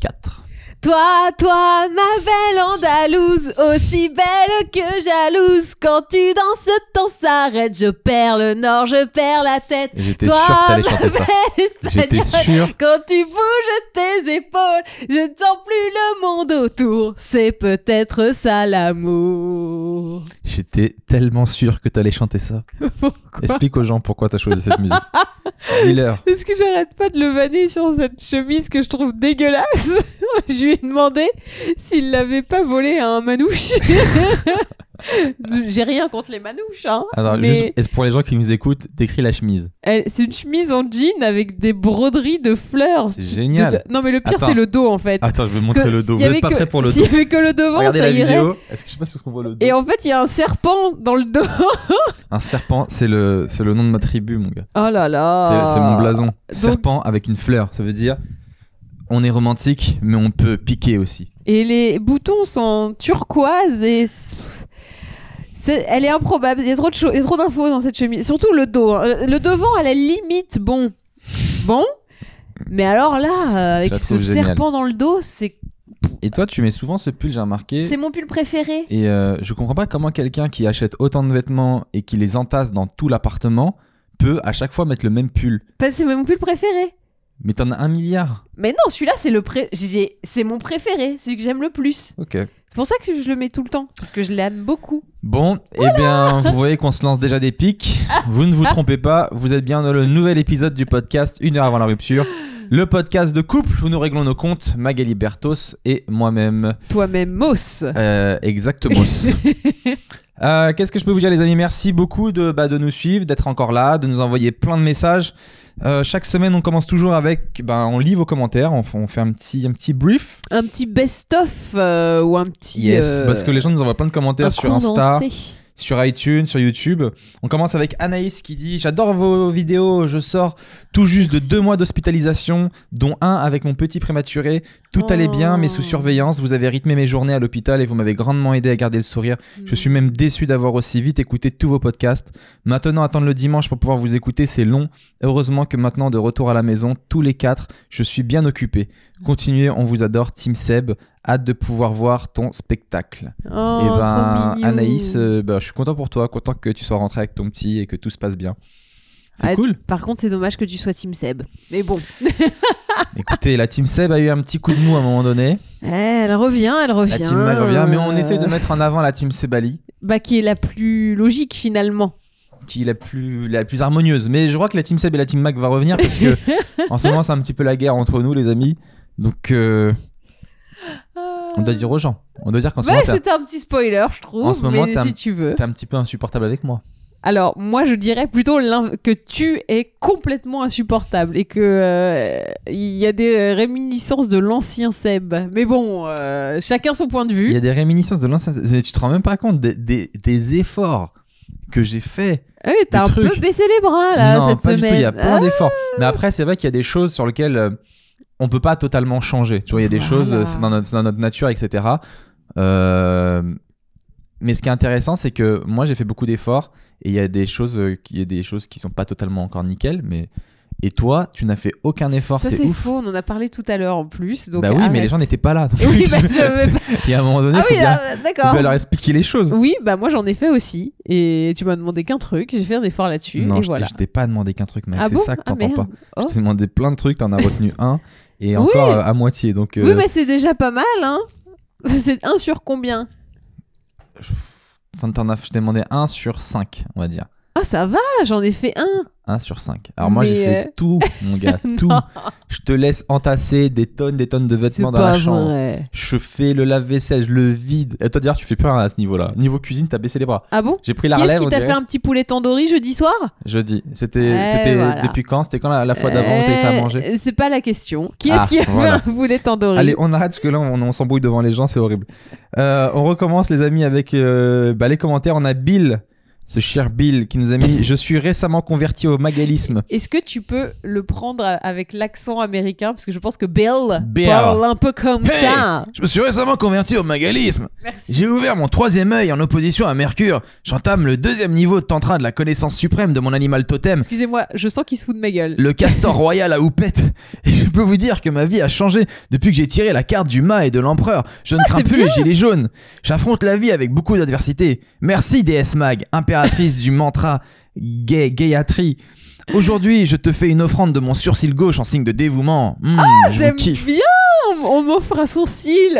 4. Toi, toi, ma belle Andalouse, aussi belle que jalouse. Quand tu danses, ton s'arrête. Je perds le nord, je perds la tête. J'étais sûr que Toi, t'allais ma chanter ça. belle J'étais Espagnole. sûr. Quand tu bouges tes épaules, je ne sens plus le monde autour. C'est peut-être ça l'amour. J'étais tellement sûr que t'allais chanter ça. Pourquoi Explique aux gens pourquoi t'as choisi cette musique. Dis-leur. Est-ce que j'arrête pas de le vanner sur cette chemise que je trouve dégueulasse Je lui ai demandé s'il l'avait pas volée à un manouche. J'ai rien contre les manouches, hein. Alors, mais juste, est-ce pour les gens qui nous écoutent, décris la chemise. elle- c'est une chemise en jean avec des broderies de fleurs. C'est génial. De- Non, mais le pire, Attends. c'est le dos en fait. Attends, je vais Parce montrer que le dos. s'il Vous y avait êtes pas que- prêts pour le S'il dos. y avait que le devant, Regardez ça la irait. vidéo. Est-ce que je sais pas si on voit le dos Et en fait, il y a un serpent dans le dos. Un serpent, c'est le, c'est le nom de ma tribu, mon gars. Oh là là. C'est c'est mon blason. Serpent Serpent avec une fleur, ça veut dire on est romantique, mais on peut piquer aussi. Et les boutons sont turquoise et. c'est- Elle est improbable. Il y a trop, de cho- il y a trop d'infos dans cette chemise. Surtout le dos. hein. Euh, Le devant, à la limite, bon. Bon. Mais alors là, euh, Je avec la ce trouve géniale. serpent dans le dos, c'est Et toi, tu mets souvent ce pull, j'ai remarqué. c'est mon pull préféré. Et euh, je comprends pas comment quelqu'un qui achète autant de vêtements et qui les entasse dans tout l'appartement peut à chaque fois mettre le même pull. Parce que c'est mon pull préféré. Mais t'en as un milliard. Mais non, celui-là, c'est le pré... j'ai- c'est mon préféré. C'est celui que j'aime le plus. Ok. C'est pour ça que je le mets tout le temps. Parce que je l'aime beaucoup. Bon, eh bien, vous voyez qu'on se lance déjà des pics. Vous ne vous trompez pas, vous êtes bien dans le nouvel épisode du podcast Une heure avant la rupture. Le podcast de couple où nous réglons nos comptes, Magali Bertos et moi-même. Toi-même, Moss. Euh, exactement. Euh, Qu'est-ce que je peux vous dire, les amis Merci beaucoup de, bah, de nous suivre, d'être encore là, de nous envoyer plein de messages. Euh, chaque semaine, on commence toujours avec. bah, on lit vos commentaires, on, f- on fait un petit, un petit brief. un petit best-of euh, ou un petit. Yes, euh, parce que les gens nous envoient plein de commentaires un sur Insta, condensé. sur iTunes, sur YouTube. On commence avec Anaïs qui dit J'adore vos vidéos, je sors tout juste de deux mois d'hospitalisation, dont un avec mon petit prématuré. Tout allait bien, mais sous Oh. surveillance. Vous avez rythmé mes journées à l'hôpital et vous m'avez grandement aidé à garder le sourire. Je suis même déçu d'avoir aussi vite écouté tous vos podcasts. Maintenant, attendre le dimanche pour pouvoir vous écouter, c'est long. Heureusement que maintenant, de retour à la maison, tous les quatre, je suis bien occupé. Continuez, on vous adore, Team Seb. Hâte de pouvoir voir ton spectacle. Oh, et ben, trop mignon. Anaïs, euh, ben, je suis content pour toi, content que tu sois rentré avec ton petit et que tout se passe bien. C'est Ah, cool. Par contre, c'est dommage que tu sois Team Seb. Mais bon. Écoutez, la Team Seb a eu un petit coup de mou à un moment donné. Eh, Elle revient, elle revient. La Team Mal revient, mais on essaie de mettre en avant la Team Sebali. Bah, qui est la plus logique finalement. qui est la plus, la plus harmonieuse. Mais je crois que la Team Seb et la Team Mac va revenir parce que en ce moment, c'est un petit peu la guerre entre nous, les amis. Donc, euh, on doit dire aux gens. On doit dire qu'en ce Bah, moment, t'es- c'était un petit spoiler, je trouve. En ce moment, mais t'as- si tu veux. t'es un petit peu insupportable avec moi. Alors, moi, je dirais plutôt l'in- que tu es complètement insupportable et que euh, il y a des euh, réminiscences de l'ancien Seb. Mais bon, euh, chacun son point de vue. Il y a des réminiscences de l'ancien. mais Tu te rends même pas compte des, des- des efforts que j'ai fait. Ah oui, t'as un des peu trucs. baissé les bras là non, cette pas semaine. du tout. Il y a Ah, plein d'efforts. Mais après, c'est vrai qu'il y a des choses sur lesquelles euh, on peut pas totalement changer. Tu vois, il y a des Voilà. choses, euh, c'est dans, notre- c'est dans notre nature, etc. Euh, mais ce qui est intéressant, c'est que moi, j'ai fait beaucoup d'efforts et il y a des choses, euh, qui- il y a des choses qui sont pas totalement encore nickel, mais et toi, tu n'as fait aucun effort. ça C'est c'est ouf. faux, on en a parlé tout à l'heure en plus. Donc bah oui, mais les arrête. gens n'étaient hein. pas là. Donc Oui, bah, je veux pas- Il y a un moment donné, Ah faut oui, bien- ah, faut d'accord. bien leur expliquer les choses. Oui, bah moi j'en ai fait aussi. Et tu m'as demandé qu'un truc, j'ai fait un effort là-dessus. Non, et je, voilà. je t'ai pas demandé qu'un truc, mec. ah c'est bon ça que Ah t'entends pas. merde. Oh. Je t'ai demandé plein de trucs, t'en as retenu un et Oui. encore euh, à moitié. Donc euh, Oui, mais c'est déjà pas mal, hein. C'est un sur combien Enfin, t'en as- je t'ai demandé 1 sur 5, on va dire. Ah ça va, j'en ai fait un. 1 sur 5. Alors moi, j'ai Mais, fait euh, tout, mon gars, tout. Non, Je te laisse entasser des tonnes, des tonnes de c'est vêtements dans pas la chambre. vrai. Je fais le lave-vaisselle, je le vide. Et toi, d'ailleurs, tu fais plus rien à ce niveau-là. Niveau cuisine, t'as baissé les bras. Ah bon J'ai pris la Qui est-ce relève, qui on t'a dirait, fait un petit poulet tandoori jeudi soir jeudi. C'était Eh, c'était voilà. depuis quand C'était quand la, la fois d'avant où t'avais fait à Euh, manger C'est pas la question. Qui Ah, est-ce qui a voilà. fait un poulet tandoori Allez, on arrête parce que là, on, on s'embrouille devant les gens, c'est horrible. Euh, on recommence, les amis, avec euh, bah, les commentaires. On a Bill ce cher Bill qui nous a mis Je suis récemment converti au magalisme. Est-ce que tu peux le prendre à- avec l'accent américain Parce que je pense que Bill, Bill. parle un peu comme Hey ça. Je me suis récemment converti au magalisme. Merci. J'ai ouvert mon troisième œil en opposition à Mercure. J'entame le deuxième niveau de tantra de la connaissance suprême de mon animal totem, Excusez-moi, je sens qu'il se fout de ma gueule. le castor royal à houppette. Et je peux vous dire que ma vie a changé depuis que j'ai tiré la carte du mât et de l'empereur. Je ne crains Ah, c'est plus les gilets jaunes. J'affronte la vie avec beaucoup d'adversité. Merci déesse Mag, impératrice du mantra gay Gayatri. Aujourd'hui, je te fais une offrande de mon sourcil gauche en signe de dévouement. Hmm, je vous Ah, J'aime kiffe. bien, on m'offre un sourcil.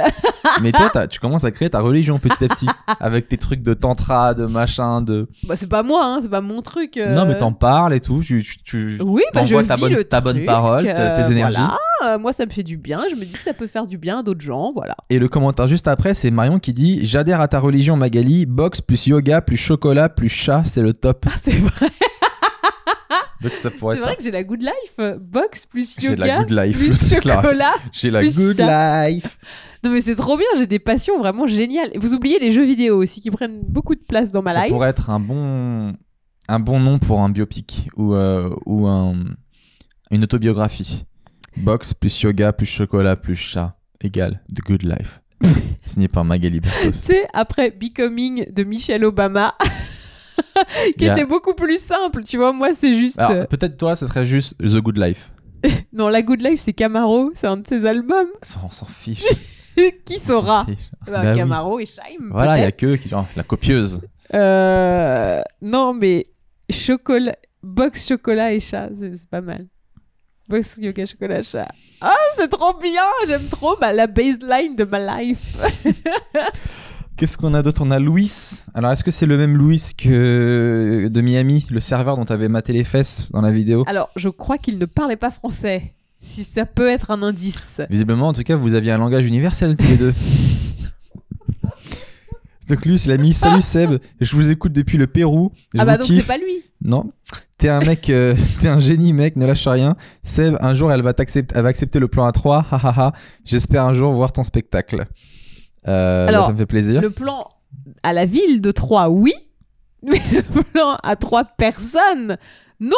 Mais toi, t'as- tu commences à créer ta religion petit à petit, avec tes trucs de tantra, de machin, de. Bah, c'est pas moi, hein, c'est pas mon truc. euh. Non, mais t'en parles et tout. Tu, tu, tu- Oui, bah, je t'envoies ta vis bonne- le ta bonne truc, parole, te- euh, tes énergies. voilà. Euh, moi, ça me fait du bien. Je me dis que ça peut faire du bien à d'autres gens. Voilà. Et le commentaire juste après, c'est Marion qui dit J'adhère à ta religion, Magali. Boxe plus yoga plus chocolat plus chat, Bah, c'est le top. Ah, c'est vrai, Donc ça pourrait c'est vrai que j'ai la good life. euh, Box plus J'ai de la yoga good life. plus C'est là. chocolat. J'ai la plus good life. Non, mais c'est trop bien. J'ai des passions vraiment géniales. Vous oubliez les jeux vidéo aussi qui prennent beaucoup de place dans ma ça Bah, life. pourrait être un bon, un bon nom pour un biopic ou, euh, ou un- une autobiographie. Boxe plus yoga plus chocolat plus chat égale The Good Life. Signé par Magali Tu Bertos. sais, après Becoming de Michelle Obama, qui Il y a- était beaucoup plus simple. Tu vois, moi, c'est juste. euh, Alors peut-être toi, ce serait juste The Good Life. Non, la good life, c'est Camaro. C'est un de ses albums. Ça, On s'en fiche. qui on s'en saura fiche. Bah, Bah oui. Camaro et Scheim. Voilà, il y a peut-être. que qui genre, la copieuse. Euh, non, mais chocolat, box chocolat et chat, c'est c'est pas mal. Box yoga chocolat chat. Ah, c'est trop bien, j'aime trop ma- la baseline de ma life. Qu'est-ce qu'on a d'autre On a Louis. Alors, est-ce que c'est le même Louis que de Miami, le serveur dont t'avais maté les fesses dans la vidéo Alors, je crois qu'il ne parlait pas français. Si ça peut être un indice. Visiblement, en tout cas, vous aviez un langage universel tous les deux. Donc lui, il a mis Salut Seb, je vous écoute depuis le Pérou. Je ah bah vous donc kiffe. c'est pas lui. Non, t'es un mec, euh, t'es un génie, mec, ne lâche rien. Seb, un jour, elle va t'accepter, elle va accepter le plan à 3 Ha ha ha. J'espère un jour voir ton spectacle. Euh, bah, Alors, ça me fait plaisir. Le plan à la ville de Troyes, oui. Mais le plan à trois personnes, non.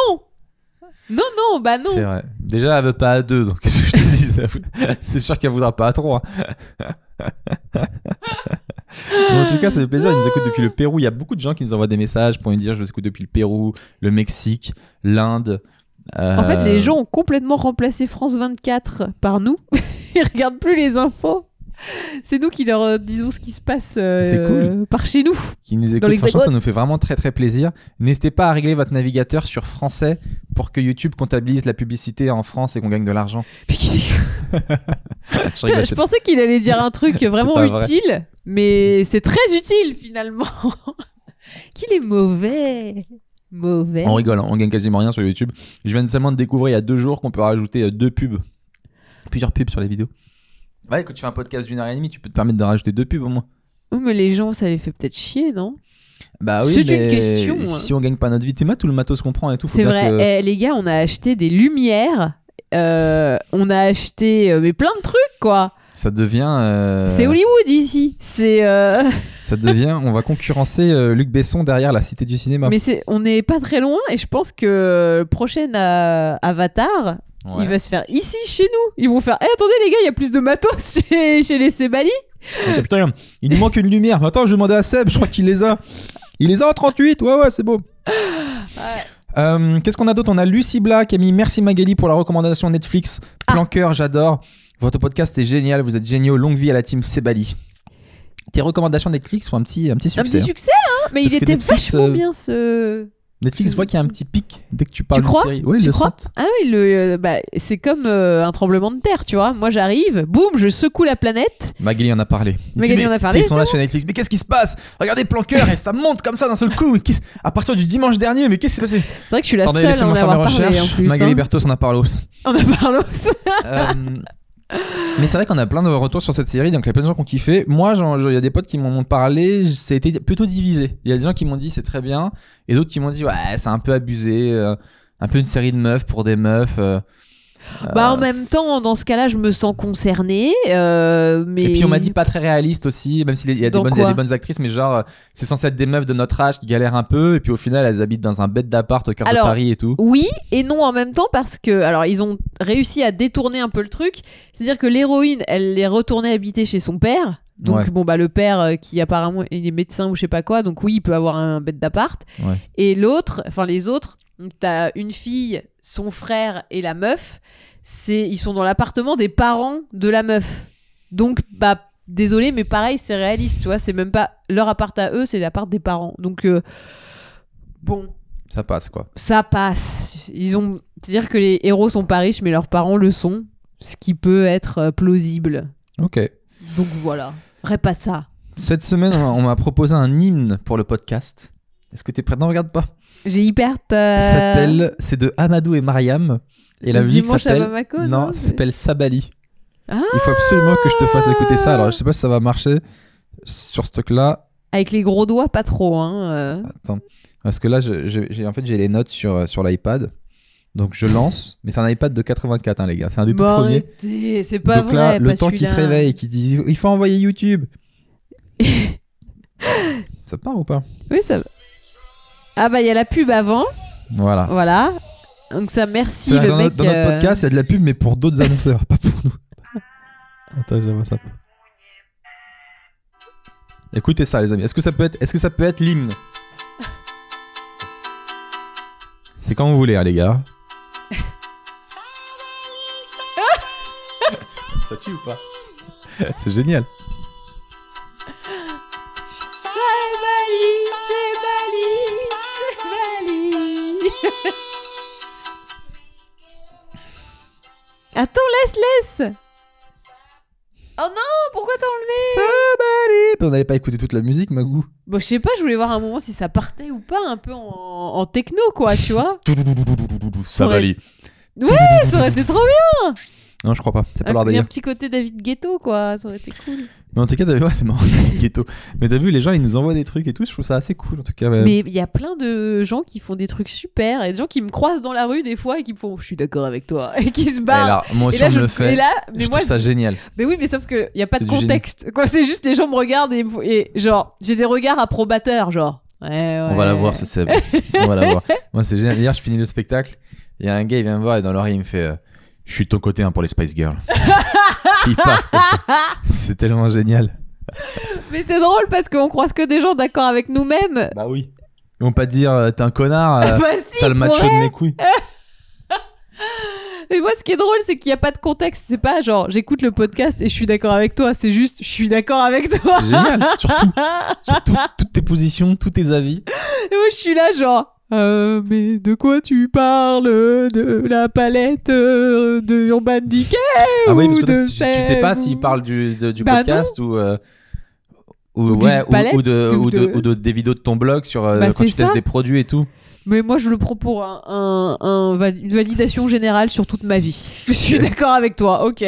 Non, non, bah non. C'est vrai. Déjà, elle veut pas à deux, donc qu'est-ce que je te dis ça fout- C'est sûr qu'elle voudra pas à trois. Mais en tout cas, ça fait plaisir. Ils nous écoutent depuis le Pérou. Il y a beaucoup de gens qui nous envoient des messages pour nous dire je vous écoute depuis le Pérou, le Mexique, l'Inde. Euh, En fait, les gens ont complètement remplacé France 24 par nous. Ils regardent plus les infos. C'est nous qui leur euh, disons ce qui se passe euh, C'est cool. par chez nous. qui nous écoutent, les franchement, hexagones. ça nous fait vraiment très très plaisir. N'hésitez pas à régler votre navigateur sur français pour que YouTube comptabilise la publicité en France et qu'on gagne de l'argent. Je rigole, Je c'est- pensais qu'il allait dire un truc vraiment pas vrai. utile, mais c'est très utile finalement. qu'il est mauvais. Mauvais. On rigole, hein, on gagne quasiment rien sur YouTube. Je viens de seulement de découvrir il y a deux jours qu'on peut rajouter euh, deux pubs, plusieurs pubs sur les vidéos. Ouais, quand tu fais un podcast d'une heure et demie, tu peux te permettre de rajouter deux pubs au moins. Oui, Oh, mais les gens, ça les fait peut-être chier, non Bah oui, C'est mais une question, hein. Si on gagne pas notre vie, t'es mal, tout le matos qu'on prend et tout. faut C'est bien vrai. que- Eh, les gars, on a acheté des lumières. euh, on a acheté euh, mais plein de trucs, quoi. Ça devient. euh, C'est Hollywood ici. C'est. euh, Ça devient. on va concurrencer euh, Luc Besson derrière la Cité du Cinéma. Mais c'est, on n'est pas très loin et je pense que le prochain euh, Avatar, Ouais. il va se faire ici, chez nous. Ils vont faire Eh, attendez les gars, il y a plus de matos chez, chez les Sebali. Ah, On dit, Putain, il nous manque une lumière. Attends, je vais demander à Seb, je crois qu'il les a. Il les a en 38, ouais, ouais, c'est beau. Euh, Qu'est-ce qu'on a d'autre On a Lucie Blas qui a mis Merci Magali pour la recommandation Netflix. Ah. Plan cœur, j'adore. Votre podcast est génial, vous êtes géniaux. Longue vie à la team Sebali. Tes recommandations Netflix sont un petit, un petit succès. Un petit hein. succès, hein Mais Parce il que était Netflix, vachement euh, bien ce. Netflix C'est- voit qu'il y a un petit pic dès que tu parles Tu d'une crois série. Oui, Tu ils le crois sentent. Ah oui, le, euh, bah, c'est comme euh, un tremblement de terre, tu vois. Moi j'arrive, boum, je secoue la planète. Magali en a parlé. Il Magali dit, mais, en a parlé, Ils sont là chez Netflix. Mais qu'est-ce qui se passe Regardez Plan cœur et ça monte comme ça d'un seul coup. Mais qu'est- À partir du dimanche dernier, mais qu'est-ce qui s'est passé C'est vrai que je suis la Attendez, seule à en laissez-moi faire mes avoir parlé en recherches. plus. Magali hein. Bertos en a parlé aussi. On a parlé aussi. Euh, mais c'est vrai qu'on a plein de retours sur cette série, donc il y a plein de gens qui ont kiffé. Moi, j'en- je- il y a des potes qui m'en ont parlé, j- ça a été plutôt divisé. Il y a des gens qui m'ont dit c'est très bien, et d'autres qui m'ont dit ouais, c'est un peu abusé, euh, un peu une série de meufs pour des meufs. euh, Bah, en même temps, dans ce cas-là, je me sens concernée. euh, mais... Et puis on m'a dit pas très réaliste aussi, même s'il y, a des Dans bonnes- il y a quoi des bonnes actrices, mais genre euh, c'est censé être des meufs de notre âge qui galèrent un peu, et puis au final elles habitent dans un bête d'appart au cœur Alors, de Paris et tout. Oui et non en même temps parce que alors ils ont réussi à détourner un peu le truc, c'est-à-dire que l'héroïne elle est retournée habiter chez son père. Donc Ouais. bon bah le père euh, qui apparemment il est médecin ou je sais pas quoi, donc oui il peut avoir un bête d'appart. Ouais. Et l'autre, enfin les autres, donc t'as une fille, son frère et la meuf, c'est ils sont dans l'appartement des parents de la meuf. Donc bah désolé mais pareil c'est réaliste tu vois c'est même pas leur appart à eux c'est l'appart des parents donc euh, bon Ça passe quoi. ça passe. Ils ont, c'est-à-dire que les héros sont pas riches, mais leurs parents le sont, ce qui peut être euh, plausible. Ok. Donc voilà, Ré pas ça. Cette semaine on m'a- on m'a proposé un hymne pour le podcast. Est-ce que t'es prête Non, regarde pas. J'ai hyper Ça peur. s'appelle, c'est de Amadou et Mariam, et la musique Dimanche à s'appelle. Bamako, Non, non, ça c'est- s'appelle Sabali. Ah Il faut absolument que je te fasse écouter ça. Alors je sais pas si ça va marcher sur ce truc-là. Avec les gros doigts, pas trop. Hein. euh. Attends, parce que là, je- je- j'ai en fait j'ai les notes sur, euh, sur l'iPad, donc je lance, mais c'est un iPad de 84, hein, les gars, c'est un des tout Bah, premiers. arrêtez, c'est pas donc vrai. là, le pas temps qui se celui-là. réveille, et qui se dit il faut envoyer YouTube. ça part ou pas Oui, ça. va. Ah bah il y a la pub avant, Voilà. voilà. Donc ça, merci C'est-à-dire le dans, mec. notre, dans notre euh, podcast, il y a de la pub, mais pour d'autres annonceurs, pas pour nous. Attends, je vois ça. Écoutez ça, les amis. Est-ce que ça peut être, est-ce que ça peut être l'hymne C'est quand vous voulez, hein, les gars. ça tue ou pas C'est génial. Attends, laisse, laisse Oh non, pourquoi t'as enlevé Somebody- On n'allait pas écouter toute la musique, Magou. Bon, je sais pas, je voulais voir un moment si ça partait ou pas, un peu en, en techno, quoi, tu vois Sabali. Ouais, ça aurait été trop bien Non, je crois pas. C'est pas leur un, délire. un petit côté David Ghetto, quoi, ça aurait été cool. Mais en tout cas, t'as vu, ouais, c'est marrant, ghetto. Mais t'as vu, les gens, ils nous envoient des trucs et tout. Je trouve ça assez cool, en tout cas. ouais. Mais il y a plein de gens qui font des trucs super, et des gens qui me croisent dans la rue des fois et qui me font « je suis d'accord avec toi », et qui se Et barrent. là, Bah, moi bah, Et aussi, là, on me je le fait. et là, mais je moi, trouve ça génial. mais oui, mais sauf que y a pas C'est de du génie. contexte. Quoi, c'est juste les gens me regardent et, ils me font- et genre j'ai des regards approbateurs, genre. Ouais, ouais. On va la voir, ce Seb. on va la voir. Moi, c'est génial. Hier, je finis le spectacle. Il y a un gars, il vient me voir et dans l'oreille, il me fait euh, Je suis de ton côté hein, pour les Spice Girls. Il part comme ça. c'est tellement génial. Mais c'est drôle parce qu'on croise que des gens d'accord avec nous-mêmes. Bah oui. Ils vont pas te dire euh, T'es un connard, euh, bah si, sale ils macho pourraient. de mes couilles. Mais moi, ce qui est drôle, c'est qu'il n'y a pas de contexte. C'est pas genre j'écoute le podcast et je suis d'accord avec toi. C'est juste je suis d'accord avec toi. C'est génial. Surtout, surtout toutes tes positions, tous tes avis. Et moi, je suis là, genre. Euh, mais de quoi tu parles De la palette euh, de Urban Decay Ah oui, parce ou que toi, de tu, tu sais Seb, pas ou- s'il parle du, de- du Bah podcast ou. euh, ou, d'une ouais, ou- palette, ou de, ou ou de- de- ou de- des vidéos de ton blog sur euh, Bah, quand c'est tu testes ça. des produits et tout. Mais moi, je le prends pour un, un- un val- une validation générale sur toute ma vie. Je suis Ok. d'accord avec toi, ok.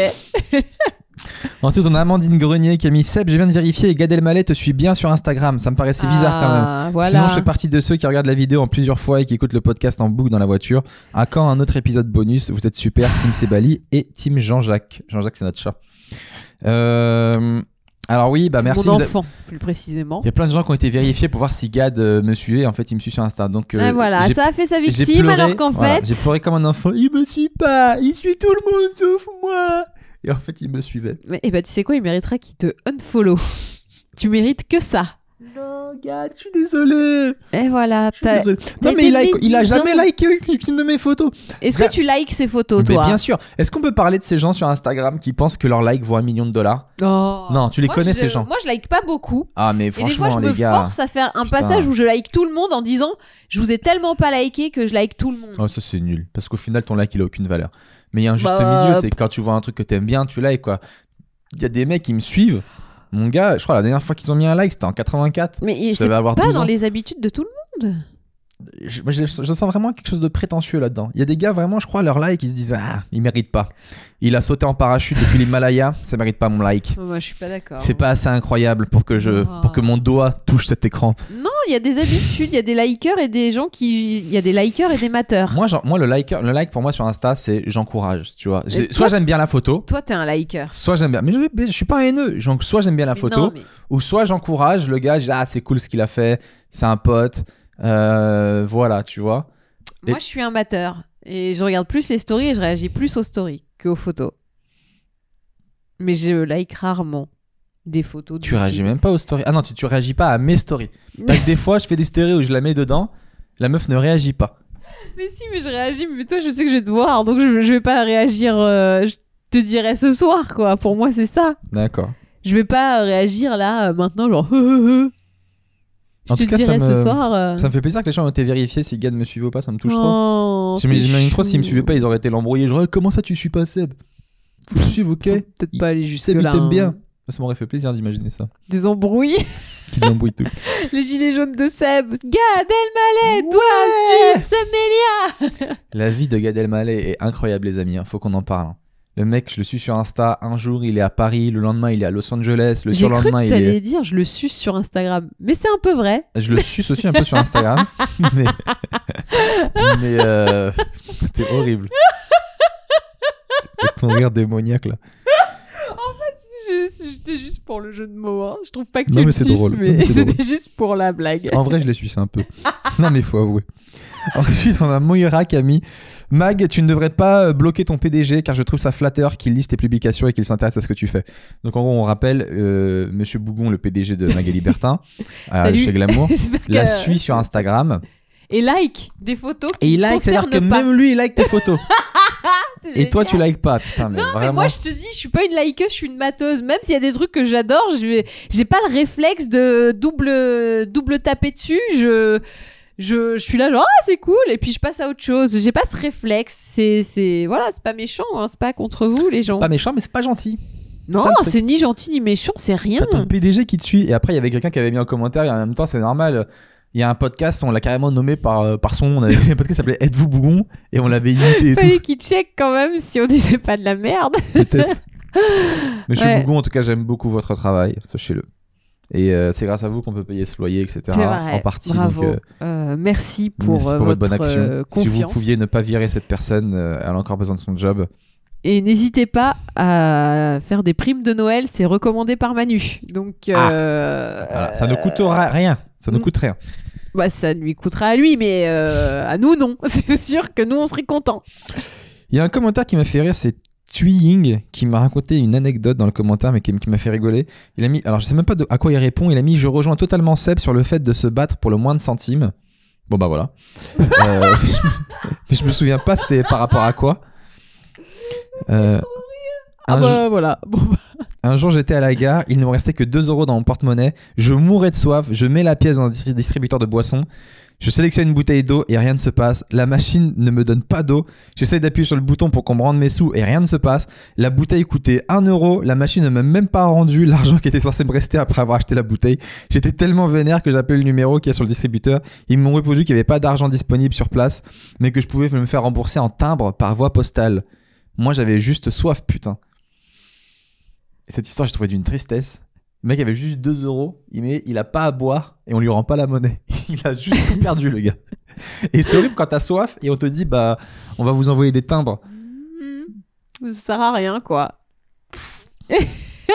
Ensuite, on a Amandine Grenier qui a mis Seb, je viens de vérifier et Gad Elmaleh te suis bien sur Instagram. Ça me paraissait bizarre quand même. Ah, Voilà. Sinon, je fais partie de ceux qui regardent la vidéo en plusieurs fois et qui écoutent le podcast en boucle dans la voiture. À quand un autre épisode bonus Vous êtes super, Team Sebali et Team Jean-Jacques. Jean-Jacques, c'est notre chat. Euh, Alors oui, bah C'est merci. Mon vous a- enfant, plus précisément. Il y a plein de gens qui ont été vérifiés pour voir si Gad euh, me suivait. En fait, il me suit sur Insta. Donc, euh, Ah, voilà, j'ai- ça a fait sa j'ai victime, pleuré, alors qu'en voilà, fait. J'ai pleuré comme un enfant. Il me suit pas. Il suit tout le monde sauf moi. Et en fait, il me suivait. Mais, eh ben, tu sais quoi, il mériterait qu'il te unfollow. tu mérites que ça. Non, Gad, je suis désolé. Et voilà. Je suis t'as- désolé. t'as Non, mais il a, été il a médisant. jamais liké aucune de mes photos. Est-ce Ga- que tu likes ces photos, mais toi bien sûr. Est-ce qu'on peut parler de ces gens sur Instagram qui pensent que leur like vaut un million de dollars Oh. Non, tu les Moi, connais je- ces gens. Moi, je like pas beaucoup. Ah, mais Et des fois, je franchement, me les gars. force à faire un Putain. passage où je like tout le monde en disant Je vous ai tellement pas liké que je like tout le monde. Oh, ça c'est nul. Parce qu'au final, ton like il a aucune valeur. Mais il y a un juste Bah, milieu, c'est quand tu vois un truc que t'aimes bien, tu likes quoi. Il y a des mecs qui me suivent. Mon gars, je crois la dernière fois qu'ils ont mis un like, c'était en 84. Mais Ça c'est va avoir pas 12 ans. dans les habitudes de tout le monde. Je, moi, je- je sens vraiment quelque chose de prétentieux là-dedans. Il y a des gars vraiment, je crois, leur like, ils se disent Ah, il mérite pas. Il a sauté en parachute depuis l'Himalaya, ça mérite pas mon like. Moi, je suis pas d'accord. C'est pas assez incroyable pour que je Oh. pour que mon doigt touche cet écran. Non, il y a des habitudes, il y a des likers et des gens qui. Il y a des likers et des mateurs. Moi, genre, moi le, like, le like pour moi sur Insta, c'est j'encourage, tu vois. C'est- toi- Soit j'aime bien la photo, Toi, t'es un liker. soit j'aime bien. Mais je, mais je suis pas haineux. Genre, soit j'aime bien la photo, Non, mais- ou soit j'encourage le gars, je dis, ah, c'est cool ce qu'il a fait, c'est un pote, euh, voilà, tu vois. Et- Moi, je suis un amateur et je regarde plus les stories et je réagis plus aux stories qu'aux photos. Mais je like rarement des photos. Tu réagis même pas aux stories. Ah non, tu, tu réagis pas à mes stories. Parce que des fois, je fais des stories où je la mets dedans, la meuf ne réagit pas. Mais si, mais je réagis. Mais toi, je sais que je vais te voir, donc je, je vais pas réagir. euh, je te dirai ce soir, quoi. Pour moi, c'est ça. D'accord. Je vais pas euh, réagir là euh, maintenant, genre. euh, euh, euh. Je En te tout cas, ça dirai me- ce soir. euh, Ça me fait plaisir que les gens aient été vérifiés si Gad me suivait ou pas, ça me touche trop. Oh, J'im- c'est J'imagine trop chou. s'ils me suivaient pas, ils auraient été l'embrouiller. Genre, Eh, comment ça tu suis pas Seb Faut que Je suis ok. Faut Peut-être pas aller Seb, il jusque-là. hein. t'aime bien. Ça m'aurait fait plaisir d'imaginer ça. Des embrouilles. Qu'il l'embrouille tout. Les gilets jaunes de Seb. Gad Elmaleh doit suivre Seb Melia. La vie de Gad Elmaleh est incroyable, les amis. hein. Faut qu'on en parle. hein. Le mec, je le suis sur Insta. Un jour, il est à Paris. Le lendemain, il est à Los Angeles. Le J'ai cru surlendemain, que il est. t'allais dire je le suce sur Instagram, mais c'est un peu vrai. Je le suce aussi un peu sur Instagram. mais. mais. euh, C'était horrible. Avec ton rire démoniaque, là. C'était juste pour le jeu de mots. hein. Je trouve pas que Non, tu mais le c'est suces, drôle. mais Non, mais c'est c'était juste pour la blague. En vrai, je les suce un peu. non, mais faut avouer. Ensuite, on a Moira qui a mis Mag, tu ne devrais pas euh, bloquer ton PDG car je trouve ça flatteur qu'il lise tes publications et qu'il s'intéresse à ce que tu fais. Donc, en gros, on rappelle euh, Monsieur Bougon, le PDG de Magali Bertin, euh, Salut. chez Glamour, la suit sur Instagram. Et like des photos qui Et il like, concernent c'est-à-dire que pas. même lui, il like tes photos. C'est et toi, tu génial. likes pas. Putain, mais Mais vraiment. moi, je te dis, je suis pas une likeuse, je suis une mateuse. Même s'il y a des trucs que j'adore, je vais- j'ai pas le réflexe de double, double taper dessus. Je, je, je suis là, genre, ah, c'est cool, et puis je passe à autre chose. J'ai pas ce réflexe. C'est, c'est, voilà, c'est pas méchant, hein, c'est pas contre vous, les gens. Pas méchant, mais c'est pas gentil. Non, ça, le truc. c'est ni gentil ni méchant, c'est rien. T'as ton PDG qui te suit. Et après, il y avait quelqu'un qui avait mis en commentaire, et en même temps, c'est normal. Il y a un podcast, on l'a carrément nommé par, euh, par son nom. On avait un podcast qui s'appelait Êtes-vous Bougon Et on l'avait imité et tout. Fallait qu'ils checkent quand même si on disait pas de la merde. Peut-être. Monsieur Ouais. Bougon, en tout cas, j'aime beaucoup votre travail, sachez-le. Et euh, c'est grâce à vous qu'on peut payer ce loyer, etc. C'est vrai. En partie. Bravo. donc, euh, Euh, merci pour, merci euh, pour votre bonne action. euh, si vous confiance. pouviez ne pas virer cette personne, euh, elle a encore besoin de son job. Et n'hésitez pas à faire des primes de Noël, c'est recommandé par Manu. Donc, Ah. euh, Voilà, Ça ne coûtera rien. Ça ne Mm. coûte rien. bah, ça lui coûtera à lui, mais euh, à nous, non. C'est sûr que nous, on serait contents. Il y a un commentaire qui m'a fait rire, c'est Tuying qui m'a raconté une anecdote dans le commentaire, mais qui, qui m'a fait rigoler. Il a mis, alors je sais même pas de- à quoi il répond, il a mis Je rejoins totalement Seb sur le fait de se battre pour le moins de centimes. Bon bah voilà. Euh, mais je me souviens pas c'était par rapport à quoi. Euh, Ah un, bah voilà. Bon, bah, un jour, j'étais à la gare, il ne me restait que 2 euros dans mon porte-monnaie. Je mourais de soif, je mets la pièce dans un distri- distributeur de boissons. Je sélectionne une bouteille d'eau et rien ne se passe. La machine ne me donne pas d'eau. J'essaie d'appuyer sur le bouton pour qu'on me rende mes sous et rien ne se passe. La bouteille coûtait 1 euro. La machine ne m'a même pas rendu l'argent qui était censé me rester après avoir acheté la bouteille. J'étais tellement vénère que j'appelle le numéro qui est sur le distributeur. Ils m'ont répondu qu'il n'y avait pas d'argent disponible sur place, mais que je pouvais me faire rembourser en timbre par voie postale. Moi, j'avais juste soif, putain. Cette histoire, j'ai trouvé d'une tristesse. Le mec avait juste 2 euros, il, met, il a pas à boire et on lui rend pas la monnaie. Il a juste tout perdu, le gars. Et c'est horrible quand t'as soif et on te dit, bah, on va vous envoyer des timbres. ça sert à rien, quoi.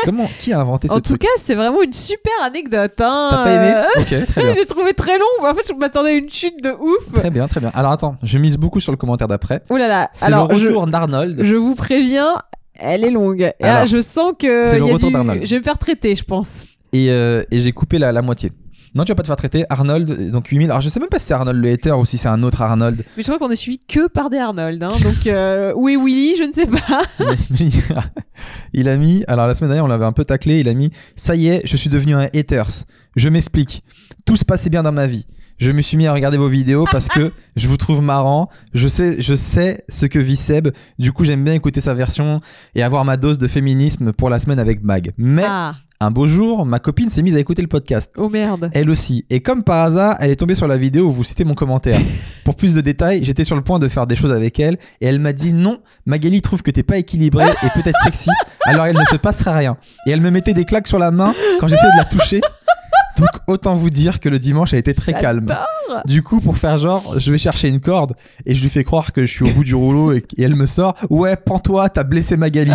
Comment, qui a inventé ce En tout truc cas, c'est vraiment une super anecdote. hein. T'as pas aimé Ok, très Euh, bien. J'ai trouvé très long. En fait, je m'attendais à une chute de ouf. Très bien, très bien. Alors attends, je mise beaucoup sur le commentaire d'après. Oh là là. C'est le Alors, je, retour d'Arnold. je vous préviens, elle est longue. Et Alors, là, je sens que c'est le il y a retour du- d'Arnold. je vais me faire traiter, je pense. et, euh, et j'ai coupé la, la moitié. Non, tu vas pas te faire traiter. Arnold, euh, donc 8000. Alors, je sais même pas si c'est Arnold le hater ou si c'est un autre Arnold. Mais je crois qu'on est suivi que par des Arnold. hein. Donc, euh, où est Willy Je ne sais pas. Mais- mais il a mis. Alors, la semaine dernière, on l'avait un peu taclé. Il a mis Ça y est, je suis devenu un haters. Je m'explique. Tout se passait bien dans ma vie. Je me suis mis à regarder vos vidéos parce que je vous trouve marrant. Je sais, je sais ce que vit Seb. Du coup, j'aime bien écouter sa version et avoir ma dose de féminisme pour la semaine avec Mag. Mais Ah, un beau jour, ma copine s'est mise à écouter le podcast. oh merde. Elle aussi. Et comme par hasard, elle est tombée sur la vidéo où vous citez mon commentaire. Pour plus de détails, j'étais sur le point de faire des choses avec elle et elle m'a dit non, Magali trouve que t'es pas équilibrée et peut-être sexiste, alors il ne se passera rien. Et elle me mettait des claques sur la main quand j'essayais de la toucher. Donc autant vous dire que le dimanche a été très J'adore. calme. Du coup, pour faire genre, je vais chercher une corde et je lui fais croire que je suis au bout du rouleau et, et elle me sort Ouais, pends-toi, t'as blessé Magali.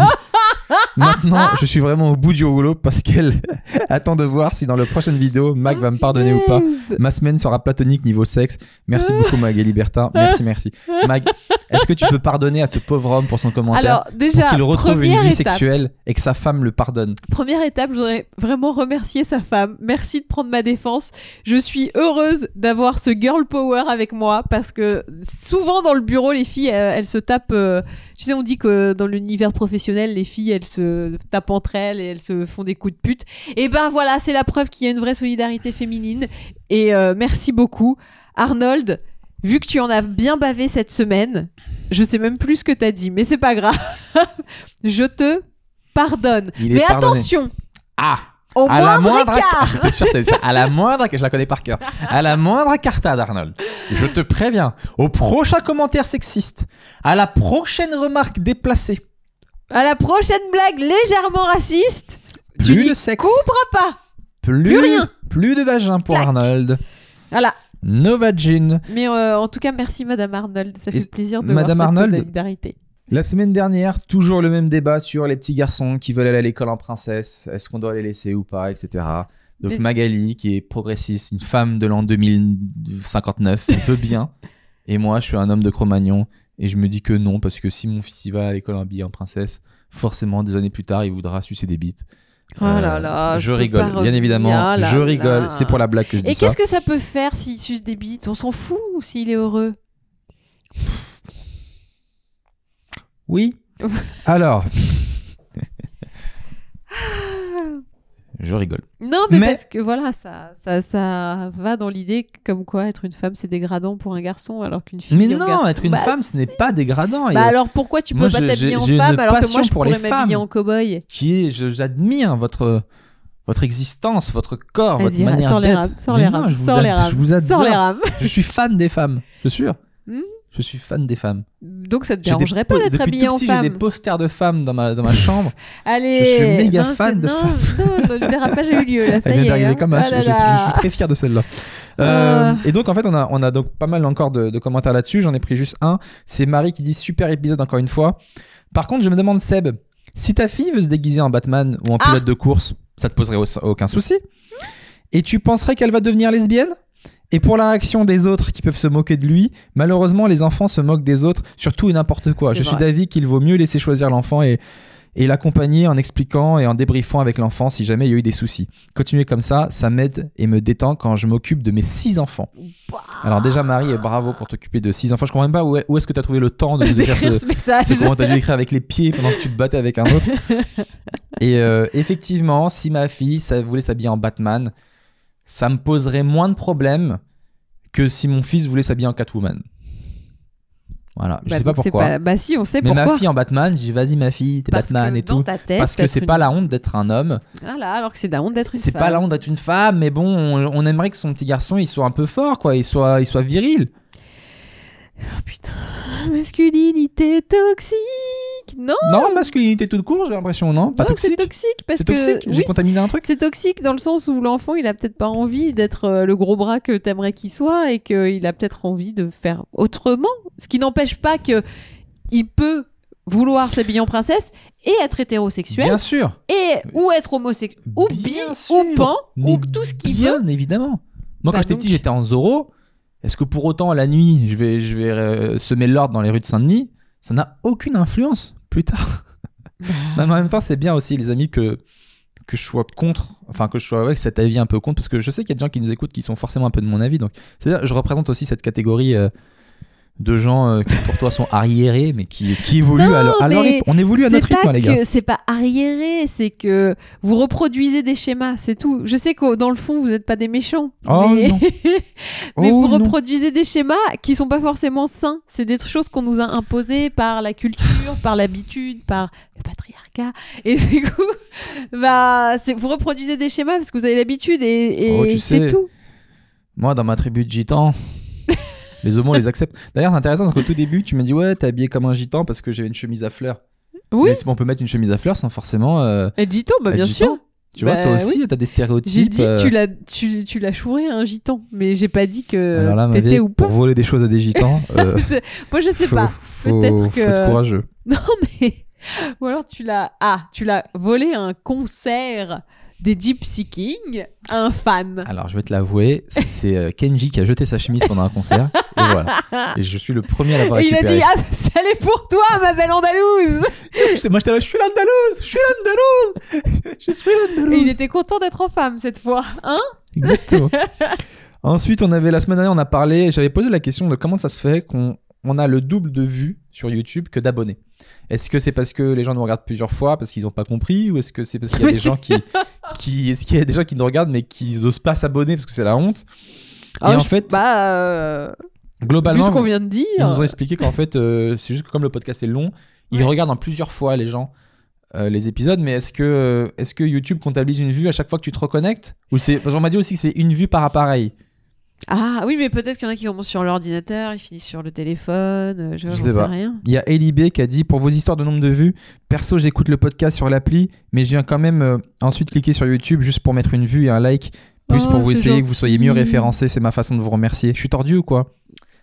Maintenant, je suis vraiment au bout du rouleau parce qu'elle attend de voir si dans la prochaine vidéo, Mac va me pardonner ou pas. Yes. Ma semaine sera platonique niveau sexe. Merci beaucoup, Magali Bertin. Merci, merci. Mag, est-ce que tu peux pardonner à ce pauvre homme pour son commentaire Alors pour déjà, qu'il retrouve une première vie étape. sexuelle et que sa femme le pardonne. Première étape, je voudrais vraiment remercier sa femme. Merci de prendre ma défense. Je suis heureuse d'avoir ce girl power avec moi parce que souvent dans le bureau, les filles, euh, elles se tapent. euh, tu sais, on dit que dans l'univers professionnel, les filles, elles se tapent entre elles et elles se font des coups de pute. Et ben voilà, c'est la preuve qu'il y a une vraie solidarité féminine. Et euh, merci beaucoup, Arnold. Vu que tu en as bien bavé cette semaine, je sais même plus ce que t'as dit, mais c'est pas grave. je te pardonne. Il est Mais pardonné. attention, Ah au à la moindre, moindre écart. J'étais sûr que t'allais dire ça. à la moindre que je la connais par cœur. À la moindre cartade, Arnold. Je te préviens. Au prochain commentaire sexiste, à la prochaine remarque déplacée, À la prochaine blague légèrement raciste, Tu plus n'y de sexe, couperas pas. plus, plus rien. plus de vagin pour Clac. Arnold. Voilà. No vagin. Mais euh, en tout cas, merci Madame Arnold. Ça Et- fait plaisir de Madame voir Arnold cette solidarité. La semaine dernière, toujours le même débat sur les petits garçons qui veulent aller à l'école en princesse. Est-ce qu'on doit les laisser ou pas, etc. Donc Mais- Magali, qui est progressiste, une femme de l'an 2059, veut bien. Et moi, je suis un homme de Cro-Magnon. Et je me dis que non, parce que si mon fils y va à l'école en billet en princesse, forcément, des années plus tard, il voudra sucer des bites. Oh Euh, là là, je peux pas rigole, bien revenir, évidemment. oh là je rigole, là. c'est pour la blague que je dis Et ça. qu'est-ce que ça peut faire s'il suce des bites On s'en fout s'il est heureux. Oui. Alors. je rigole. Non, mais, Mais- parce que voilà, ça, ça, ça va dans l'idée que, comme quoi être une femme c'est dégradant pour un garçon alors qu'une fille. Mais on non, regarde- être une Bah, femme, ce n'est pas dégradant. Et, Bah euh, alors pourquoi tu peux Moi, pas je- j'ai- t'habiller en j'ai une femme alors que passion moi je pour les pourrais m'habiller femmes. en cow-boy Qui est, je- j'admire votre, votre existence, votre corps, votre Vas-y, manière sors les d'être. rames, sors Mais les non, rames, je vous sors les ad- rames, je vous sors les adore. rames. Je suis fan des femmes, je suis sûr. Hmm Je suis fan des femmes. Donc ça te J'ai des dérangerait po- pas d'être depuis habillée tout en petit, femme J'ai des posters de femmes dans ma, dans ma chambre. Allez, Je suis méga non, fan c'est- de non, non, non, le dérapage a eu lieu là, ça Elle vient y est. hein. d'arriver comme Ah H. là je, suis- là. je suis très fier de celle-là. Euh. Euh, Et donc, en fait, on a, on a donc pas mal encore de, de commentaires là-dessus. J'en ai pris juste un. C'est Marie qui dit super épisode encore une fois. Par contre, je me demande, Seb, si ta fille veut se déguiser en Batman ou en Ah. pilote de course, ça te poserait au- aucun souci. Et tu penserais qu'elle va devenir lesbienne et pour la réaction des autres qui peuvent se moquer de lui, malheureusement, les enfants se moquent des autres, surtout et n'importe quoi. C'est Je suis vrai. d'avis qu'il vaut mieux laisser choisir l'enfant et, et l'accompagner en expliquant et en débriefant avec l'enfant si jamais il y a eu des soucis. Continuer comme ça, ça m'aide et me détend quand je m'occupe de mes six enfants. Bah. Alors déjà, Marie, et bravo pour t'occuper de six enfants. Je comprends même pas où, est- où est-ce que tu as trouvé le temps de nous écrire D'écrire ce, ce message. c'est comment t'as dû écrire avec les pieds pendant que tu te battais avec un autre. Et euh, effectivement, si ma fille ça, voulait s'habiller en Batman, ça me poserait moins de problèmes que si mon fils voulait s'habiller en Catwoman. Voilà, je Bah, sais pas donc c'est pourquoi. Bah si, on sait Mais pourquoi. ma fille en Batman, j'ai dit vas-y ma fille, t'es Parce que Batman et dans tout. ta tête, Parce que être c'est une- pas la honte d'être un homme, Ah là, alors que c'est la honte d'être une c'est femme. pas la honte d'être une femme, mais bon, on, on aimerait que son petit garçon il soit un peu fort, quoi, il soit, il soit viril. Oh, putain, masculinité toxique. Non, Non, masculinité toute court, j'ai l'impression, non Pas Oh. non, c'est toxique toxique parce C'est toxique que J'ai oui, contaminé un truc c'est toxique dans le sens où l'enfant il a peut-être pas envie d'être euh, le gros bras que t'aimerais qu'il soit et qu'il a peut-être envie de faire autrement. Ce qui n'empêche pas que il peut vouloir s'habiller en princesse et être hétérosexuel Bien sûr et ou être homosexuel ou Bien bi sûr. ou pan Mais ou tout ce qu'il bien veut. évidemment. Moi, Bah quand j'étais donc. petit, j'étais en Zoro. Est-ce que pour autant, la nuit, je vais, je vais euh, semer l'ordre dans les rues de Saint-Denis Ça n'a aucune influence plus tard. Bah. Mais en même temps, c'est bien aussi, les amis, que, que je sois contre, enfin, que je sois avec cet avis un peu contre, parce que je sais qu'il y a des gens qui nous écoutent qui sont forcément un peu de mon avis. Donc, c'est-à-dire, je représente aussi cette catégorie. euh, de gens euh, qui pour toi sont arriérés mais qui, qui évoluent Non, à leur, à leur mais rythme. On évolue à C'est notre rythme, pas hein, les gars. que- C'est pas arriéré, c'est que vous reproduisez des schémas, c'est tout. Je sais que dans le fond, vous n'êtes pas des méchants. Oh mais... non. mais Oh vous non. reproduisez des schémas qui sont pas forcément sains. C'est des choses qu'on nous a imposées par la culture, par l'habitude, par le patriarcat. Et du coup, bah, c'est- vous reproduisez des schémas parce que vous avez l'habitude et, et Oh, tu c'est sais, tout. Moi, dans ma tribu de gitans, les homos, on les accepte. D'ailleurs, c'est intéressant parce qu'au tout début, tu m'as dit Ouais, t'es habillé comme un gitan parce que j'avais une chemise à fleurs. Oui, Mais on peut mettre une chemise à fleurs sans forcément. euh, et gitan, bah, être bien gitan. sûr. Tu vois, Bah, toi aussi, oui. t'as des stéréotypes. J'ai dit euh, tu l'as tu, tu l'as chouré un gitan, mais j'ai pas dit alors là, ma que euh, t'étais vieille, ou pas. Pour voler des choses à des gitans, euh, Je- Moi je sais faut- pas. faut- Peut-être faut être que- courageux. Non mais ou alors tu l'as ah tu l'as volé à un concert des Gypsy King à un fan. Alors, je vais te l'avouer, c'est euh, Kenji qui a jeté sa chemise pendant un concert. et voilà. Et je suis le premier à l'avoir Et il a récupéré. dit ah ça l'est pour toi ma belle Andalouse. Je- Moi, j'étais là, je suis l'Andalouse, je suis l'Andalouse, je suis l'Andalouse. Et il était content d'être en femme cette fois, hein Exactement. Ensuite, on avait la semaine dernière, on a parlé, j'avais posé la question de comment ça se fait qu'on on a le double de vues sur YouTube que d'abonnés. Est-ce que c'est parce que les gens nous regardent plusieurs fois parce qu'ils n'ont pas compris ou est-ce que c'est parce qu'il y a Mais des c'est- gens qui, qui est-ce qu'il y a des gens qui nous regardent mais qui n'osent pas s'abonner parce que c'est la honte Et Ah, en je- fait, bah euh, vu globalement, ce qu'on vient de dire. ils nous ont expliqué qu'en fait, euh, c'est juste que comme le podcast est long, ils Ouais. regardent en plusieurs fois les gens euh, les épisodes. Mais est-ce que, euh, est-ce que YouTube comptabilise une vue à chaque fois que tu te reconnectes Ou c'est parce qu'on m'a dit aussi que c'est une vue par appareil. Ah oui, mais peut-être qu'il y en a qui commencent sur l'ordinateur, ils finissent sur le téléphone, euh, je, Je j'en sais sais, pas. rien. Il y a Ellie B qui a dit pour vos histoires de nombre de vues, perso j'écoute le podcast sur l'appli, mais je viens quand même euh, ensuite cliquer sur YouTube juste pour mettre une vue et un like. Plus Oh, pour vous c'est essayer que vous soyez mieux gentil. référencés, c'est ma façon de vous remercier. Je suis tordu ou quoi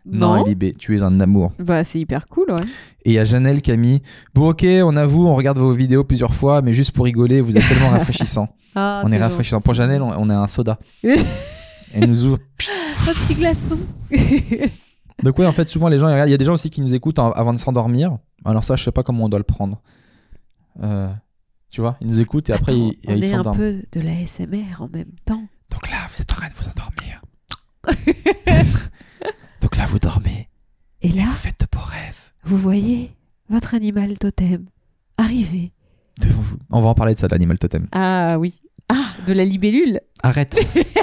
Non, Ellie B, tu es un amour. bah c'est hyper cool, ouais. Et il y a Janelle qui a mis Bon, ok, on avoue, on regarde vos vidéos plusieurs fois, mais juste pour rigoler, vous êtes tellement rafraîchissant. Ah, on c'est est rafraîchissant. gentil. Pour Janelle, on, on a un soda. Elle nous ouvre. Un petit hein. glaçon. Donc, ouais, en fait, souvent, les gens, ils regardent. Il y a des gens aussi qui nous écoutent en- avant de s'endormir. Alors, ça, je sais pas comment on doit le prendre. Euh, tu vois, ils nous écoutent et après, Attends, ils- on ils est un s'endorment. peu de la SMR en même temps. Donc là, vous êtes en train de vous endormir. Donc là, vous dormez. Et là, Vous faites de beaux rêves vous voyez votre animal totem arriver. devant vous. On va en parler de ça, de l'animal totem. Ah oui. Ah, de la libellule. Arrête.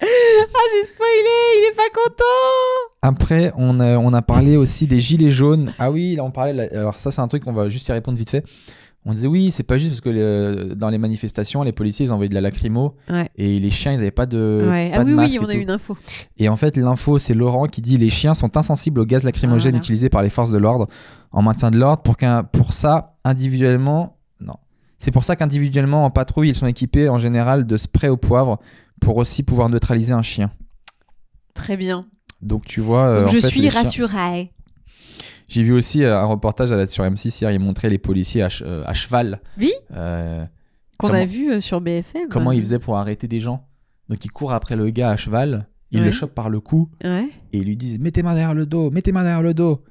Ah, j'ai spoilé, il est pas content. Après, on a, on a parlé aussi des gilets jaunes. Ah oui, là, on parlait. là- Alors, ça, c'est un truc qu'on va juste y répondre vite fait. On disait oui, c'est pas juste parce que euh, dans les manifestations, les policiers, ils envoyaient de la lacrymo Ouais. et les chiens, ils avaient pas de. ouais. pas Ah de oui, masque et oui, on a tout. eu une info. Et en fait, l'info, c'est Laurent qui dit les chiens sont insensibles au gaz lacrymogène Voilà. utilisé par les forces de l'ordre en maintien de l'ordre. Pour, qu'un- pour ça, individuellement, non. C'est pour ça qu'individuellement, en patrouille, ils sont équipés en général de spray au poivre pour aussi pouvoir neutraliser un chien. Très bien. Donc, tu vois. euh, Donc en je fait, suis les chiens- rassurée. J'ai vu aussi euh, un reportage à la- sur M6 hier, ils montraient les policiers à, che- euh, à cheval. Oui. Euh, Qu'on Comment- a vu euh, sur BFM. comment ils faisaient pour arrêter des gens Donc ils courent après le gars à cheval, ils le Ouais. chopent par le cou Ouais. et ils lui disent Mets tes mains derrière le dos, mets tes mains derrière le dos.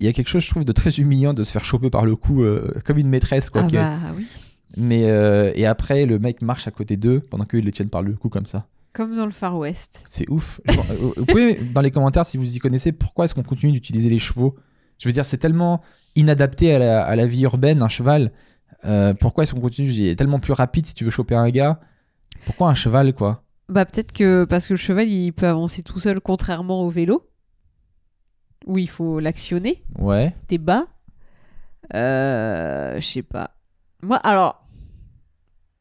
Il y a quelque chose, je trouve, de très humiliant de se faire choper par le cou euh, comme une maîtresse. Quoi, ah qui est- bah oui. Mais euh, et après, le mec marche à côté d'eux pendant qu'ils les tiennent par le cou comme ça. Comme dans le Far West. C'est ouf. Je- euh, vous pouvez, dans les commentaires, si vous y connaissez, pourquoi est-ce qu'on continue d'utiliser les chevaux Je veux dire, c'est tellement inadapté à la, à la vie urbaine, un cheval. Euh, pourquoi est-ce qu'on continue Il est tellement plus rapide si tu veux choper un gars. Pourquoi un cheval, quoi Bah peut-être que parce que le cheval il peut avancer tout seul contrairement au vélo où il faut l'actionner, Ouais. t'es bas. Euh, je sais pas. Moi alors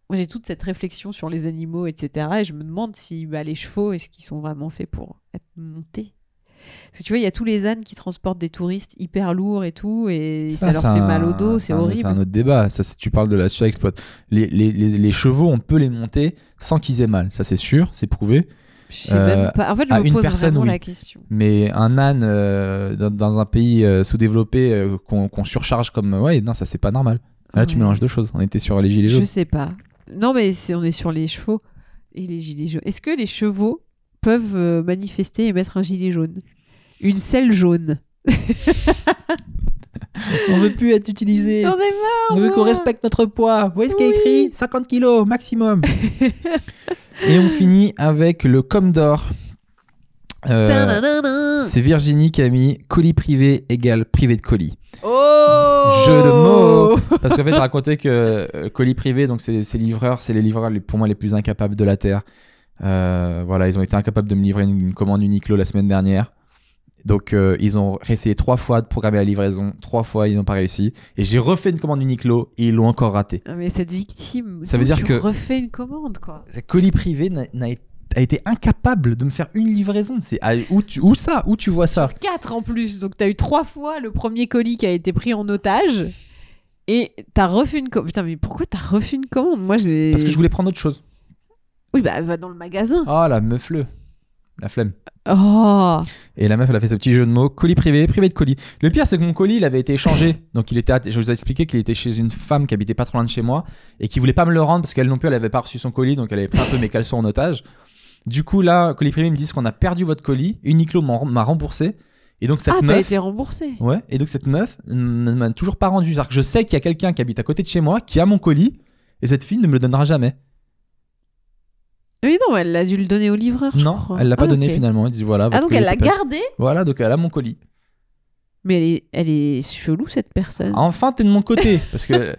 moi, j'ai toute cette réflexion sur les animaux etc et je me demande si bah, les chevaux est-ce qu'ils sont vraiment faits pour être montés. Parce que tu vois il y a tous les ânes qui transportent des touristes hyper lourds et tout et ça, leur c'est fait un- mal au dos, c'est un- horrible. C'est un autre débat. Ça, c'est- tu parles de la surexploite. Les, les, les- les chevaux, on peut les monter sans qu'ils aient mal. Ça, c'est sûr, c'est prouvé. Je sais Euh, même pas. En fait je à me une pose personne, vraiment oui. la question. Mais un âne euh, dans, dans un pays euh, sous-développé euh, qu'on qu'on surcharge comme. Ouais, non, ça, c'est pas normal. Là, Ah, tu Ouais. mélanges deux choses. On était sur les gilets jaunes. Je sais pas. Non, mais c'est- on est sur les chevaux et les gilets jaunes. Est-ce que les chevaux peuvent euh, manifester et mettre un gilet jaune Une selle jaune. On veut plus être utilisé. J'en ai marre. On veut qu'on moi. respecte notre poids. Vous voyez ce qu'il y a Oui. écrit 50 kilos maximum. Et on finit avec le com d'or. Euh, Tadadadin. c'est Virginie qui a mis colis privé égale privé de colis. Oh Jeu de mots. Parce qu'en fait, je racontais que euh, colis privé, donc c'est c'est livreurs, c'est les livreurs les- pour moi les plus incapables de la Terre. Euh, voilà, ils ont été incapables de me livrer une, une commande Uniqlo la semaine dernière. Donc, euh, ils ont essayé trois fois de programmer la livraison, trois fois, ils n'ont pas réussi. Et j'ai refait une commande Uniqlo et ils l'ont encore ratée. Ah, Mais cette victime, Ça veut d'où dire tu que- refais une commande, quoi. Ce colis privé n'a- n'a é- a été incapable de me faire une livraison. C'est ah, où, tu- où ça Où tu vois ça Quatre en plus, donc t'as eu trois fois le premier colis qui a été pris en otage. Et t'as refait une commande. Putain, mais pourquoi t'as refait une commande Moi, j'ai. Parce que je voulais prendre autre chose. Oui, bah, va dans le magasin. Ah, la meufle. La flemme. Oh Et la meuf, elle a fait ce petit jeu de mots. Colis privé, privé de colis. Le pire, c'est que mon colis, il avait été échangé. Donc, il était, à- je vous ai expliqué qu'il était chez une femme qui habitait pas trop loin de chez moi et qui voulait pas me le rendre parce qu'elle non plus, elle avait pas reçu son colis. Donc, elle avait pris un peu mes caleçons en otage. Du coup, là, colis privé, ils me disent qu'on a perdu votre colis. Uniqlo m'en- m'a remboursé. Et donc, cette Ah, t'as meuf. été remboursé. Ouais. Et donc, cette meuf ne m'a toujours pas rendu. C'est-à-dire que je sais qu'il y a quelqu'un qui habite à côté de chez moi qui a mon colis et cette fille ne me le donnera jamais. Mais non, elle a dû le donner au livreur. je Non, crois. elle l'a pas Ah, donné ok. finalement. Ils disent voilà. Ah, votre donc colis elle était l'a perdu. gardé Voilà, donc elle a mon colis. Mais elle est, elle est chelou, cette personne. Ah, Enfin, t'es de mon côté. Parce que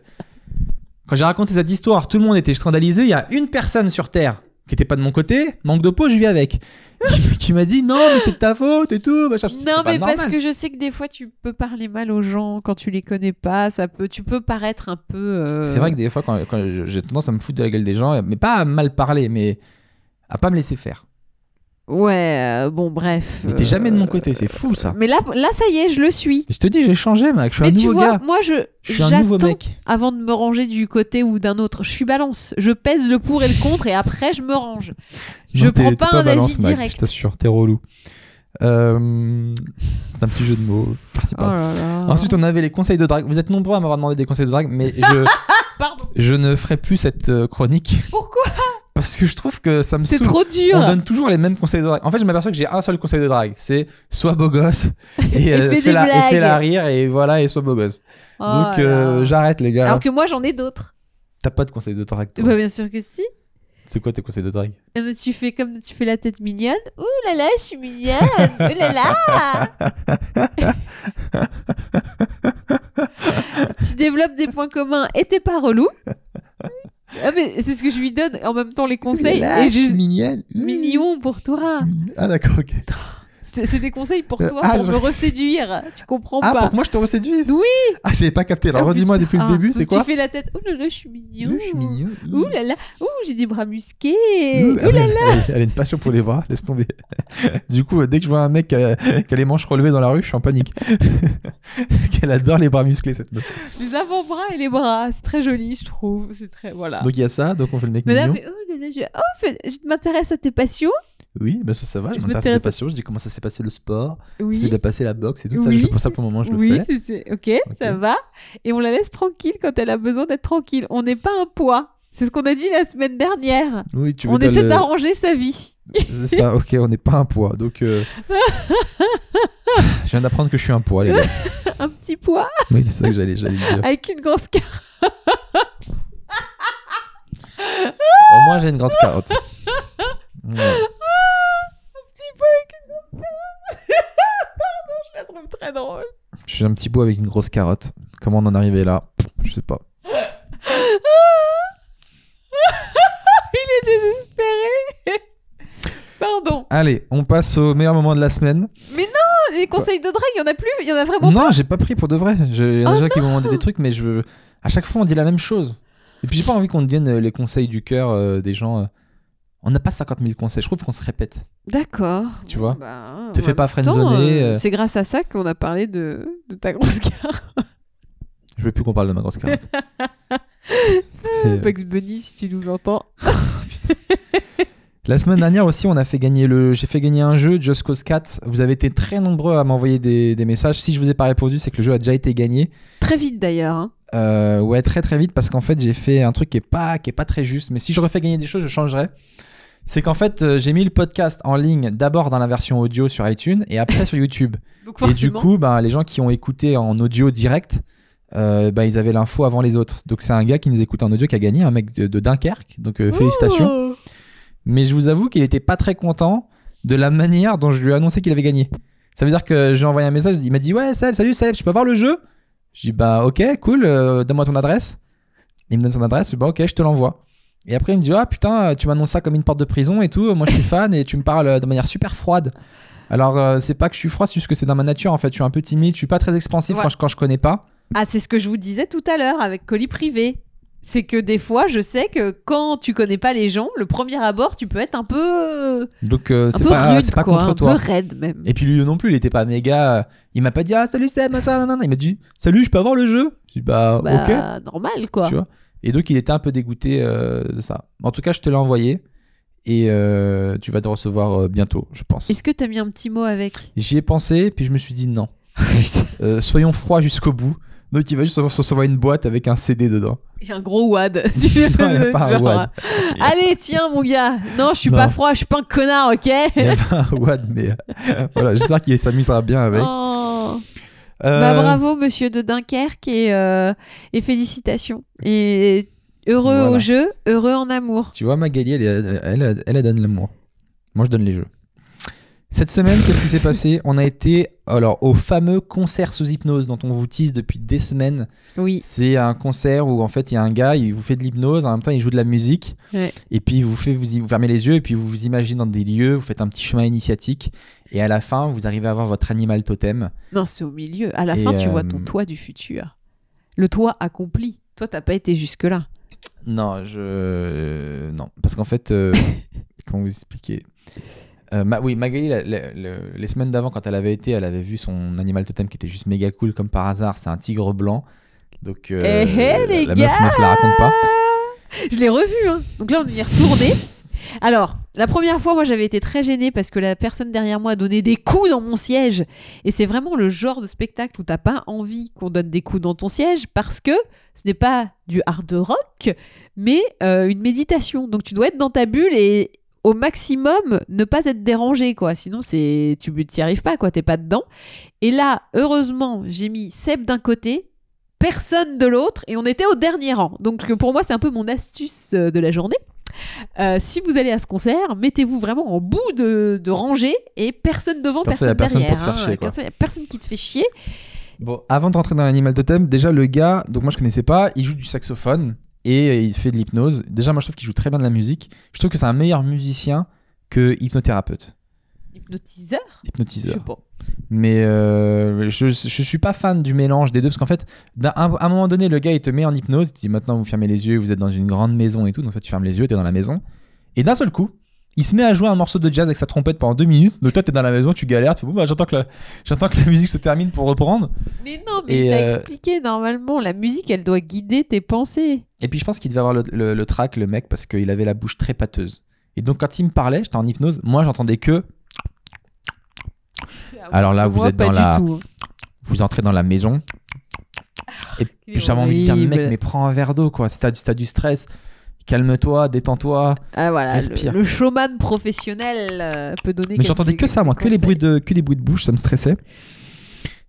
quand j'ai raconté cette histoire, tout le monde était scandalisé. Il y a une personne sur Terre qui était pas de mon côté. Manque de peau, je vis avec. qui qui m'a dit non, mais c'est de ta faute et tout. machin. Je dis, Non, C'est pas mais parce normal. que je sais que des fois, tu peux parler mal aux gens quand tu les connais pas. Ça peut, tu peux paraître un peu. euh, C'est vrai que des fois, quand, quand je- j'ai tendance à me foutre de la gueule des gens, mais pas à mal parler, mais à pas me laisser faire. Ouais, euh, bon, bref. Mais t'es euh, jamais de mon côté, c'est fou ça. Mais là, là, ça y est, je le suis. Je te dis, j'ai changé, mec. Je suis un mais tu nouveau vois, gars. moi, je Je suis un nouveau j'attends mec. avant de me ranger du côté ou d'un autre. Je suis balance. Je pèse le pour et le contre et après, je me range. Je Non, t'es- prends t'es pas un avis balance, Mac, direct. Je t'assure, t'es relou. Euh, c'est un petit jeu de mots. Par-ci, Oh par-là. là là. Ah. Ensuite, on avait les conseils de drague. Vous êtes nombreux à m'avoir demandé des conseils de drague, mais je, Pardon. je ne ferai plus cette euh, chronique Pourquoi parce que je trouve que ça me C'est saoule. trop dur. On donne toujours les mêmes conseils de drague. En fait, je m'aperçois que j'ai un seul conseil de drague c'est sois beau gosse et, euh, fais des la, et blagues. fais-la rire et voilà, et sois beau gosse. Oh Donc, là euh, là. j'arrête, les gars. Alors que moi, j'en ai d'autres. T'as pas de conseils de drague, toi Bah, bien sûr que si. C'est quoi tes conseils de drague Euh, mais Tu fais comme tu fais la tête mignonne. Ouh là là, je suis mignonne. Ouh là là. tu développes des points communs et t'es pas relou. Ah, mais c'est ce que je lui donne en même temps les conseils. et je... mignonne. Mmh. Mignon pour toi. Ah, d'accord, ok. C'est c'est des conseils pour toi, Ah, pour je- me reséduire. Tu comprends Ah, pas. pour que moi je te reséduise Oui. Ah, j'avais pas capté. Alors, Oh, redis-moi depuis le Ah, début, donc c'est quoi Tu fais la tête. Ouh là là, je suis mignon. Oui, Je suis mignon. Mmh. Ouh là là. Ouh, j'ai des bras musqués. Ouh, Ouh Ah elle, là là. elle- elle a une passion pour les bras, laisse tomber. du coup, euh, dès que je vois un mec euh, qui a les manches relevées dans la rue, je suis en panique. Parce qu'elle adore les bras musclés, cette meuf. Les avant-bras et les bras, c'est très joli, je trouve. C'est très voilà. Ah. Donc il y a ça, donc on fait le mec mais là, mignon. fait, oh, là, là, je, oh, fait- je m'intéresse à tes passions. Oui, bah ça, ça va, je Je m'intéresse à m'intéresse des passions, je dis comment ça s'est passé le sport, Oui. c'est de passer la boxe et tout ça, je Oui. fais pour ça pour le moment, je oui, le fais. c'est, c'est- ok, ça Ok. va. Et on la laisse tranquille quand elle a besoin d'être tranquille. On n'est pas un poids. C'est ce qu'on a dit la semaine dernière. Oui, tu veux On dire essaie le- d'arranger sa vie. C'est ça, ok, on n'est pas un poids, donc. euh, je viens d'apprendre que je suis un poids, les gars. un petit poids Oui, c'est ça que j'allais j'allais dire. avec une grosse carte. Au moins, j'ai une grosse carotte. Ouais. Je la trouve très drôle. Je suis un petit bout avec une grosse carotte. Comment on en est arrivé là Je sais pas. Il est désespéré. Pardon. Allez, on passe au meilleur moment de la semaine. Oh, les conseils de drague, il y en a plus. Il y en a vraiment. non, j'ai pas pris pour de vrai. Je- Il y en a Ah Oh déjà qui m'ont demandé des trucs, mais je. À chaque fois, on dit la même chose. Et puis, j'ai pas envie qu'on devienne euh, les conseils du cœur euh, des gens. euh. On n'a pas 50 000 conseils. Je trouve qu'on se répète. D'accord. Tu vois Bah, Te en fais même pas temps, friendzoner, euh, euh. C'est grâce à ça qu'on a parlé de, de ta grosse carte. Je veux plus qu'on parle de ma grosse carotte. euh, Ça fait- Bugs Bunny, si tu nous entends. La semaine dernière aussi, on a fait gagner le. J'ai fait gagner un jeu, Just Cause 4. Vous avez été très nombreux à m'envoyer des, des messages. Si je vous ai pas répondu, c'est que le jeu a déjà été gagné. Très vite d'ailleurs. hein. Euh, ouais, très très vite parce qu'en fait j'ai fait un truc qui est pas qui est pas très juste. Mais si je refais gagner des choses, je changerai. C'est qu'en fait euh, j'ai mis le podcast en ligne d'abord dans la version audio sur iTunes et après sur YouTube. Donc et du forcément. coup, bah, les gens qui ont écouté en audio direct, euh, bah, ils avaient l'info avant les autres. Donc c'est un gars qui nous écoute en audio qui a gagné, un mec de, de Dunkerque. Donc euh, félicitations. Oh. Mais je vous avoue qu'il était pas très content de la manière dont je lui ai annoncé qu'il avait gagné. Ça veut dire que j'ai envoyé un message, il m'a dit ouais Seb, salut Seb, je peux avoir le jeu Je dis bah ok, cool, euh, donne-moi ton adresse. Il me donne son adresse, je dis, bah ok, je te l'envoie. Et après il me dit ah putain, tu m'annonces ça comme une porte de prison et tout, moi je suis fan et tu me parles de manière super froide. Alors euh, c'est pas que je suis froid, c'est juste que c'est dans ma nature en fait, je suis un peu timide, je suis pas très expansif Ouais. quand, je, quand je connais pas. Ah, c'est ce que je vous disais tout à l'heure avec colis privé. c'est que des fois, je sais que quand tu connais pas les gens, le premier abord, tu peux être un peu, Donc, euh, un c'est peu pas, rude, c'est pas quoi, contre un toi. peu raide même. Et puis lui non plus, il était pas méga. euh, Il m'a pas dit ah salut Seb, ça, nanana. Il m'a dit salut, je peux avoir le jeu. Je dis bah, ok. Bah, normal quoi. Tu vois Et donc il était un peu dégoûté euh, de ça. En tout cas, je te l'ai envoyé et euh, tu vas te recevoir euh, bientôt, je pense. Est-ce que t'as mis un petit mot avec J'y ai pensé, puis je me suis dit non. Euh, soyons froids jusqu'au bout. Donc il va juste recevoir une boîte avec un CD dedans. Et un gros wad. Non, il y a pas un Genre, euh, wad. Allez, tiens mon gars. Non, je suis Non. pas froid, je suis pas un connard, ok Il y a pas un wad, mais euh, voilà, j'espère qu'il s'amusera bien avec. Oh. Euh, Bah, bravo monsieur de Dunkerque et, euh, et félicitations. Et heureux Voilà. au jeu, heureux en amour. Tu vois, Magali, elle, elle, elle, elle donne l'amour. Moi, je donne les jeux. Cette semaine, qu'est-ce qui s'est passé On a été alors au fameux concert sous hypnose dont on vous tease depuis des semaines. Oui. C'est un concert où en fait il y a un gars, il vous fait de l'hypnose, en même temps il joue de la musique, Ouais. et puis il vous fait vous, y- vous fermez les yeux, et puis vous vous imaginez dans des lieux, vous faites un petit chemin initiatique, et à la fin vous arrivez à avoir votre animal totem. Non, c'est au milieu. À la Et, fin, tu vois euh, ton toit du futur. Le toit accompli. Toi, t'as pas été jusque-là. Non, je. Non. Parce qu'en fait, euh, comment vous expliquer Euh, Ma- Oui, Magali, la- la- le- les semaines d'avant, quand elle avait été, elle avait vu son animal totem qui était juste méga cool, comme par hasard. C'est un tigre blanc. Donc, euh, Eh, eh, les la meuf ne se la raconte pas. Je l'ai revu. hein. Donc là, on y est retourné. Alors, la première fois, moi, j'avais été très gênée parce que la personne derrière moi donnait des coups dans mon siège. Et c'est vraiment le genre de spectacle où t'as pas envie qu'on donne des coups dans ton siège parce que ce n'est pas du hard rock, mais euh, une méditation. Donc tu dois être dans ta bulle et au maximum ne pas être dérangé, quoi. Sinon, c'est tu n'y arrives pas, quoi. T'es pas dedans. Et là, heureusement, j'ai mis Seb d'un côté personne de l'autre et on était au dernier rang. Donc que pour moi, c'est un peu mon astuce euh, de la journée. Euh, si vous allez à ce concert, mettez-vous vraiment en bout de, de rangée et personne devant, Personne, personne, y a personne derrière. pour te faire hein. chier, quoi. Personne- y a personne qui te fait chier. Bon, avant de rentrer dans l'animal totem, déjà, le gars, donc moi je connaissais pas, il joue du saxophone et il fait de l'hypnose. Déjà, moi je trouve qu'il joue très bien de la musique. Je trouve que c'est un meilleur musicien que hypnothérapeute, Hypnotiseur Je hypnotiseur. sais pas. Mais euh, je, je suis pas fan du mélange des deux parce qu'en fait, d'un- à un, à un moment donné, le gars il te met en hypnose, il te dit maintenant vous fermez les yeux, vous êtes dans une grande maison et tout, donc toi tu fermes les yeux, t'es dans la maison. Et d'un seul coup, il se met à jouer un morceau de jazz avec sa trompette pendant deux minutes, donc toi t'es dans la maison, tu galères, tu fais, bon bah j'entends que, la- j'entends que la musique se termine pour reprendre. Mais non, mais Et, il t'a euh, expliqué normalement, la musique, elle doit guider tes pensées. Et puis je pense qu'il devait avoir le, le, le track, le mec, parce qu'il avait la bouche très pâteuse. Et donc quand il me parlait, j'étais en hypnose, moi j'entendais que Alors Ah, là, vous Ah Moi, êtes pas dans du la- tout. vous entrez dans la maison, Puis J'avais envie de dire, mec, mais prends un verre d'eau, quoi. Si t'as du, si t'as du stress, calme-toi, détends-toi. Ah voilà, le, respire. le showman professionnel euh, peut donner. Mais j'entendais quelques que ça, moi, que les, bruits conseils. de, que les bruits de bouche, ça me stressait.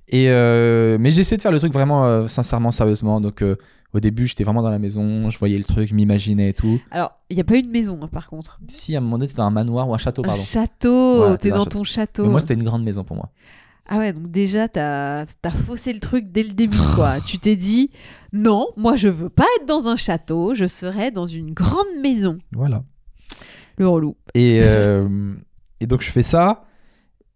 Et euh, mais j'ai essayé de faire le truc vraiment euh, sincèrement, sérieusement. Donc euh, au début, j'étais vraiment dans la maison, je voyais le truc, je m'imaginais et tout. Alors, il n'y a pas eu de maison, hein, par contre. Si à un moment donné, t'étais dans un manoir ou un château, un Oh, pardon. château, Voilà, t'es dans, ton château. Mais moi, c'était une grande maison pour moi. Ah ouais, donc déjà, t'as as faussé le truc dès le début, quoi. tu t'es dit, non, moi, je veux pas être dans un château, je serai dans une grande maison. Voilà. Le relou. Et, euh, et donc je fais ça,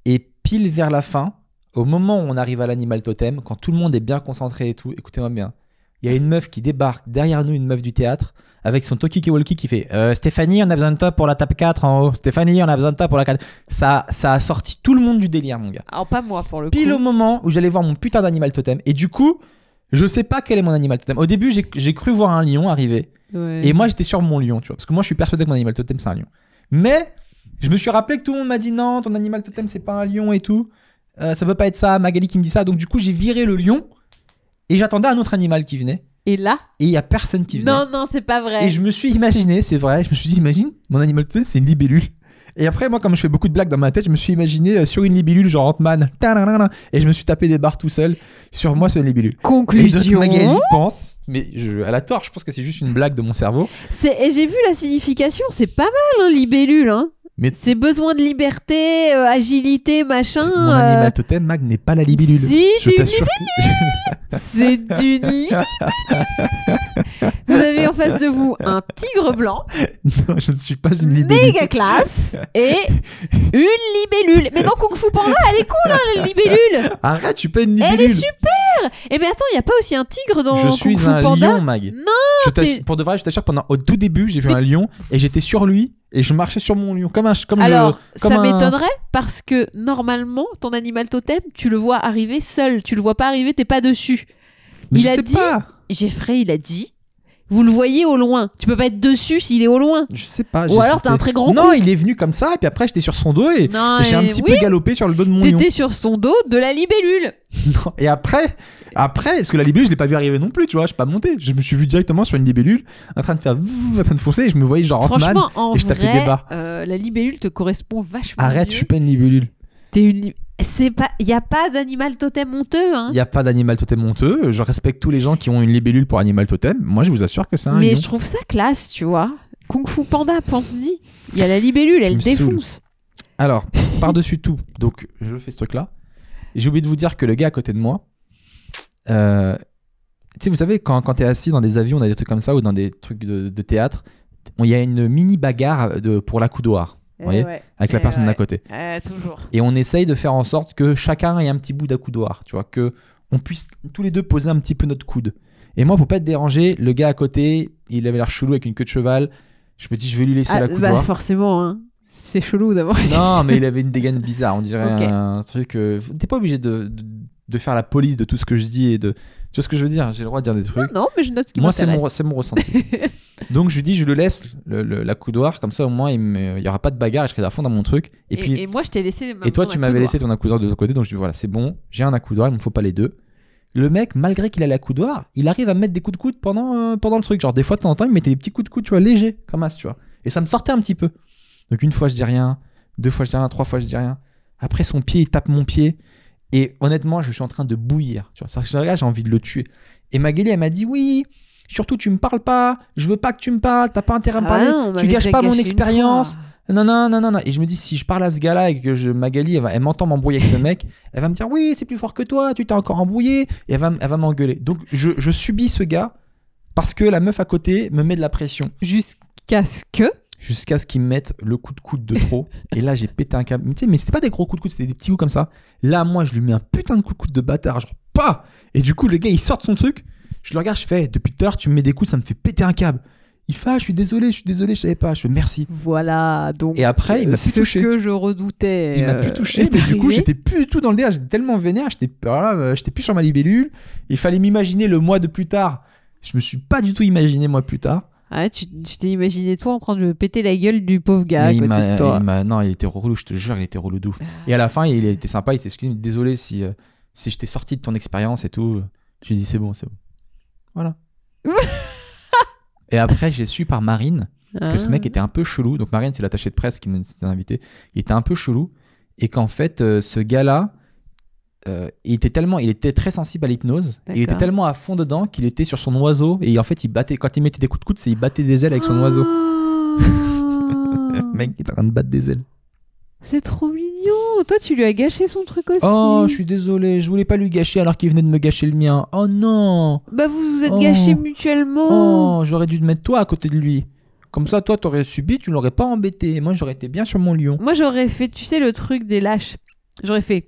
et pile vers la fin, au moment où on arrive à l'animal totem, quand tout le monde est bien concentré et tout, écoutez-moi bien, il y a une meuf qui débarque derrière nous, une meuf du théâtre, avec son talkie-walkie qui fait Euh, Stéphanie, on a besoin de toi pour la table 4 en haut. Stéphanie, on a besoin de toi pour la 4. » Ça, ça a sorti tout le monde du délire, mon gars. Alors, pas moi, pour le Pile au coup. moment où j'allais voir mon putain d'animal totem, et du coup, je sais pas quel est mon animal totem. Au début, j'ai- j'ai cru voir un lion arriver. Ouais. Et moi, j'étais sur mon lion, tu vois. Parce que moi, je suis persuadé que mon animal totem, c'est un lion. Mais je me suis rappelé que tout le monde m'a dit non, ton animal totem, c'est pas un lion et tout. Euh, ça peut pas être ça. Magali qui me dit ça. Donc, du coup, j'ai viré le lion et j'attendais un autre animal qui venait. Et là, Et il y a personne qui venait. non, non, c'est pas vrai. Et je me suis imaginé, c'est vrai, je me suis dit, imagine, mon animal totem, c'est une libellule. Et après, moi, comme je fais beaucoup de blagues dans ma tête, je me suis imaginé euh, sur une libellule, genre Ant-Man. Tadadadada. Et je me suis tapé des barres tout seul sur moi, sur une libellule. Et donc, Conclusion. Magali pense, mais je, elle a tort, je pense que c'est juste une blague de mon cerveau. C'est- Et j'ai vu la signification, c'est pas mal, hein, libellule. Hein. Mais C'est besoin de liberté, euh, agilité, machin. Mon euh, animal totem, Mag, n'est pas la libellule. Si, Je tu- t'assure. c'est une libellule. Vous avez en face de vous un tigre blanc, Non, je ne suis pas une libellule. méga classe, et une libellule. Mais dans Kung Fu Panda, elle est cool, hein, la libellule. Arrête, je suis pas une Elle libellule. est super Eh bien attends, il n'y a pas aussi un tigre dans je Kung suis Fu un Panda lion, Mag. Non, Je t'assure- t'es- Pour de vrai, je t'assure, pendant, au tout début, j'ai vu un lion et j'étais sur lui et je marchais sur mon lion. Comme un. Comme Alors, je- comme ça un- m'étonnerait parce que normalement, ton animal totem, tu le vois arriver seul. Tu le vois pas arriver, t'es pas dessus. Mais il je a sais dit- Pas. Jeffrey, il a dit Vous le voyez au loin. Tu peux pas être dessus s'il est au loin. Je sais pas. Ou j'ai- alors t'as un c'était- très grand Non, il est venu comme ça et puis après, j'étais sur son dos et. Non, et J'ai un et- petit oui, peu galopé sur le dos de mon lion. t'étais sur son dos de la libellule. Non. Et après, après, parce que la libellule, je l'ai pas vu arriver non plus, tu vois, je suis pas monté. Je me suis vu directement sur une libellule en train de faire vroom, en train de foncer et je me voyais genre Ant-Man. Franchement, en et je tapais des vrai, bas. euh, la libellule te correspond vachement. Arrête, je mieux. suis pas une libellule. T'es une. li- C'est pas. Y a pas d'animal totem honteux, hein. Il y a pas d'animal totem honteux. Je respecte tous les gens qui ont une libellule pour animal totem. Moi, je vous assure que c'est un Mais lion. je trouve ça classe, tu vois. Kung Fu Panda, pense-y. Il y a la libellule, elle me saoules. défonce. Alors, par-dessus tout, donc je fais ce truc-là. J'ai oublié de vous dire que le gars à côté de moi, euh, tu sais, vous savez, quand, quand t'es assis dans des avions, on a des trucs comme ça, ou dans des trucs de, de théâtre, il y a une mini bagarre de, pour l'accoudoir Vous voyez avec la Eh personne ouais. d'à côté. toujours. Et on essaye de faire en sorte que chacun ait un petit bout d'accoudoir, tu vois, que on puisse tous les deux poser un petit peu notre coude. Et moi, pour pas être dérangé, le gars à côté, il avait l'air chelou avec une queue de cheval. Je me dis, je vais lui laisser Ah, bah l'accoudoir. forcément, hein. c'est chelou d'avoir. Non, mais il avait une dégaine bizarre. On dirait Ok. un truc. euh, T'es pas obligé de, de, de faire la police de tout ce que je dis et de. Tu vois ce que je veux dire J'ai le droit de dire des non, trucs. non, mais je note ce qui Moi, c'est mon, m'intéresse. c'est mon ressenti. Donc, je lui dis, je le laisse, le, le- la coudoir, comme ça, au moins, il me- il y aura pas de bagarre, je serai à fond dans mon truc. Et, Et, puis, et moi, je t'ai laissé. ma et toi, main tu à m'avais bah, coudoir. laissé ton accoudoir de ton côté, donc je dis, voilà, c'est bon, j'ai un accoudoir, il me faut pas les deux. Le mec, malgré qu'il a l'accoudoir, il arrive à me mettre des coups de coude pendant, euh, pendant le truc. Genre, des fois, de temps en temps, il me mettait des petits coups de coude, tu vois, légers, comme as, tu vois. Et ça me sortait un petit peu. Donc, une fois, je dis rien. Deux fois, je dis rien. Trois fois, je dis rien. Après, son pied, il tape mon pied. Et honnêtement, je suis en train de bouillir. Tu vois, ça, je regarde, j'ai envie de le tuer. Et Magali, elle m'a dit, oui, surtout, tu me parles pas. Je veux pas que tu me parles. T'as pas intérêt à me Ah parler. non, on tu m'avait gâches déjà pas mon gâché une expérience. fois. Non, non, non, non, non. Et je me dis, si je parle à ce gars-là et que je, Magali, elle, va- elle m'entend m'embrouiller avec ce mec, elle va me dire, oui, c'est plus fort que toi, tu t'es encore embrouillé, et elle va, m- elle va m'engueuler. Donc, je, je subis ce gars parce que la meuf à côté me met de la pression Jusqu'à ce que. jusqu'à ce qu'il me mette le coup de coude de trop. et là, j'ai pété un câble. Mais, tu sais, mais c'était pas des gros coups de coude, c'était des petits coups comme ça. Là, moi, je lui mets un putain de coup de coude de bâtard, genre, pas Et du coup, le gars, il sort de son truc, je le regarde, je fais, depuis tout à l'heure, tu me mets des coups, ça me fait péter un câble. Il fait, ah, je suis désolé, je suis désolé, je savais pas, je fais merci. Voilà, donc. Et après, il m'a plus Euh, ce touché. que je redoutais. Il m'a plus euh, touché. est mais du coup, arrivé. j'étais plus du tout dans le délire. J'étais tellement vénère. J'étais voilà, euh, j'étais plus sur ma libellule. Il fallait m'imaginer le mois de plus tard. Je me suis pas du tout imaginé moi plus tard. Ah, tu tu t'es imaginé toi en train de péter la gueule du pauvre gars à Mais il côté m'a- de toi. il m'a- non, il était relou. Je te jure, il était relou de ouf. Et à la fin, il était sympa. Il s'est excusé. il me dit, Désolé si euh, si j'étais sorti de ton expérience et tout. J'ai dit c'est bon, c'est bon. Voilà. et après, j'ai su par Marine que ce mec était un peu chelou. Donc Marine, c'est l'attaché de presse qui nous a invité. Il était un peu chelou et qu'en fait, euh, ce gars-là, euh, il était tellement, il était très sensible à l'hypnose. Il était D'accord. tellement à fond dedans qu'il était sur son oiseau et en fait, il battait quand il mettait des coups de coude, c'est il battait des ailes avec Ah. son oiseau. Le Ah. mec, il est en train de battre des ailes. C'est trop mignon. Toi, tu lui as gâché son truc aussi. Oh, je suis désolé, je voulais pas lui gâcher alors qu'il venait de me gâcher le mien. Oh non. Bah, vous vous êtes Oh. gâchés mutuellement. Oh, j'aurais dû te mettre toi à côté de lui. Comme ça, toi, t'aurais subi, tu l'aurais pas embêté. Et Moi, j'aurais été bien sur mon lion. Moi, j'aurais fait, tu sais, le truc des lâches. J'aurais fait.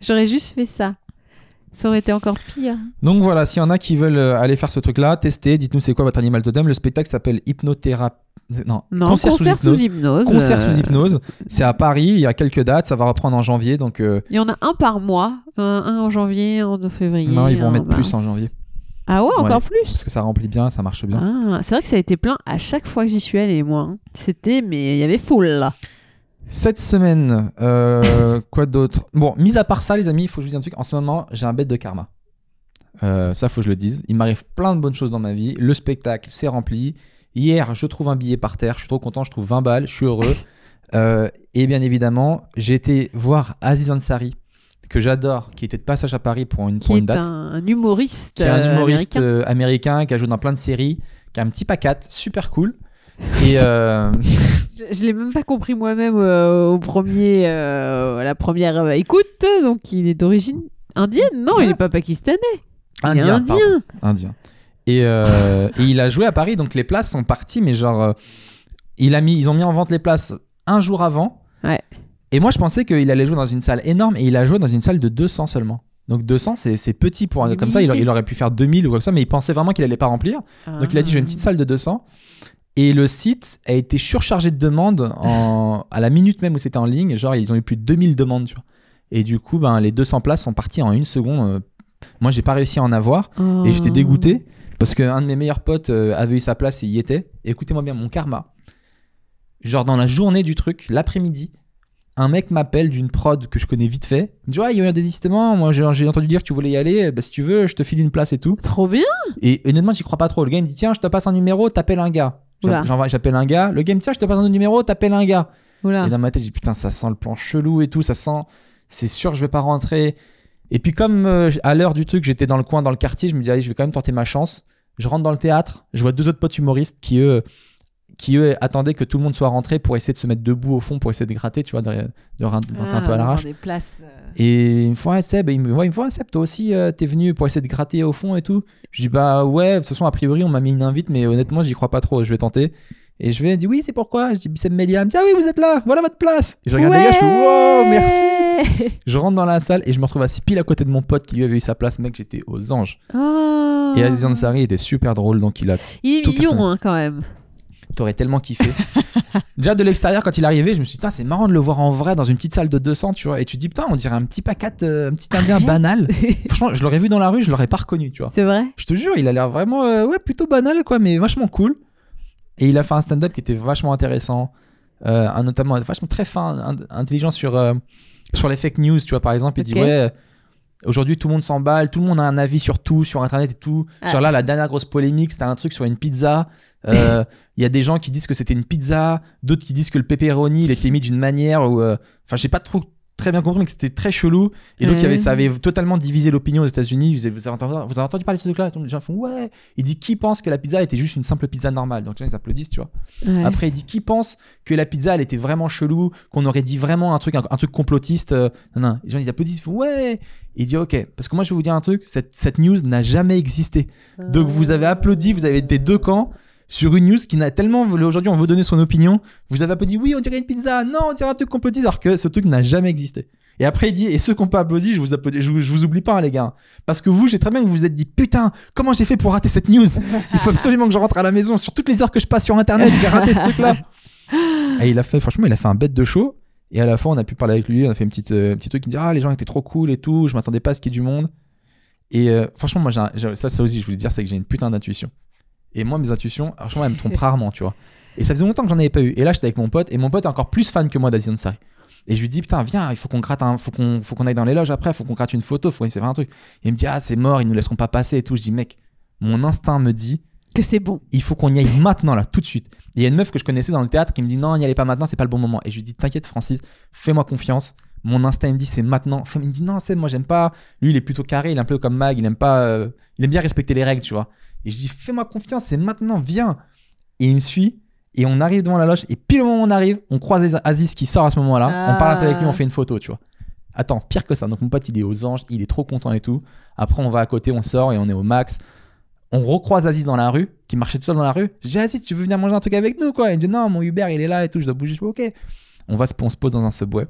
j'aurais juste fait ça. Ça aurait été encore pire. Donc voilà, s'il y en a qui veulent euh, aller faire ce truc-là, tester, dites-nous c'est quoi votre animal totem. Le spectacle s'appelle Hypnothérapie. Non, Non, concert, sous, hypnose. hypnose. Concert euh, sous hypnose. C'est à Paris, il y a quelques dates, ça va reprendre en janvier. Donc euh, Il y en a un par mois. Un, un en janvier, un en février. non, ils vont un en mettre plus en mars. janvier. Ah ouais, encore Ouais, plus Parce que ça remplit bien, ça marche bien. Ah, c'est vrai que ça a été plein à chaque fois que j'y suis allée, moi. hein. C'était, mais il y avait foule là. Cette semaine, euh, quoi d'autre Bon, mis à part ça, les amis, il faut que je vous dise un truc. En ce moment, j'ai un bête de karma. Euh, ça, faut que je le dise. Il m'arrive plein de bonnes choses dans ma vie. Le spectacle, c'est rempli. Hier, je trouve un billet par terre. Je suis trop content. Je trouve 20 balles. Je suis heureux. Euh, et bien évidemment, j'ai été voir Aziz Ansari, que j'adore, qui était de passage à Paris pour une, Qui pour une est date. un humoriste. Qui est un euh, humoriste américain. euh, américain. qui a joué dans plein de séries, qui a un petit pacate, super cool. Et euh, Je, je l'ai même pas compris moi-même euh, au premier, euh, à la première euh, écoute. Donc il est d'origine indienne. Non, il est pas pakistanais. il est indien. indien. pardon. indien. Et, euh, et il a joué à Paris, donc les places sont parties, mais genre, euh, il a mis, ils ont mis en vente les places un jour avant. Ouais. Et moi, je pensais qu'il allait jouer dans une salle énorme et il a joué dans une salle de 200 seulement. Donc 200, c'est c'est petit pour un gars comme ça. Il, Limité. il aurait pu faire 2000 ou quoi que ça, mais il pensait vraiment qu'il allait pas remplir. Ah. Donc il a dit j'ai une petite salle de 200. Et le site a été surchargé de demandes en, à la minute même où c'était en ligne. Genre, ils ont eu plus de 2000 demandes, tu vois. Et du coup, ben, les 200 places sont parties en une seconde. Euh, Moi, j'ai pas réussi à en avoir. Oh. Et j'étais dégoûté parce qu'un de mes meilleurs potes euh, avait eu sa place et y était. Et Écoutez-moi bien, mon karma. Genre dans la journée du truc, l'après-midi, un mec m'appelle d'une prod que je connais vite fait. Il me dit Ouais, il y a eu un désistement, moi j'ai j'ai entendu dire que tu voulais y aller, bah, si tu veux, je te file une place et tout. Trop bien. Et honnêtement, j'y crois pas trop. Le gars il me dit Tiens, je te passe un numéro, t'appelles un gars. Oula. J'en- j'envoie- J'appelle un gars. Le gars il me dit Tiens, je te passe un numéro, t'appelles un gars. Oula. Et dans ma tête, j'ai dit, putain, ça sent le plan chelou et tout, ça sent, c'est sûr, je vais pas rentrer. Et puis, comme euh, à l'heure du truc, j'étais dans le coin, dans le quartier, je me dis, allez, je vais quand même tenter ma chance. Je rentre dans le théâtre, je vois deux autres potes humoristes qui, eux, qui eux attendaient que tout le monde soit rentré pour essayer de se mettre debout au fond, pour essayer de gratter, tu vois, de, de rentrer un Ah, peu à l'arrache. Des places. euh, Et une fois, Seb, il me voit, il me voit, Seb, toi aussi, euh, t'es venu pour essayer de gratter au fond et tout. Je dis, bah ouais, de toute façon, a priori, on m'a mis une invite, mais honnêtement, j'y crois pas trop, je vais tenter. Et je vais, il dit, oui, c'est pourquoi Je dis, Seb Melia, il me dit, ah oui, vous êtes là, voilà votre place. Et je regarde les gars, je fais, wow, merci. merci. Je rentre dans la salle et je me retrouve assis pile à côté de mon pote qui lui avait eu sa place, mec, j'étais aux anges. Et Aziz Ansari était super drôle, donc il a. Oh. Il est Tout mignon cartonné. hein, quand même. T'aurais tellement kiffé. Déjà, de l'extérieur, quand il est arrivé, je me suis dit, putain, c'est marrant de le voir en vrai dans une petite salle de 200, tu vois. Et tu te dis, putain, on dirait un petit pacat, euh, un petit indien Arrête. banal. Franchement, je l'aurais vu dans la rue, je l'aurais pas reconnu, tu vois. C'est vrai. Je te jure, il a l'air vraiment, euh, ouais, plutôt banal, quoi, mais vachement cool. Et il a fait un stand-up qui était vachement intéressant, euh, un- notamment vachement très fin, in- intelligent sur, euh, sur les fake news, tu vois, par exemple. Il dit, Ok. ouais, euh, aujourd'hui tout le monde s'emballe, tout le monde a un avis sur tout, sur Internet et tout. Ah. Genre là, la dernière grosse polémique, c'était un truc sur une pizza. Euh, Il y a des gens qui disent que c'était une pizza, d'autres qui disent que le pepperoni, il était mis d'une manière où. euh, Enfin, j'ai pas trop très bien compris, mais que c'était très chelou. Et donc, il y avait, Ouais. ça avait totalement divisé l'opinion aux États-Unis. Vous avez, vous avez entendu, vous avez entendu parler de ce truc-là Les gens font Ouais. Il dit Qui pense que la pizza était juste une simple pizza normale Donc, les gens, ils applaudissent, tu vois. Ouais. Après, il dit Qui pense que la pizza, elle était vraiment chelou Qu'on aurait dit vraiment un truc, un, un truc complotiste euh, nan, nan. Les gens, ils applaudissent, ils font Ouais. Il dit Ok, parce que moi, je vais vous dire un truc cette, cette news n'a jamais existé. Donc, vous avez applaudi, vous avez été deux camps. Sur une news qui n'a tellement aujourd'hui on veut donner son opinion, vous avez applaudi oui on dirait une pizza, non on dirait un truc complotiste alors que ce truc n'a jamais existé. Et après, il dit, et ceux qui n'ont pas applaudi, je vous applaudis, je, vous- je vous oublie pas, hein, les gars. Parce que vous, j'ai très bien que vous vous êtes dit, putain, comment j'ai fait pour rater cette news Il faut absolument que je rentre à la maison. Sur toutes les heures que je passe sur Internet, j'ai raté ce truc-là. Et il a fait, franchement, il a fait un bête de show. Et à la fin, on a pu parler avec lui, on a fait une petite, euh, petit truc qui dit, ah, les gens étaient trop cool et tout, je m'attendais pas à ce qu'il y ait du monde. Et euh, franchement, moi, j'ai un- j'ai- ça, ça aussi, je voulais dire, c'est que j'ai une putain d'intuition. Et moi, mes intuitions, franchement, elles me trompent rarement, tu vois. Et ça faisait longtemps que j'en avais pas eu. Et là, j'étais avec mon pote, et mon pote est encore plus fan que moi d'Aziz Ansari. Et je lui dis, putain, viens, il faut qu'on gratte un, faut qu'on, faut qu'on aille dans les loges après, faut qu'on gratte une photo, faut qu'on essaie de faire un truc. il me dit, ah, c'est mort, ils nous laisseront pas passer et tout. Je dis, mec, mon instinct me dit, Que c'est bon. il faut qu'on y aille maintenant, là, tout de suite. Et il y a une meuf que je connaissais dans le théâtre qui me dit, non, n'y allez pas maintenant, c'est pas le bon moment. Et je lui dis, t'inquiète, Francis, fais-moi confiance. Mon instinct, il me dit, c'est maintenant. Enfin, il me dit, non, c'est moi, j'aime pas. Lui, il est plutôt carré, il est un peu comme Mag, il aime pas, euh, il aime bien respecter les règles, tu vois. Et je dis, fais-moi confiance, c'est maintenant, viens. Et il me suit. Et on arrive devant la loge, et pile au moment où on arrive, on croise Aziz qui sort à ce moment-là. On parle un peu avec lui, Ah. on fait une photo, tu vois. Attends, pire que ça. Donc mon pote, il est aux anges, il est trop content et tout. Après, on va à côté, on sort et on est au max. On recroise Aziz dans la rue, qui marchait tout seul dans la rue. J'ai Aziz, tu veux venir manger un truc avec nous, quoi Il me dit non, mon Uber, il est là et tout, je dois bouger. Je fais, ok. On va se, on se pose dans un subway.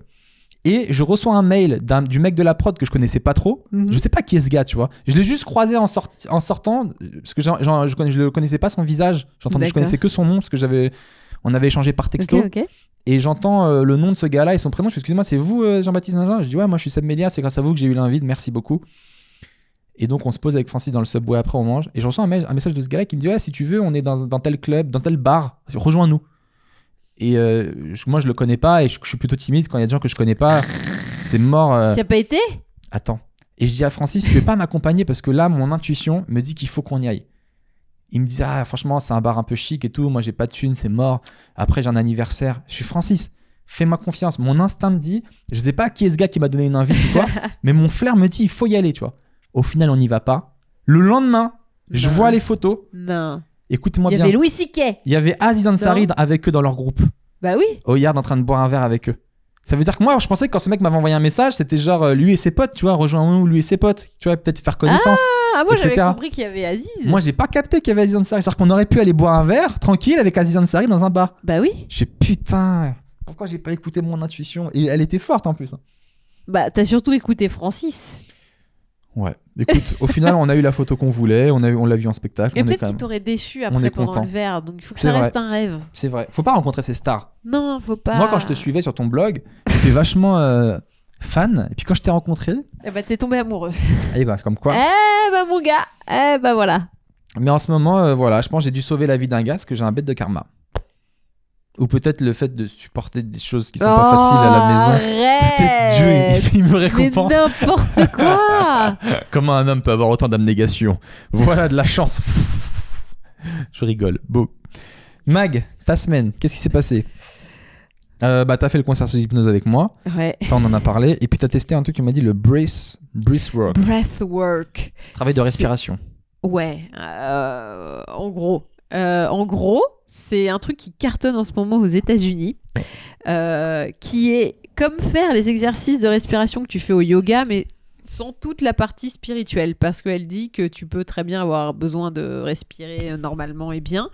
Et je reçois un mail d'un- du mec de la prod que je connaissais pas trop. Mhm. Je sais pas qui est ce gars, tu vois. Je l'ai juste croisé en, sorti- en sortant, parce que j'en- j'en- je, connais- je le connaissais pas son visage. J'entendais, je D'accord. connaissais que son nom, parce que j'avais. On avait échangé par texto. Ok, ok. Et j'entends euh, le nom de ce gars-là et son prénom. Je fais, excusez-moi, c'est vous euh, Jean-Baptiste Nagin Je dis, ouais, moi je suis Seb Mélia, c'est grâce à vous que j'ai eu l'invite, merci beaucoup. Et donc on se pose avec Francis dans le subway, après on mange. Et je reçois un, me- un message de ce gars-là qui me dit, ouais, si tu veux, on est dans, dans tel club, dans tel bar, rejoins-nous. Et euh, je- moi je le connais pas et je, je suis plutôt timide quand il y a des gens que je connais pas. C'est mort. euh, Tu as pas été Attends. Et je dis à Francis, tu veux pas m'accompagner parce que là, mon intuition me dit qu'il faut qu'on y aille. Il me dit, ah, franchement, c'est un bar un peu chic et tout. Moi, j'ai pas de thune, c'est mort. Après, j'ai un anniversaire. Je suis Francis, fais-moi confiance. Mon instinct me dit, je sais pas qui est ce gars qui m'a donné une invite ou quoi, mais mon flair me dit, il faut y aller, tu vois. Au final, on n'y va pas. Le lendemain, je Non. vois les photos. Non. Écoutez-moi Bah Il y bien. avait Louis Siquet. Il y avait Aziz Ansari Non. avec eux dans leur groupe Bah oui. au yard en train de boire un verre avec eux. Ça veut dire que moi, je pensais que quand ce mec m'avait envoyé un message, c'était genre euh, lui et ses potes, tu vois, rejoins-nous, lui et ses potes, tu vois, peut-être faire connaissance. Ah, moi j'avais Etc. compris qu'il y avait Aziz. moi, j'ai pas capté qu'il y avait Aziz Ansari. C'est-à-dire qu'on aurait pu aller boire un verre tranquille avec Aziz Ansari dans un bar. Bah oui. Je fais putain, Pourquoi j'ai pas écouté mon intuition Et elle était forte en plus. hein. Bah, t'as surtout écouté Francis. Ouais. Écoute, au final, on a eu la photo qu'on voulait, on a eu- on l'a vu en spectacle. Et on est peut-être quand qu'il même- t'aurait on déçu est après pendant content. le verre, donc il faut que C'est ça vrai. reste un rêve. C'est vrai. Faut pas rencontrer ces stars. Non, faut pas. Moi, quand je te suivais sur ton blog, j'étais vachement euh, fan. Et puis quand je t'ai rencontré, Eh bah, t'es tombé amoureux. eh ben, comme quoi. Eh bah, mon gars Eh bah, voilà. Mais en ce moment, euh, voilà, je pense que j'ai dû sauver la vie d'un gars parce que j'ai un bête de karma. Ou peut-être le fait de supporter des choses qui sont pas Oh, faciles à la maison. Peut-être Arrête Dieu, il, il me Mais récompense. n'importe quoi Comment un homme peut avoir autant d'abnégation Voilà de la chance. Je rigole. Beau. Mag, ta semaine, qu'est-ce qui s'est passé Euh, Bah, t'as fait le concert sous hypnose avec moi. Ouais. Ça, on en a parlé. Et puis, t'as testé un truc, tu m'as dit le brace, brace work. Breathwork. Travail de respiration. Ouais, euh, en gros. Euh, en gros, c'est un truc qui cartonne en ce moment aux États-Unis, euh, qui est comme faire les exercices de respiration que tu fais au yoga, mais sans toute la partie spirituelle, parce qu'elle dit que tu peux très bien avoir besoin de respirer euh, normalement et bien,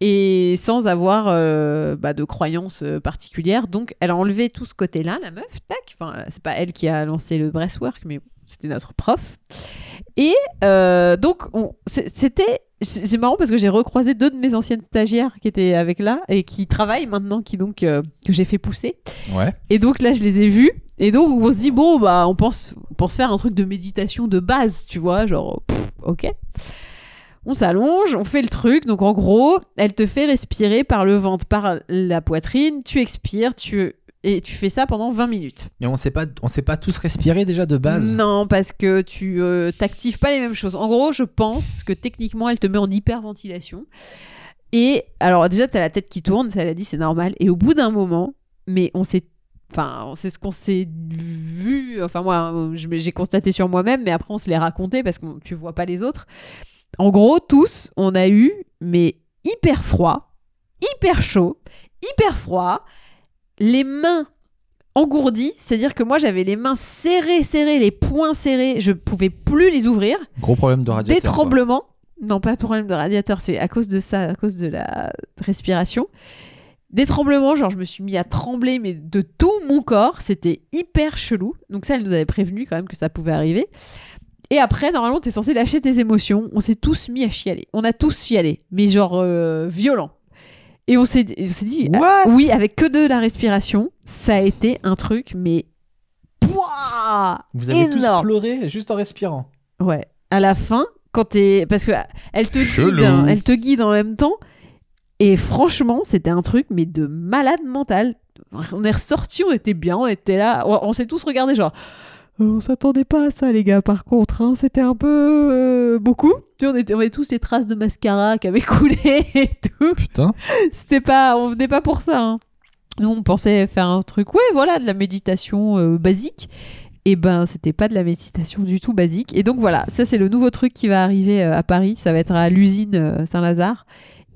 et sans avoir euh, bah, de croyances euh, particulières. Donc, elle a enlevé tout ce côté-là, la meuf, tac. Enfin, c'est pas elle qui a lancé le breathwork, mais c'était notre prof. Et euh, donc, on- c'est- c'était. C'est c'est marrant parce que j'ai recroisé deux de mes anciennes stagiaires qui étaient avec là et qui travaillent maintenant, qui donc euh, que j'ai fait pousser. Ouais. Et donc là, je les ai vus. Et donc, on se dit, bon, bah, on pense, on pense faire un truc de méditation de base, tu vois, genre, pff, ok. On s'allonge, on fait le truc. Donc, en gros, elle te fait respirer par le ventre, par la poitrine. Tu expires, tu. Et tu fais ça pendant 20 minutes. Mais on sait pas, on sait pas tous respirer déjà de base. Non, parce que tu euh, t'actives pas les mêmes choses. En gros, je pense que techniquement, elle te met en hyperventilation. Et alors déjà, t'as la tête qui tourne, ça elle a dit, c'est normal. Et au bout d'un moment, mais on s'est... Enfin, c'est ce qu'on s'est vu. Enfin, moi, euh, je- j'ai constaté sur moi-même, mais après, on se l'est raconté parce que tu vois pas les autres. En gros, tous, on a eu, mais hyper froid, hyper chaud, hyper froid, les mains engourdies, c'est-à-dire que moi j'avais les mains serrées, serrées, les poings serrés, je pouvais plus les ouvrir, Gros problème de des radiateur. quoi. tremblements, non pas de problème de radiateur, c'est à cause de ça, à cause de la respiration, des tremblements, genre je me suis mis à trembler mais de tout mon corps, c'était hyper chelou, donc ça elle nous avait prévenu quand même que ça pouvait arriver. Et après, normalement, t'es censé lâcher tes émotions. On s'est tous mis à chialer. On a tous chialé, mais genre euh, violent. Et on s'est on s'est dit, What oui, avec que de la respiration, ça a été un truc, mais. Pouah Vous avez tous Énorme. pleuré juste en respirant. Ouais. À la fin, quand t'es. Parce que elle te Chelou. guide, hein, elle te guide en même temps. Et franchement, c'était un truc, mais de malade mental. On est ressorti, on était bien, on était là. On, on s'est tous regardés, genre. euh, On s'attendait pas à ça, les gars. Par contre, hein, c'était un peu euh, beaucoup. Tu sais, on, était, on avait tous les traces de mascara qui avaient coulé et tout Putain. c'était pas on venait pas pour ça hein. nous on pensait faire un truc ouais voilà de la méditation euh, basique et ben c'était pas de la méditation du tout basique et donc voilà ça c'est le nouveau truc qui va arriver euh, à Paris ça va être à l'usine euh, Saint-Lazare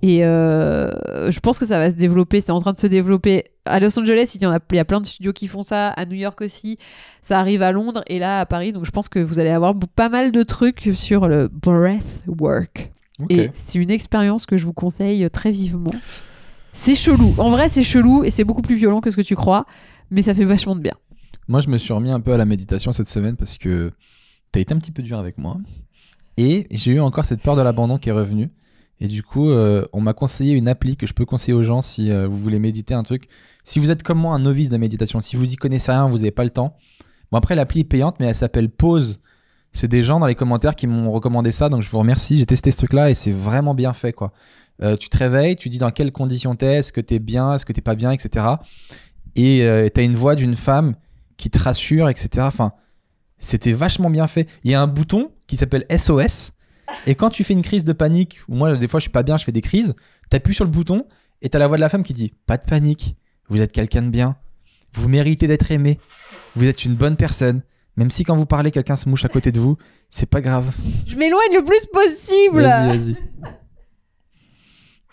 et euh, je pense que ça va se développer c'est en train de se développer à Los Angeles il y en a il y a plein de studios qui font ça à New York aussi ça arrive à Londres et là à Paris donc je pense que vous allez avoir b- pas mal de trucs sur le breath work Ok. et c'est une expérience que je vous conseille très vivement. C'est chelou. En vrai, c'est chelou et c'est beaucoup plus violent que ce que tu crois, mais ça fait vachement de bien. Moi, je me suis remis un peu à la méditation cette semaine parce que t'as été un petit peu dur avec moi. Et j'ai eu encore cette peur de l'abandon qui est revenue. Et du coup, euh, on m'a conseillé une appli que je peux conseiller aux gens si euh, vous voulez méditer un truc. Si vous êtes comme moi un novice de la méditation, si vous y connaissez rien, vous n'avez pas le temps. Bon, après, l'appli est payante, mais elle s'appelle Pause. C'est des gens dans les commentaires qui m'ont recommandé ça, donc je vous remercie. J'ai testé ce truc-là et c'est vraiment bien fait, quoi. Euh, tu te réveilles, tu dis dans quelles conditions t'es, est-ce que t'es bien, est-ce que t'es pas bien, etc. Et euh, t'as une voix d'une femme qui te rassure, etc. Enfin, c'était vachement bien fait. Il y a un bouton qui s'appelle SOS. Et quand tu fais une crise de panique, ou moi, des fois, je suis pas bien, je fais des crises, t'appuies sur le bouton et t'as la voix de la femme qui dit Pas de panique, vous êtes quelqu'un de bien, vous méritez d'être aimé, vous êtes une bonne personne. Même si quand vous parlez, quelqu'un se mouche à côté de vous, c'est pas grave. Je m'éloigne le plus possible. Vas-y, vas-y.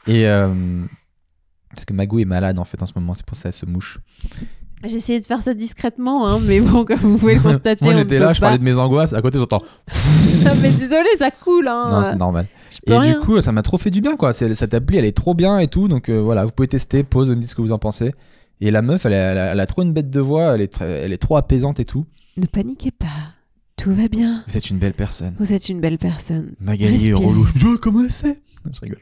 Et. euh, Parce que Magou est malade en fait en ce moment, c'est pour ça qu'elle se mouche. J'ai essayé de faire ça discrètement, hein, mais bon, comme vous pouvez le constater, Moi on j'étais ne là, peut je pas. parlais de mes angoisses, à côté j'entends. Non, mais désolé, ça coule. Hein. Non, c'est normal. je peux Et rien. du coup, ça m'a trop fait du bien, quoi. C'est- Cette appli, elle est trop bien et tout. Donc euh, voilà, vous pouvez tester, pause, vous me dites ce que vous en pensez. Et la meuf, elle a, elle a- elle a trop une bête de voix, elle est, tr- elle est trop apaisante et tout. Ne paniquez pas, tout va bien. Vous êtes une belle personne. Vous êtes une belle personne. Magali est Respirez. relou. Je me dis, oh, comment c'est Je rigole.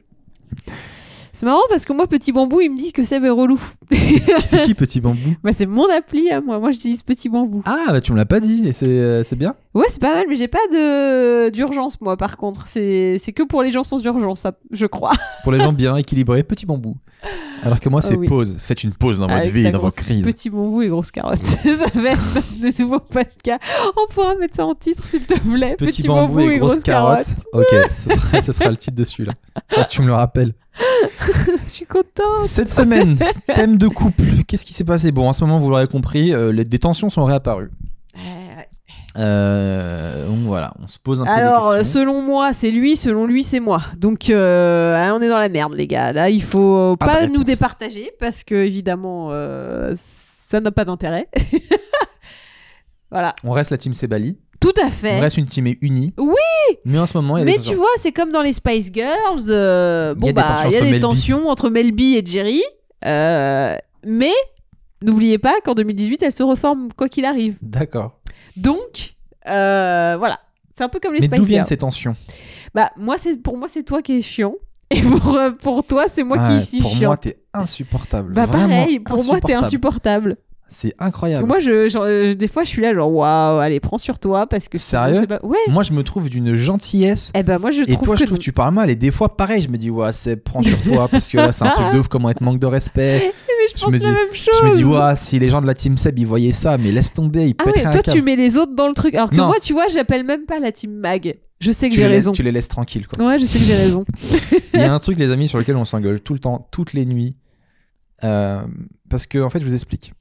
C'est marrant parce que moi, Petit Bambou, il me dit que Seb est relou. Qui c'est qui, petit bambou bah, c'est mon appli, hein, moi. Moi, j'utilise Petit Bambou. Ah, bah, tu me l'as pas dit, et c'est euh, c'est bien. Ouais, c'est pas mal, mais j'ai pas de d'urgence, moi, par contre. C'est c'est que pour les gens sans urgence, ça, je crois. Pour les gens bien équilibrés, petit bambou. Alors que moi, Ah c'est oui. pause. Faites une pause dans votre Avec vie, la dans vos grosse- crises. Petit Bambou et grosse carotte. ça va être notre de nouveau podcast. On pourra mettre ça en titre, s'il te plaît. Petit, bambou, et grosse carotte. Ok, ce sera, ce sera le titre de celui-là. Ah, tu me le rappelles. je suis contente. Cette semaine, thème de couple. Qu'est-ce qui s'est passé Bon, en ce moment, vous l'aurez compris, euh, les, des tensions sont réapparues. Euh, donc voilà, on se pose un peu. des Alors, euh, questions. selon moi, c'est lui, selon lui, c'est moi. Donc, euh, hein, on est dans la merde, les gars. Là, il faut euh, Ah, pas bah, nous réponse. départager parce que, évidemment, euh, ça n'a pas d'intérêt. voilà, On reste la team Sebali. tout à On fait. reste une team unie. Oui Mais en ce moment, il y a Mais des tu tensions. vois, c'est comme dans les Spice Girls. euh, Il y bon, a des bah, tensions il y a entre des Mel B. tensions entre Mel B et Jerry. euh, mais n'oubliez pas qu'en 2018, elle se reforme quoi qu'il arrive. D'accord. Donc, euh, voilà. C'est un peu comme les Mais Spice d'où viennent Girls. ces tensions Bah, moi, c'est pour moi, c'est toi qui es chiant. Et pour, euh, pour toi, c'est moi Ah, qui suis Pour chiant. moi, t'es insupportable. bah, Vraiment pareil, pour moi, t'es insupportable. insupportable. C'est incroyable. Moi, je, genre, euh, des fois, je suis là, genre, waouh, allez, prends sur toi, parce que. sinon, Sérieux c'est pas- Ouais. Moi, je me trouve d'une gentillesse. Eh ben, moi, je Et trouve toi, que. je trouve que non. tu parles mal. Et des fois, pareil, je me dis, ouais, c'est prends sur toi, parce que là, c'est un truc de ouf, comment être manque de respect. Mais je je pense me la dis- même chose. Je me dis, ouais, si les gens de la team Seb, ils voyaient ça, mais laisse tomber, ils Ah pèteraient ouais, un toi, câble. tu mets les autres dans le truc. Alors que Non. moi, tu vois, j'appelle même pas la team Mag. Je sais que les j'ai laisses- raison. tu les laisses tranquilles, quoi. Ouais, je sais que j'ai raison. Il y a un truc, les amis, sur lequel on s'engueule tout le temps, toutes les nuits. Euh, parce que, en fait, je vous explique.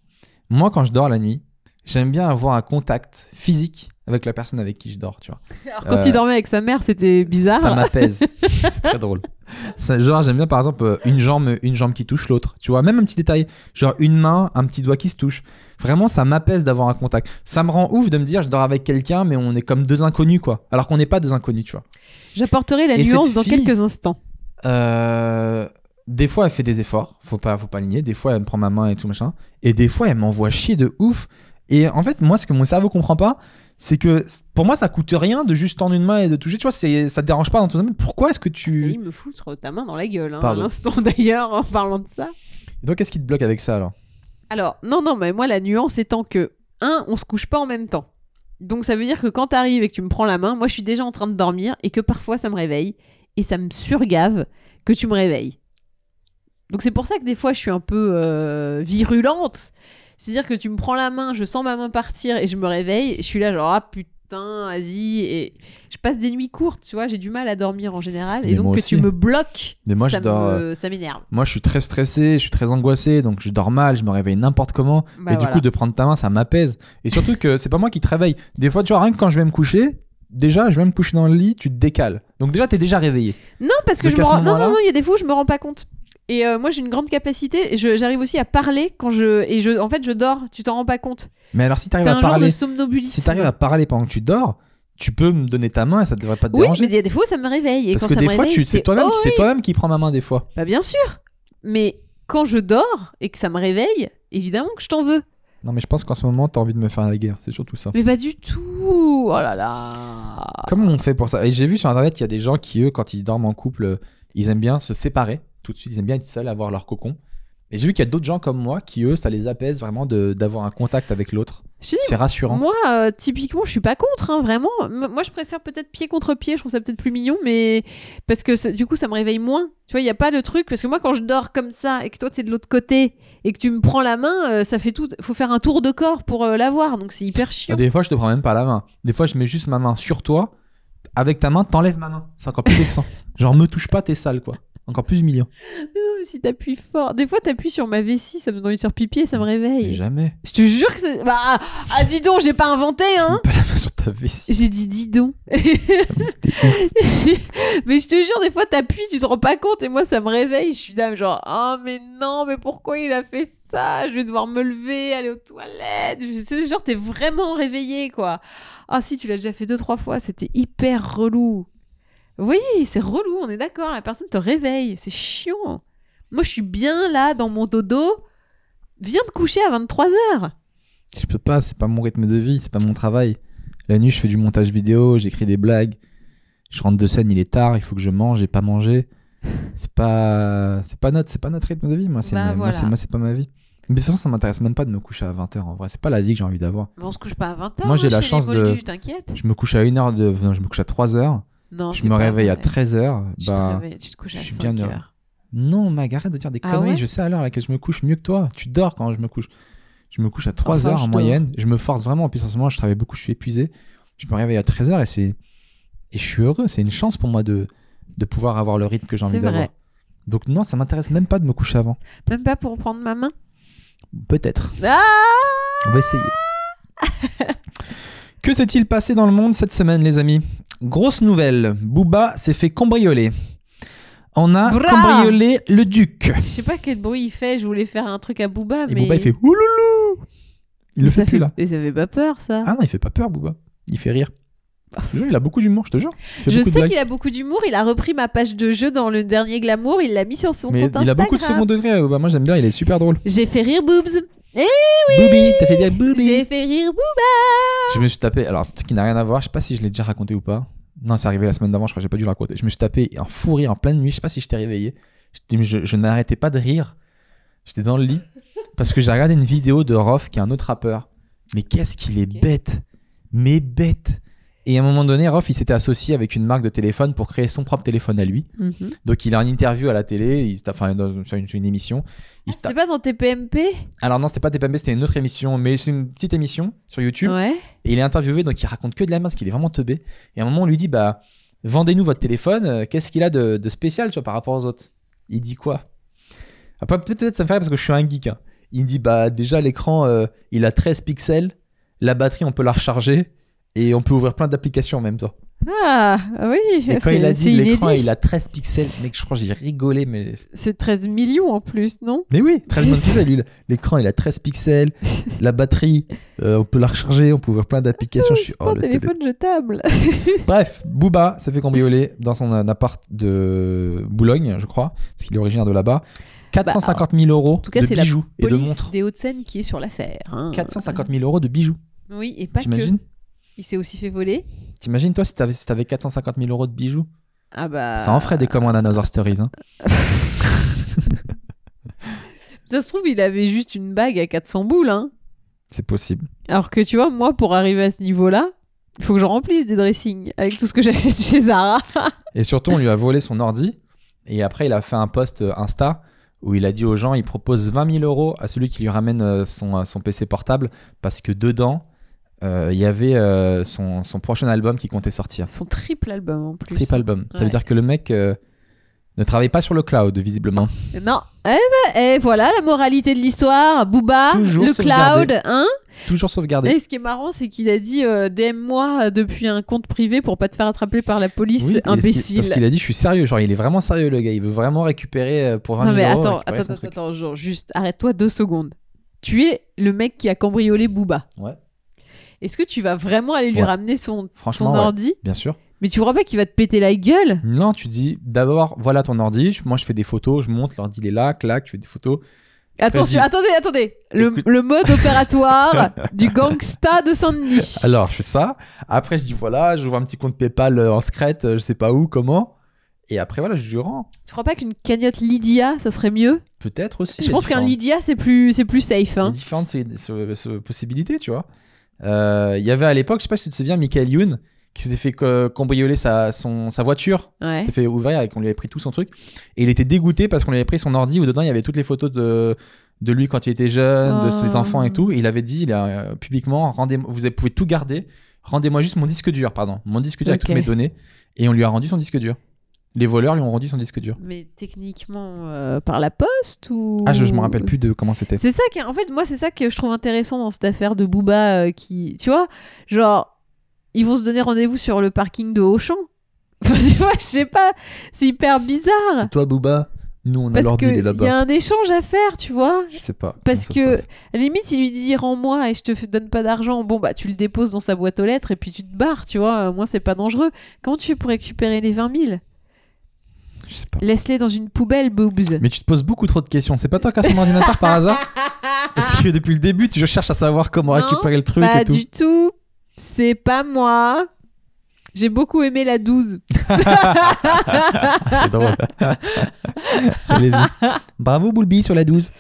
Moi, quand je dors la nuit, j'aime bien avoir un contact physique avec la personne avec qui je dors, tu vois. Alors, quand Euh, il dormait avec sa mère, c'était bizarre. Ça m'apaise. c'est très drôle. Ça, genre, j'aime bien par exemple euh, une jambe, une jambe qui touche l'autre. Tu vois, même un petit détail. Genre une main, un petit doigt qui se touche. Vraiment, ça m'apaise d'avoir un contact. Ça me rend ouf de me dire je dors avec quelqu'un, mais on est comme deux inconnus quoi. Alors qu'on n'est pas deux inconnus, tu vois. J'apporterai la Et cette nuance dans fille- quelques instants. Euh, des fois, elle fait des efforts. Faut pas, faut pas ligner. Des fois, elle me prend ma main et tout machin. Et des fois, elle m'envoie chier de ouf. Et en fait, moi, ce que mon cerveau comprend pas, c'est que pour moi, ça coûte rien de juste tendre une main et de toucher. Tu vois, c'est- ça te dérange pas dans ton domaine. Pourquoi est-ce que tu. Et il me foutre ta main dans la gueule, hein, à Pardon. l'instant d'ailleurs, en parlant de ça. Et donc, qu'est-ce qui te bloque avec ça alors Alors, non, non, mais moi, la nuance étant que, un, on se couche pas en même temps. Donc, ça veut dire que quand t'arrives et que tu me prends la main, moi, je suis déjà en train de dormir et que parfois, ça me réveille et ça me surgave que tu me réveilles. Donc, c'est pour ça que des fois, je suis un peu euh, virulente. C'est-à-dire que tu me prends la main, je sens ma main partir et je me réveille. Je suis là, genre, ah putain, vas-y. Et je passe des nuits courtes, tu vois, j'ai du mal à dormir en général. Mais et donc, moi que tu aussi. me bloques, Mais moi, je ça dors, euh, me- ça m'énerve. Moi, je suis très stressé, je suis très angoissé, donc je dors mal, je me réveille n'importe comment. Bah, et voilà. du coup, de prendre ta main, ça m'apaise. Et surtout que c'est pas moi qui te réveille. Des fois, tu vois, rien que quand je vais me coucher, déjà, je vais me coucher dans le lit, tu te décales. Donc déjà, t'es déjà réveillé. Non, parce que Donc je me à ce rends... Non, moment-là- non, non, il y a des fois où je me rends pas compte. Et euh, moi, j'ai une grande capacité. et je- J'arrive aussi à parler quand je. Et je, en fait, je dors. Tu t'en rends pas compte. Mais alors, si C'est t'arrives un à genre de parler, somnambulisme. si t'arrives à parler pendant que tu dors, tu peux me donner ta main et ça te devrait pas te Oui, déranger. mais il y a des fois où ça me réveille. Et Parce quand que ça des me fois, réveille, tu- c'est toi-même oh, c'est toi-même qui prends ma main des fois. bah, bien sûr. Mais quand je dors et que ça me réveille, évidemment que je t'en veux. Non, mais je pense qu'en ce moment, t'as envie de me faire la guerre. C'est surtout ça. Mais pas du tout. Oh là là. Comment on fait pour ça Et j'ai vu sur internet, il y a des gens qui, eux, quand ils dorment en couple, euh, ils aiment bien se séparer. Tout de suite, ils aiment bien être seuls, avoir leur cocon. Et j'ai vu qu'il y a d'autres gens comme moi qui, eux, ça les apaise vraiment de- d'avoir un contact avec l'autre. Je te dis, C'est rassurant. Moi, euh, typiquement, je suis pas contre, hein, vraiment. M- moi, je préfère peut-être pied contre pied, je trouve ça peut-être plus mignon, mais parce que ça- du coup, ça me réveille moins. Tu vois, il n'y a pas le truc, parce que moi, quand je dors comme ça et que toi, t'es de l'autre côté et que tu me prends la main, euh, ça fait tout. faut faire un tour de corps pour euh, l'avoir, donc c'est hyper chiant. Des fois, je te prends même pas la main. Des fois, je mets juste ma main sur toi. Avec ta main, t'enlèves ma main. C'est encore plus vexant. Genre, me touche pas, t'es sale, quoi. Encore plus humiliant. Non, mais Oh, si t'appuies fort. Des fois, t'appuies sur ma vessie, ça me donne une sur pipi et ça me Mais réveille. jamais. Je te jure que c'est. Bah, ah, ah, dis donc, j'ai pas inventé, hein Pas la main sur ta vessie. J'ai dit dis donc. T'es ouf. mais je te jure, des fois, t'appuies, tu te rends pas compte. Et moi, ça me réveille. Je suis là, genre, ah, mais non, mais pourquoi il a fait ça Je vais devoir me lever, aller aux toilettes. Je sais, genre, t'es vraiment réveillé, quoi. Ah, si, tu l'as déjà fait deux, trois fois. C'était hyper relou. Oui, c'est relou, on est d'accord. La personne te réveille. C'est chiant. Moi, je suis bien là, dans mon dodo. Viens te coucher à 23h. Je peux pas, c'est pas mon rythme de vie, c'est pas mon travail. La nuit, je fais du montage vidéo, j'écris des blagues. Je rentre de scène, il est tard, il faut que je mange, j'ai pas mangé. C'est pas c'est pas notre c'est pas notre rythme de vie moi, c'est Bah, ma- moi, voilà. c'est moi, c'est pas ma vie. Mais de toute façon, ça m'intéresse même pas de me coucher à 20h en vrai, c'est pas la vie que j'ai envie d'avoir. Mais on se couche pas à 20h. Moi, j'ai la chance de- T'inquiète. Je me couche à 1h de non, je me couche à 3h, Non, je c'est me pas réveille à vrai. 13h, Tu te bah réveilles, tu te couches à je suis bien 5h. heureux. non, Mag, arrête de dire des Ah conneries, ouais je sais à l'heure à laquelle je me couche mieux que toi. Tu dors quand je me couche. Je me couche à 3h je en dors. moyenne, je me force vraiment puis en ce moment, je travaille beaucoup, je suis épuisé. Je me réveille à 13h et c'est et je suis heureux, c'est une chance pour moi de de pouvoir avoir le rythme que j'ai C'est envie d'avoir. vrai. Donc non, ça m'intéresse même pas de me coucher avant. Même pas pour prendre ma main. Peut-être. Ah On va essayer. que s'est-il passé dans le monde cette semaine, les amis Grosse nouvelle, Booba s'est fait cambrioler. On a Bra cambriolé le duc. Je sais pas quel bruit il fait, je voulais faire un truc à Booba, Et mais. Booba, il fait ouloulou Il le ça fait plus, là. Mais ça fait pas peur, ça. Ah non, il fait pas peur, Booba. Il fait rire. Je te jure, il a beaucoup d'humour, je te jure. Il fait je beaucoup de sais blagues. qu'il a beaucoup d'humour, il a repris ma page de jeu dans le dernier glamour, il l'a mis sur son Mais compte Instagram. il a beaucoup de second degré, Booba. Moi, j'aime bien, il est super drôle. J'ai fait rire Boobs. Booby, t'as fait bien Booby. J'ai fait rire Boobs. Je me suis tapé, alors, truc qui n'a rien à voir, je sais pas si je l'ai déjà raconté ou pas. Non, c'est arrivé la semaine d'avant, je crois que j'ai pas dû le raconter. Je me suis tapé un fou rire en pleine nuit, je sais pas si je t'ai réveillé. J'étais- mais Je, je n'arrêtais pas de rire. J'étais dans le lit parce que j'ai regardé une vidéo de Rof qui est un autre rappeur. Mais qu'est-ce qu'il est Ok. bête! Mais bête! Et à un moment donné, Rof, il s'était associé avec une marque de téléphone pour créer son propre téléphone à lui. Ah, Donc il a une interview à la télé, il se tape- enfin dans- sur une, sur une émission. Il se tape- C'était pas dans tes PMP Alors non, c'était pas TPMB, c'était une autre émission, mais c'est une petite émission sur YouTube. Ouais. Et il est interviewé, donc il raconte que de la merde, parce qu'il est vraiment teubé. Et à un moment, on lui dit, bah, vendez-nous votre téléphone, euh, qu'est-ce qu'il a de, de spécial, tu vois, par rapport aux autres Il dit quoi Après, peut-être ça me fait rire parce que je suis un geek. hein. Il me dit, bah, déjà, l'écran, euh, il a 13 pixels, la batterie, on peut la recharger, et on peut ouvrir plein d'applications en même temps. Ah, ah oui. Et quand c'est- il a c'est dit, l'écran, inédit. il a 13 pixels, mec, je crois que j'ai rigolé, mais... C'est 13 millions en plus, non Mais oui, 13 bonnes Si, si. pixels, lui, L'écran, il a 13 pixels, la batterie, euh, on peut la recharger, on peut ouvrir plein d'applications. je suis, C'est pas oh, un le télé- téléphone jetable. Bref, Booba s'est fait cambrioler dans son euh, appart de Boulogne, je crois, parce qu'il est originaire de là-bas. 450 000 euros Bah, tout cas, de c'est la bijoux et de Police montres. des Hauts-de-Seine qui est sur l'affaire. hein. 450 000 euros de bijoux, Oui, et pas que. t'imagines Il s'est aussi fait voler. T'imagines, toi, si t'avais si t'avais 450 000 euros de bijoux Ah bah. Ça en ferait des commandes à Another Stories. hein. Ça se trouve, il avait juste une bague à 400 boules. Hein. C'est possible. Alors que tu vois, moi, pour arriver à ce niveau-là, il faut que je remplisse des dressings avec tout ce que j'achète chez Zara. Et surtout, on lui a volé son ordi. Et après, il a fait un post euh, Insta où il a dit aux gens il propose 20 000 euros à celui qui lui ramène euh, son, euh, son PC portable parce que dedans, euh, il y avait euh, son, son prochain album qui comptait sortir. Son triple album en plus. Flip album. Ça veut Ouais. dire que le mec euh, ne travaille pas sur le cloud, visiblement. Non. Eh ben, eh, voilà la moralité de l'histoire. Booba, Toujours le sauvegarder. cloud, hein. Toujours sauvegardé. Et ce qui est marrant, c'est qu'il a dit euh, DM-moi depuis un compte privé pour pas te faire attraper par la police, Oui, parce qu'il- imbécile. Parce qu'il a dit, je suis sérieux. Genre, il est vraiment sérieux, le gars. Il veut vraiment récupérer euh, pour 20 Non 000 mais euros, attends, récupérer attends, son attends, truc. attends, genre juste arrête-toi deux secondes. Tu es le mec qui a cambriolé Booba. Ouais. Est-ce que tu vas vraiment aller lui Ouais. ramener son, son Franchement, ouais. ordi Bien sûr. Mais tu crois pas qu'il va te péter la gueule Non, tu dis, d'abord, voilà ton ordi. Je- Moi, je fais des photos. Je monte, l'ordi, il est là. Clac, tu fais des photos. Attention, Vas-y. attendez, attendez. Le, Écoute. le mode opératoire du gangsta de Saint-Denis. Alors, je fais ça. Après, je dis, voilà, j'ouvre un petit compte PayPal euh, en secret. euh, Je sais pas où, comment. Et après, voilà, je lui rends. Tu crois pas qu'une cagnotte Lydia, ça serait mieux Peut-être aussi. il y Je a pense qu'un différentes- Lydia, c'est plus, c'est plus safe. Il y a Hein. différentes solid- so- so- possibilités, tu vois. Euh, Il y avait à l'époque, je sais pas si tu te souviens, Michael Youn qui s'était fait euh, cambrioler sa, son, sa voiture, Ouais. s'est fait ouvrir et qu'on lui avait pris tout son truc. Et il était dégoûté parce qu'on lui avait pris son ordi où dedans il y avait toutes les photos de, de lui quand il était jeune, de ses Oh. enfants et tout. Et il avait dit il a, euh, publiquement rendez vous pouvez tout garder, rendez-moi juste mon disque dur, pardon, mon disque dur avec Ok. toutes mes données. Et on lui a rendu son disque dur. Les voleurs lui ont rendu son disque dur. Mais techniquement, euh, par la poste ou Ah, je me rappelle plus de comment c'était. C'est ça qui, est- en fait, moi, c'est ça que je trouve intéressant dans cette affaire de Booba euh, qui, tu vois, genre, ils vont se donner rendez-vous sur le parking de Auchan. Enfin, tu vois, je sais pas, c'est hyper bizarre. toi, Booba. Nous, on Parce que il y a un échange à faire, tu vois. Je sais pas. Parce comment ça se que- passe. À la limite, il lui dit rends-moi et je te fais- donne pas d'argent. Bon, bah, tu le déposes dans sa boîte aux lettres et puis tu te barres, tu vois. Au moins, c'est pas dangereux. Comment tu fais pour récupérer les 20 000 Je sais pas. Laisse-les dans une poubelle, boobs. Mais tu te poses beaucoup trop de questions. C'est pas toi qui as son ordinateur par hasard Parce que depuis le début, tu je cherche à savoir comment Non, récupérer le truc Pas et tout. du tout. C'est pas moi. J'ai beaucoup aimé la 12. C'est drôle. Je l'ai vu. Bravo Boulbi sur la 12.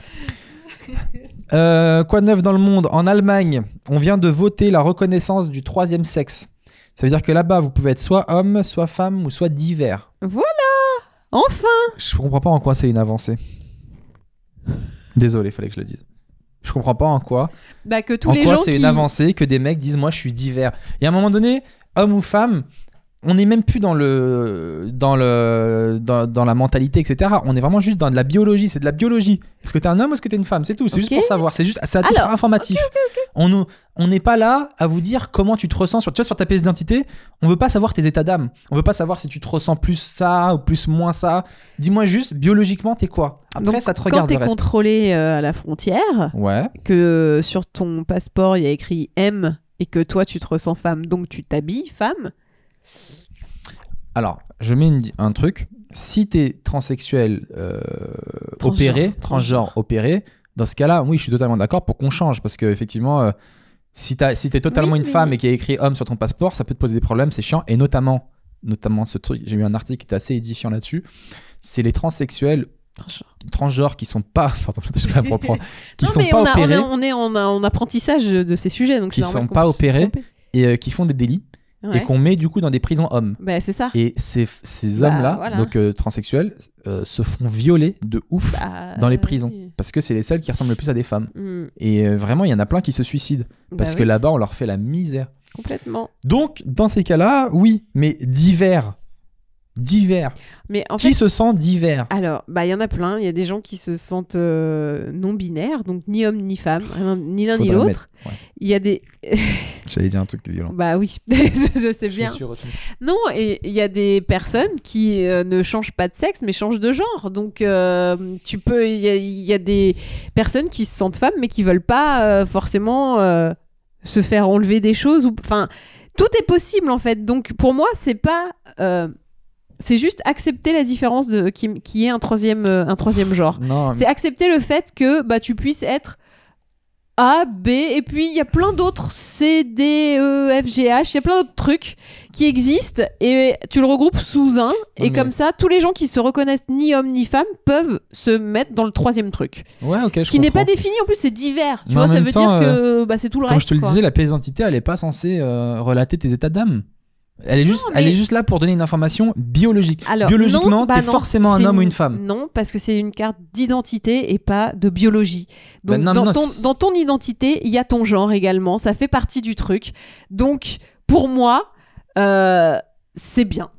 Euh, quoi de neuf dans le monde En Allemagne, on vient de voter la reconnaissance du troisième sexe. Ça veut dire que là-bas, vous pouvez être soit homme, soit femme ou soit divers. Voilà Enfin Je comprends pas en quoi c'est une avancée. Désolé, fallait que je le dise. Je comprends pas en quoi. Bah que tous en les quoi gens c'est qui... une avancée que des mecs disent moi je suis divers. Et à un moment donné, homme ou femme, on n'est même plus dans le dans le dans, dans la mentalité etc. On est vraiment juste dans de la biologie. C'est de la biologie. Est-ce que t'es un homme ou est-ce que t'es une femme C'est tout. C'est juste Ok. pour savoir. C'est juste c'est à titre Alors, informatif. On nous- on n'est pas là à vous dire comment tu te ressens sur tu vois, sur ta pièce d'identité. On veut pas savoir tes états d'âme. On veut pas savoir si tu te ressens plus ça ou plus moins ça. Dis-moi juste biologiquement t'es quoi. Après Donc, ça te Quand regarde t'es le reste. contrôlé euh, à la frontière, Ouais. que euh, sur ton passeport il y a écrit M et que toi tu te ressens femme, donc tu t'habilles femme. Alors, je mets une- un truc. Si t'es transsexuel euh, Transgenre, opéré, transgenre. transgenre opéré, dans ce cas-là, oui, je suis totalement d'accord pour qu'on change. Parce que effectivement, euh, si t'as- si t'es totalement Oui, une mais- femme et qu'il y a écrit homme sur ton passeport, ça peut te poser des problèmes, c'est chiant. Et notamment, notamment ce truc, j'ai eu un article qui était assez édifiant là-dessus. C'est les transsexuels transgenres qui sont pas, pardon, je vais pas me reprendre, qui non, sont mais pas on, a- on opérés est- on est en, en apprentissage de ces sujets, donc Qui c'est normal sont qu'on pas puisse se opérés tromper. et euh, qui font des délits et Ouais. qu'on met du coup dans des prisons hommes. Bah, c'est ça. Et ces, ces Bah, hommes-là, voilà. donc euh, transsexuels, euh, se font violer de ouf Bah, dans les oui. prisons. Parce que c'est les seuls qui ressemblent le plus à des femmes. Mm. Et euh, vraiment, il y en a plein qui se suicident. Bah Parce oui, que là-bas, on leur fait la misère. complètement. Donc, dans ces cas-là, oui, mais divers. Divers. Mais en qui fait, se sent divers alors, bah il y en a plein. Il y a des gens qui se sentent euh, non binaires, donc ni homme ni femme, rien- ni l'un ni Faudrait l'autre. mettre. Ouais. Il y a des, J'allais dire un truc violent. bah oui, je, je sais bien. Non, et il y a des personnes qui euh, ne changent pas de sexe, mais changent de genre. Donc, euh, tu peux. Il y, a- il y a des personnes qui se sentent femmes, mais qui veulent pas euh, forcément euh, se faire enlever des choses. Ou, enfin, tout est possible en fait. Donc, pour moi, c'est pas. euh, c'est juste accepter la différence de qui, qui est un troisième, euh, un troisième genre. Non, C'est accepter le fait que bah, tu puisses être A, B, et puis il y a plein d'autres C, D, E, F, G, H, il y a plein d'autres trucs qui existent et tu le regroupes sous un, et mais- comme ça, tous les gens qui se reconnaissent ni homme ni femme peuvent se mettre dans le troisième truc. mais- ouais, ok, je qui n'est pas comprends. défini, en plus c'est divers, tu Mais en vois, ça même veut temps, euh, dire que bah, c'est tout le Comme reste. je te le quoi. disais, la pièce d'identité, elle n'est pas censée euh, relater tes états d'âme. Elle est, juste, elle mais- est juste là pour donner une information biologique. Alors, Biologiquement, non, bah t'es non, forcément un c'est homme ou une femme. Non, parce que c'est une carte d'identité et pas de biologie. Bah Donc, non, dans, non, ton, c'est- dans ton identité, il y a ton genre également. Ça fait partie du truc. Donc, pour moi, euh, c'est bien.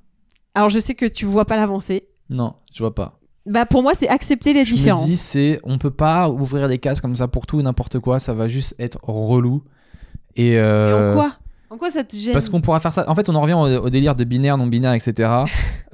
Alors, je sais que tu vois pas l'avancée. Non, je vois pas. Bah, pour moi, c'est accepter les je différences. me dis, c'est on peut pas ouvrir des cases comme ça pour tout et n'importe quoi. Ça va juste être relou. Et, Et euh, en quoi En quoi ça te gêne Parce qu'on pourra faire ça. En fait, on en revient au, au délire de binaire, non binaire, etc.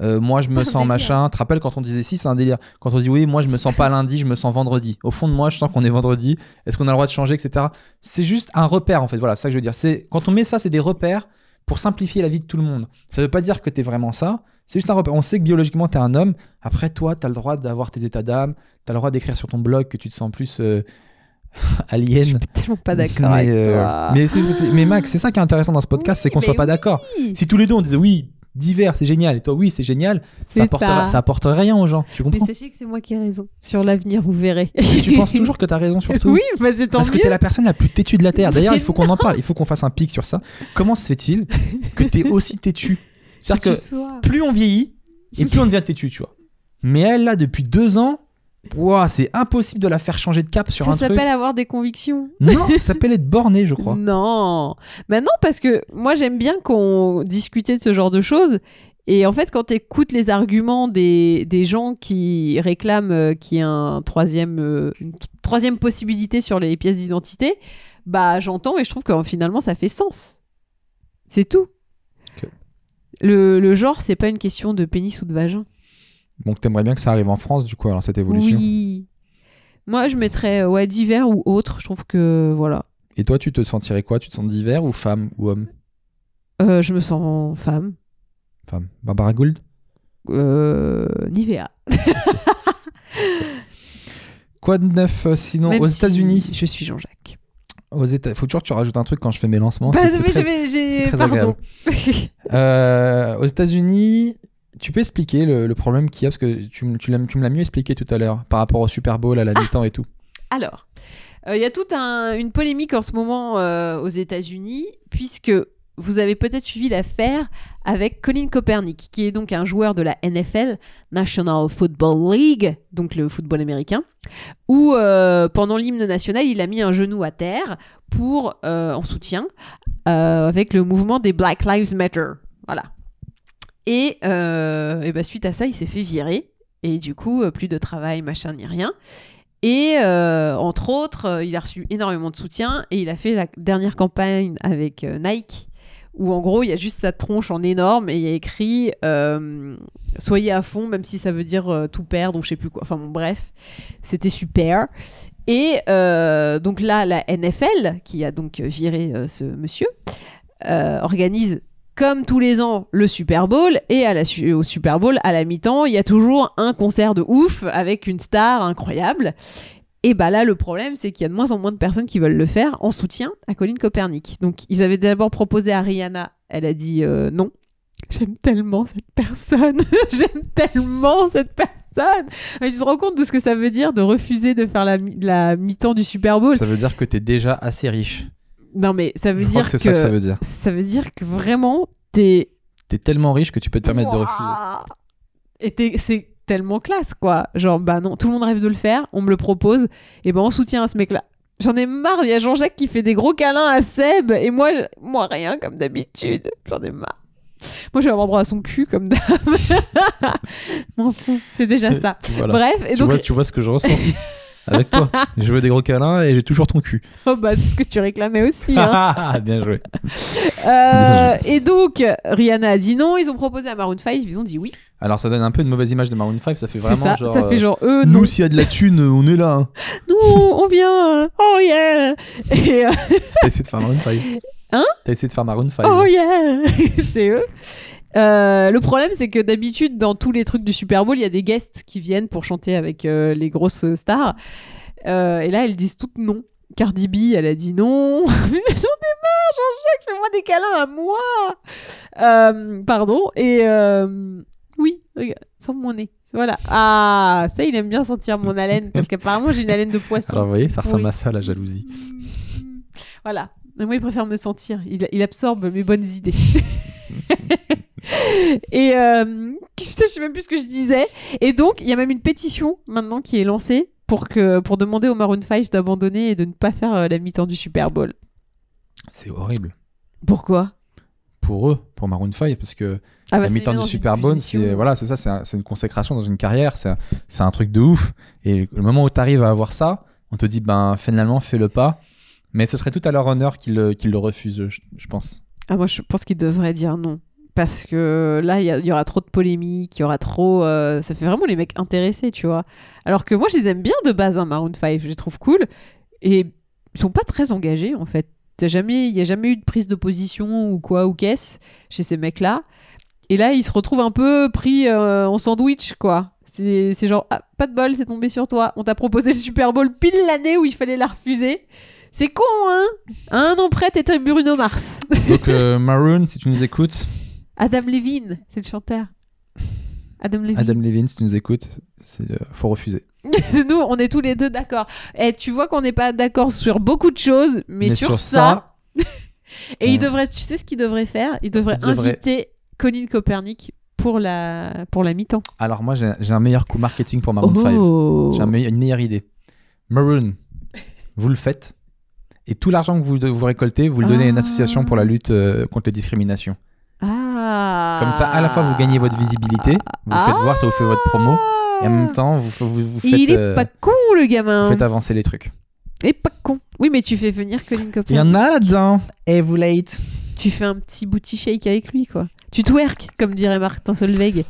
Euh, moi, je me Un sens délire. machin. Tu te rappelles quand on disait si, c'est un délire. Quand on dit oui, moi, je me sens pas lundi, je me sens vendredi. Au fond de moi, je sens qu'on est vendredi. Est-ce qu'on a le droit de changer, etc. C'est juste un repère, en fait. Voilà, c'est ça que je veux dire. C'est quand on met ça, c'est des repères pour simplifier la vie de tout le monde. Ça veut pas dire que t'es vraiment ça. C'est juste un repère. On sait que biologiquement, t'es un homme. Après, toi, t'as le droit d'avoir tes états d'âme. T'as le droit d'écrire sur ton blog que tu te sens plus euh, Je suis alien. tellement pas d'accord Mais, avec euh, toi. Mais, c'est- c'est- mais Max, c'est ça qui est intéressant dans ce podcast, Oui, c'est qu'on mais soit pas oui. d'accord. Si tous les deux on disait oui, divers, c'est génial, et toi oui, c'est génial, ça C'est apporte, pas- ça apporte rien aux gens. Tu Mais comprends sachez que c'est moi qui ai raison. Sur l'avenir, vous verrez. Tu penses toujours que t'as raison sur tout Oui, bah, c'est tant Parce que mieux. t'es la personne la plus têtue de la Terre. D'ailleurs, Mais il faut qu'on en parle, il faut qu'on fasse un pic sur ça. Comment se fait-il que t'es aussi têtu C'est-à-dire Que que tu sois. plus on vieillit et plus on devient têtu, tu vois. Mais elle, là, depuis deux ans, ouah, c'est impossible de la faire changer de cap sur Ça un truc. s'appelle avoir des convictions. Non, ça s'appelle être borné, je crois. Non, bah non parce que moi j'aime bien qu'on discutait de ce genre de choses. Et en fait, quand tu écoutes les arguments des, des gens qui réclament euh, qu'il y ait un troisième, euh, une t- troisième possibilité sur les pièces d'identité, bah j'entends et je trouve que euh, finalement ça fait sens. C'est tout. Ok. Le, le genre, c'est pas une question de pénis ou de vagin. Donc t'aimerais bien que ça arrive en France, du coup, alors cette évolution. Oui. Moi, je mettrais euh, ouais, divers ou autre. Je trouve que voilà. Et toi, tu te sentirais quoi Tu te sens divers ou femme ou homme Euh, je me sens femme. Femme. Barbara Gould euh, Nivea. Quoi de neuf euh, sinon Même aux si États-Unis Je suis Jean-Jacques. Aux États, faut toujours que tu rajoutes un truc quand je fais mes lancements. Bah, Oh, c'est- c'est mais très- j'ai- j'ai- c'est très Pardon. Euh, aux États-Unis, tu peux expliquer le, le problème qu'il y a parce que tu, m- tu l'as- tu me l'as mieux expliqué tout à l'heure par rapport au Super Bowl à la Ah. mi-temps et tout. Alors, euh, il y a toute un- une polémique en ce moment euh, aux États-Unis, puisque vous avez peut-être suivi l'affaire avec Colin Kaepernick, qui est donc un joueur de la NFL, National Football League, donc le football américain, où euh, pendant l'hymne national, il a mis un genou à terre pour euh, en soutien euh, avec le mouvement des Black Lives Matter. Voilà. Et, euh, et ben, suite à ça, il s'est fait virer. Et du coup, euh, plus de travail, machin, ni rien. Et euh, entre autres, euh, il a reçu énormément de soutien et il a fait la dernière campagne avec euh, Nike où en gros il y a juste sa tronche en énorme et il y a écrit euh, soyez à fond même si ça veut dire euh, tout perdre ou je sais plus quoi. Enfin bon bref, c'était super. Et euh, donc là la NFL qui a donc viré euh, ce monsieur euh, organise comme tous les ans le Super Bowl et à la su- au Super Bowl à la mi-temps il y a toujours un concert de ouf avec une star incroyable. Et bah là, le problème, c'est qu'il y a de moins en moins de personnes qui veulent le faire en soutien à Colin Copernic. Donc, ils avaient d'abord proposé à Rihanna, elle a dit euh, non. J'aime tellement cette personne, j'aime tellement cette personne. Mais tu te rends compte de ce que ça veut dire de refuser de faire la, mi- la mi-temps du Super Bowl Ça veut dire que t'es déjà assez riche. Non, mais ça veut Je crois dire que c'est ça que ça veut dire. ça veut dire que vraiment, t'es T'es tellement riche que tu peux te permettre de refuser. Ouah. Et t'es- c'est tellement classe, quoi. Genre, bah non, tout le monde rêve de le faire, on me le propose, et ben on soutient à ce mec-là. J'en ai marre, il y a Jean-Jacques qui fait des gros câlins à Seb, et moi, je- moi rien, comme d'habitude. J'en ai marre. Moi, je vais avoir droit à son cul, comme d'hab. M'en fous, c'est déjà ça. Voilà. Bref, et tu, donc, vois, tu vois ce que je ressens avec toi. Je veux des gros câlins et j'ai toujours ton cul. oh, bah, c'est ce que tu réclamais aussi. hein. Bien joué. Euh, et donc, Rihanna a dit non, ils ont proposé à Maroon 5, ils ont dit oui. Alors ça donne un peu une mauvaise image de Maroon 5, ça fait C'est vraiment ça, genre... ça fait euh, genre, eux, non. Nous, s'il y a de la thune, on est là. Hein. nous, on vient, oh yeah Et, euh, T'as essayé de faire Maroon 5. Hein T'as essayé de faire Maroon 5. oh yeah C'est eux. Euh, le problème, c'est que d'habitude, dans tous les trucs du Super Bowl, il y a des guests qui viennent pour chanter avec euh, les grosses stars. Euh, et là, elles disent toutes non. Cardi B, elle a dit non. J'en ai marre, Jean-Jacques, fais-moi des câlins à moi. Euh, pardon. Et euh, oui, regarde, sans mon nez. Voilà. Ah, ça, il aime bien sentir mon haleine parce qu'apparemment, j'ai une haleine de poisson. Alors vous voyez, ça ressemble Oui. à ça, la jalousie. Voilà. Et Moi, il préfère me sentir. Il, il absorbe mes bonnes idées. Et euh, putain, je sais même plus ce que je disais. Et donc, il y a même une pétition maintenant qui est lancée pour, que, pour demander au Maroon 5 d'abandonner et de ne pas faire euh, la mi-temps du Super Bowl. C'est horrible. Pourquoi Pour eux, pour Maroon 5, parce que ah la c'est mi-temps mis du dans une Super Bowl, position- c'est voilà, c'est ça, c'est un- c'est une consécration dans une carrière, c'est un- c'est un truc de ouf. Et le moment où tu arrives à avoir ça, on te dit ben finalement fais le pas. Mais ce serait tout à leur honneur qu'ils le, qu'ils le refusent, je, je pense. Ah, moi, je pense qu'il devrait dire non. Parce que là, il y, a- il y aura trop de polémiques, il y aura trop. euh, ça fait vraiment les mecs intéressés, tu vois. Alors que moi, je les aime bien de base, hein, Maroon 5. Je les trouve cool. Et ils sont pas très engagés, en fait. T'as jamais- Il n'y a jamais eu de prise de position ou quoi, ou qu'est-ce, chez ces mecs-là. Et là, ils se retrouvent un peu pris euh, en sandwich, quoi. C'est c'est genre, ah, pas de bol, c'est tombé sur toi. On t'a proposé le Super Bowl pile l'année où il fallait la refuser. C'est con, hein Un an près, t'étais Bruno Mars. Donc euh, Maroon, si tu nous écoutes, Adam Levine, c'est le chanteur. Adam Levine. Adam Levine, si tu nous écoutes, c'est euh, faut refuser. Nous, on est tous les deux d'accord. Et tu vois qu'on n'est pas d'accord sur beaucoup de choses, mais, sur, ça. Et on- il devrait, tu sais ce qu'il devrait faire Il devrait Il devrait- inviter Colin Copernic pour la pour la mi-temps. alors moi j'ai j'ai un meilleur coup marketing pour Maroon 5. Oh. J'ai un meille- une meilleure idée. Maroon, vous le faites. Et tout l'argent que vous, vous récoltez, vous le donnez à une Ah. association pour la lutte euh, contre les discriminations. Ah. Comme ça, à la fois, vous gagnez votre visibilité, vous Ah. faites voir, ça vous fait votre promo. Et en même temps, vous, fa- vous, vous faites, il est euh, pas con le vous gamin. faites avancer les trucs. Il est pas con. Oui, mais tu fais venir Colin Copernic. Il y en a là-dedans. Et vous late. Tu fais un petit booty shake avec lui, quoi. Tu twerk, comme dirait Martin Solveig.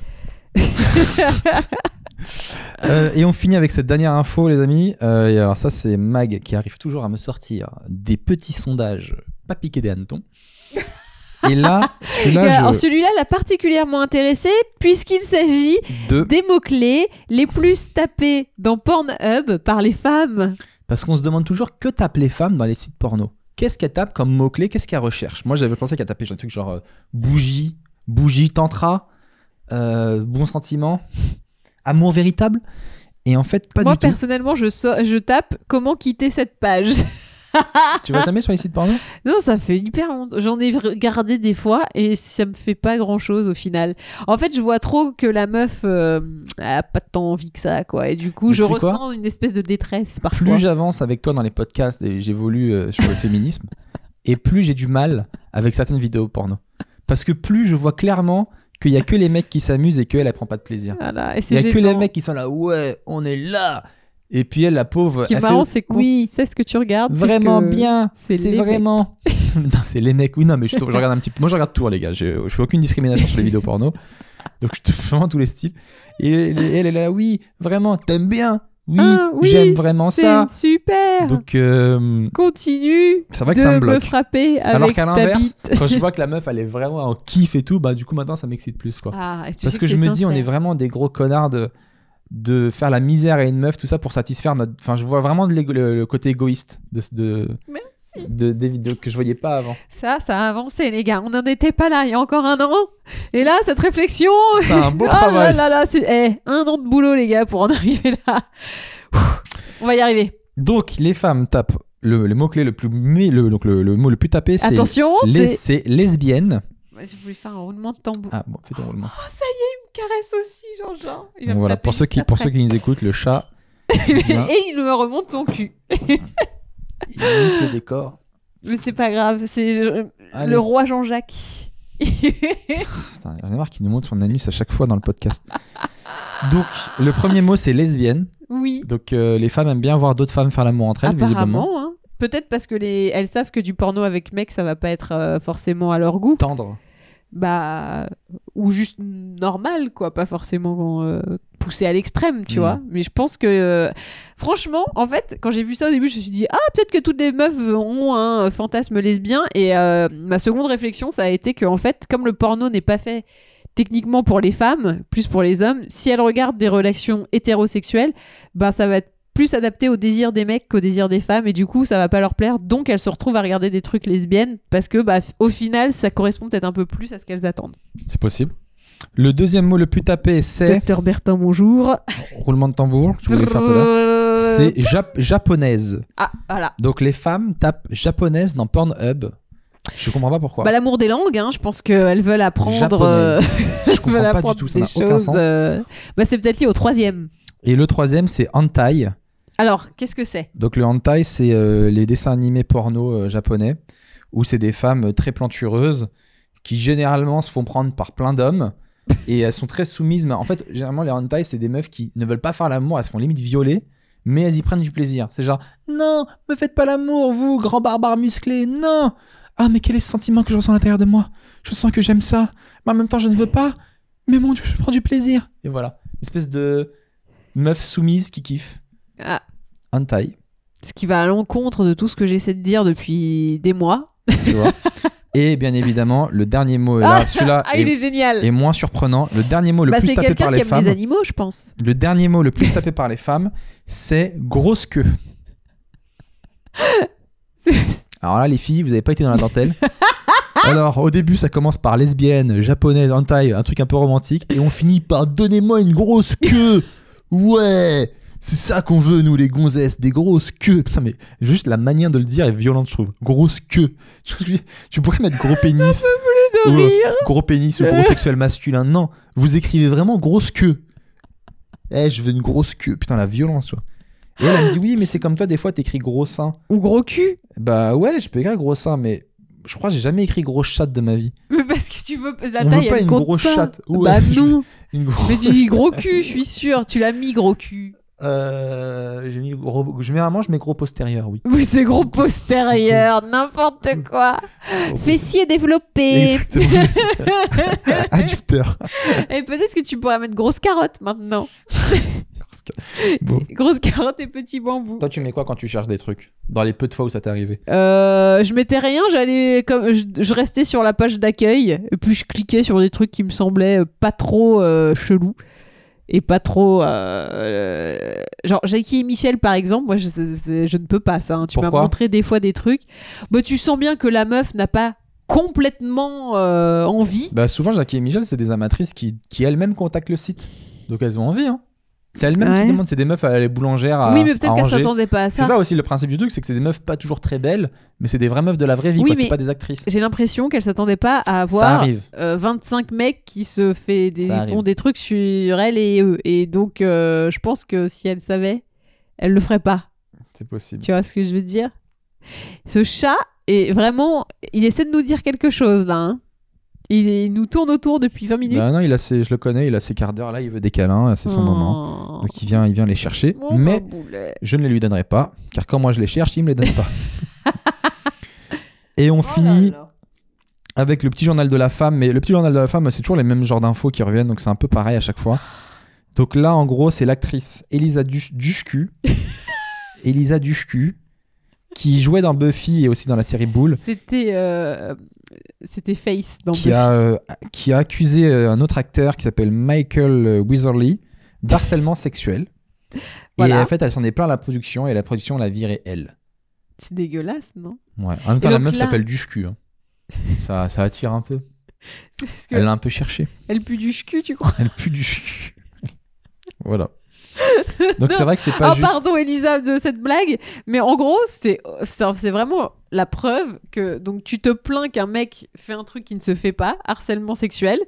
Euh, et on finit avec cette dernière info, les amis. Euh, et alors ça, c'est Mag qui arrive toujours à me sortir des petits sondages pas piqués des hannetons. Et là, Et celui-là, alors, je... celui-là l'a particulièrement intéressé puisqu'il s'agit deux. des mots-clés les plus tapés dans Pornhub par les femmes. Parce qu'on se demande toujours que tapent les femmes dans les sites porno. Qu'est-ce qu'elles tapent comme mot-clé Qu'est-ce qu'elles recherchent Moi, j'avais pensé qu'elles tapaient genre, un truc genre euh, bougie, bougie, tantra, euh, bon sentiment, amour véritable. Et en fait, pas Moi, du tout. personnellement, je, so- je tape comment quitter cette page. Tu vas jamais sur les sites porno Non, ça fait hyper longtemps. J'en ai regardé des fois et ça me fait pas grand chose au final. En fait, je vois trop que la meuf euh, elle a pas tant envie que ça, quoi. Et du coup, Mais je tu sais quoi ressens une espèce de détresse parfois. Plus j'avance avec toi dans les podcasts et j'évolue euh, sur le féminisme, et plus j'ai du mal avec certaines vidéos porno. Parce que plus je vois clairement qu'il y a que les mecs qui s'amusent et qu'elle, elle prend pas de plaisir. Voilà, et Il y c'est a que les gênant. mecs qui sont là, ouais, on est là. Et puis elle, la pauvre, Ce qui est elle fait, marrant, c'est qu'on Ah, oui, sait ce que tu regardes. Vraiment puisque- bien. c'est C'est les vraiment. non, c'est les mecs. Oui, non, mais je, je regarde un petit peu. Moi, je regarde tout, hein, les gars. Je, je fais aucune discrimination sur les vidéos porno. Donc, je touche vraiment tous les styles. Et elle, elle est là, oui, vraiment, t'aimes bien. Oui, Ah, oui, j'aime vraiment C'est ça. super. Donc, euh, Continue c'est vrai que de ça me me bloque. frapper avec Alors qu'à ta l'inverse, bite. quand je vois que la meuf, elle est vraiment en kiff et tout, bah, du coup, maintenant, ça m'excite plus, quoi. Ah, et tu Parce sais que, je c'est me dis, on est sincère. vraiment des gros connards de, de faire la misère à une meuf, tout ça pour satisfaire notre. Enfin, je vois vraiment de l'égo- le, le côté égoïste de, de, Merci. de- des vidéos que je voyais pas avant. Ça, ça a avancé, les gars. On n'en était pas là il y a encore un an. Et là, cette réflexion. C'est un beau Ah travail. là là là, c'est eh, un an de boulot, les gars, pour en arriver là. Ouh, On va y arriver. Donc, les femmes tapent le, le mot-clé le plus. mais le- donc, le, le mot le plus tapé, c'est. Attention, les- c'est. C'est lesbienne. Ouais, Je voulais faire un roulement de tambour. Ah bon, fais ton roulement. Caresse aussi, Jean-Jean. Il va Donc me voilà, taper pour ceux, juste qui, pour ceux après. qui nous écoutent, le chat. voilà, Et il me remonte son cul. il nique le décor. Mais c'est pas grave, c'est euh, Allez. le roi Jean-Jacques. Putain, j'en ai marre qu'il nous montre son anus à chaque fois dans le podcast. Donc, le premier mot, c'est lesbienne. oui, Donc, euh, les femmes aiment bien voir d'autres femmes faire l'amour entre elles, visiblement. apparemment. hein. Peut-être parce que les elles savent que du porno avec mec, ça va pas être euh, forcément à leur goût. Tendre. bah ou juste normal quoi pas forcément euh, poussé à l'extrême tu Mhm. vois mais je pense que euh, franchement en fait quand j'ai vu ça au début je me suis dit ah peut-être que toutes les meufs ont un euh, fantasme lesbien et euh, ma seconde réflexion ça a été que en fait comme le porno n'est pas fait techniquement pour les femmes plus pour les hommes si elles regardent des relations hétérosexuelles bah ça va être plus adapté au désir des mecs qu'au désir des femmes et du coup ça va pas leur plaire donc elles se retrouvent à regarder des trucs lesbiennes parce que bah f- au final ça correspond peut-être un peu plus à ce qu'elles attendent C'est possible. Le deuxième mot le plus tapé, c'est. Docteur Bertin, bonjour. Roulement de tambour. Je voulais faire tout à l'heure. Euh, C'est jap- japonaise. Ah, voilà. Donc les femmes tapent japonaise dans Pornhub. Je comprends pas pourquoi. Bah, L'amour des langues, hein, je pense qu'elles veulent apprendre. euh, japonaise. Je veulent comprends pas apprendre du tout, ça n'a des aucun choses, sens. euh, Bah, c'est peut-être lié au troisième. Et le troisième, c'est hentai. Alors, qu'est-ce que c'est Donc le hentai, c'est euh, les dessins animés porno euh, japonais où c'est des femmes euh, très plantureuses qui généralement se font prendre par plein d'hommes et elles sont très soumises. Mais en fait, généralement les hentai, c'est des meufs qui ne veulent pas faire l'amour, elles se font limite violer. Mais elles y prennent du plaisir. C'est genre, non, me faites pas l'amour, vous, grand barbare musclé, non Ah, mais quel est ce sentiment que je ressens à l'intérieur de moi Je sens que j'aime ça, mais en même temps, je ne veux pas, mais mon dieu, je prends du plaisir Et voilà, espèce de meuf soumise qui kiffe. Ah, Hentai. Ce qui va à l'encontre de tout ce que j'essaie de dire depuis des mois. tu vois. Et bien évidemment, le dernier mot est là. Celui-là Ah, il est, est génial est moins surprenant. Le dernier mot le Bah, plus c'est tapé par quelqu'un qui les aime les femmes. animaux, je pense. Le dernier mot le plus tapé par les femmes, c'est grosse queue. Alors là, les filles, vous avez pas été dans la dentelle. Alors, au début, ça commence par lesbienne, japonaise, hentai, un truc un peu romantique. Et on finit par donnez-moi une grosse queue. Ouais, c'est ça qu'on veut, nous, les gonzesses, des grosses queues. Putain, mais juste la manière de le dire est violente, je trouve. Grosse queue. Tu, tu pourrais mettre gros pénis. de ou, euh, rire gros pénis ou gros sexuel masculin. Non, vous écrivez vraiment grosse queue. Eh, je veux une grosse queue. Putain, la violence, tu vois. Et elle, elle me dit oui, mais c'est comme toi, des fois, t'écris gros sein. Ou gros cul Bah ouais, je peux écrire gros sein, mais je crois que j'ai jamais écrit grosse chatte de ma vie. Mais parce que tu veux. La On taille, veut pas elle une compte grosse pas. chatte. Ouais, bah je- non. Une gros- Mais tu dis gros cul, je suis sûre. Tu l'as mis gros cul. Euh, j'ai mis gros. Généralement, je mets gros postérieur, oui. Mais c'est gros postérieur, n'importe quoi. Ah, Fessier développé. Exactement. Adducteur. Et peut-être que tu pourrais mettre grosse carotte maintenant. Grosse ca- Bon. Grosse carotte et petit bambou. Toi, tu mets quoi quand tu cherches des trucs Dans les peu de fois où ça t'est arrivé Euh, je mettais rien, j'allais comme je, je restais sur la page d'accueil et puis je cliquais sur des trucs qui me semblaient euh, pas trop euh, chelous et pas trop euh, euh, genre Jackie et Michel par exemple, moi je, c'est- c'est- je ne peux pas ça. hein. Tu m'as Pourquoi montré des fois des trucs, bah tu sens bien que la meuf n'a pas complètement euh, envie. Bah souvent, Jackie et Michel, c'est des amatrices qui, qui elles-mêmes contactent le site. Donc elles ont envie. Hein. C'est elles-mêmes Ouais. qui demandent. C'est des meufs à la boulangère à oui, mais Ah, à peut-être qu'elle Angers. s'attendait pas à C'est ça. ça aussi le principe du truc, c'est que c'est des meufs pas toujours très belles, mais c'est des vraies meufs de la vraie vie, Oui, quoi, mais c'est pas des actrices. J'ai l'impression qu'elle s'attendait pas à Ça avoir arrive. euh, 25 mecs qui se fait des, Ça ils arrive. font des trucs sur elle et eux. Et donc, euh, je pense que si elle savait, elle le ferait pas. C'est possible. Tu vois ce que je veux dire Ce chat est vraiment. Il essaie de nous dire quelque chose là. hein. Il, il nous tourne autour depuis 20 minutes. Bah, Non, non, il a ses- je le connais, il a ses quarts d'heure là, il veut des câlins, c'est son Oh. moment. Donc il vient, il vient les chercher, Mon mais bamboulet. je ne les lui donnerai pas, car quand moi je les cherche, il me les donne pas. Et on Oh là finit là. avec le petit journal de la femme, mais le petit journal de la femme, c'est toujours les mêmes genres d'infos qui reviennent, donc c'est un peu pareil à chaque fois. Donc là, en gros, c'est l'actrice Elisa Dus- Dushku, Elisa Dushku, qui jouait dans Buffy et aussi dans la série Bull, C'était. euh, C'était Face dans qui a, Buffy. euh, qui a accusé euh, un autre acteur qui s'appelle Michael euh, Weatherly d'harcèlement sexuel. Et Voilà. en fait, elle s'en est plaint à la production et la production l'a virée elle. C'est dégueulasse, non Ouais. En même temps, Et la donc meuf là- s'appelle Dushku. hein. Ça, ça attire un peu. Parce que Elle l'a un peu cherché. Elle pue du cul, tu crois Elle pue du Voilà. Donc c'est vrai que c'est pas Ah, juste. pardon, Elisa, de cette blague. Mais en gros, c'est c'est- c'est vraiment la preuve que donc tu te plains qu'un mec fait un truc qui ne se fait pas, harcèlement sexuel.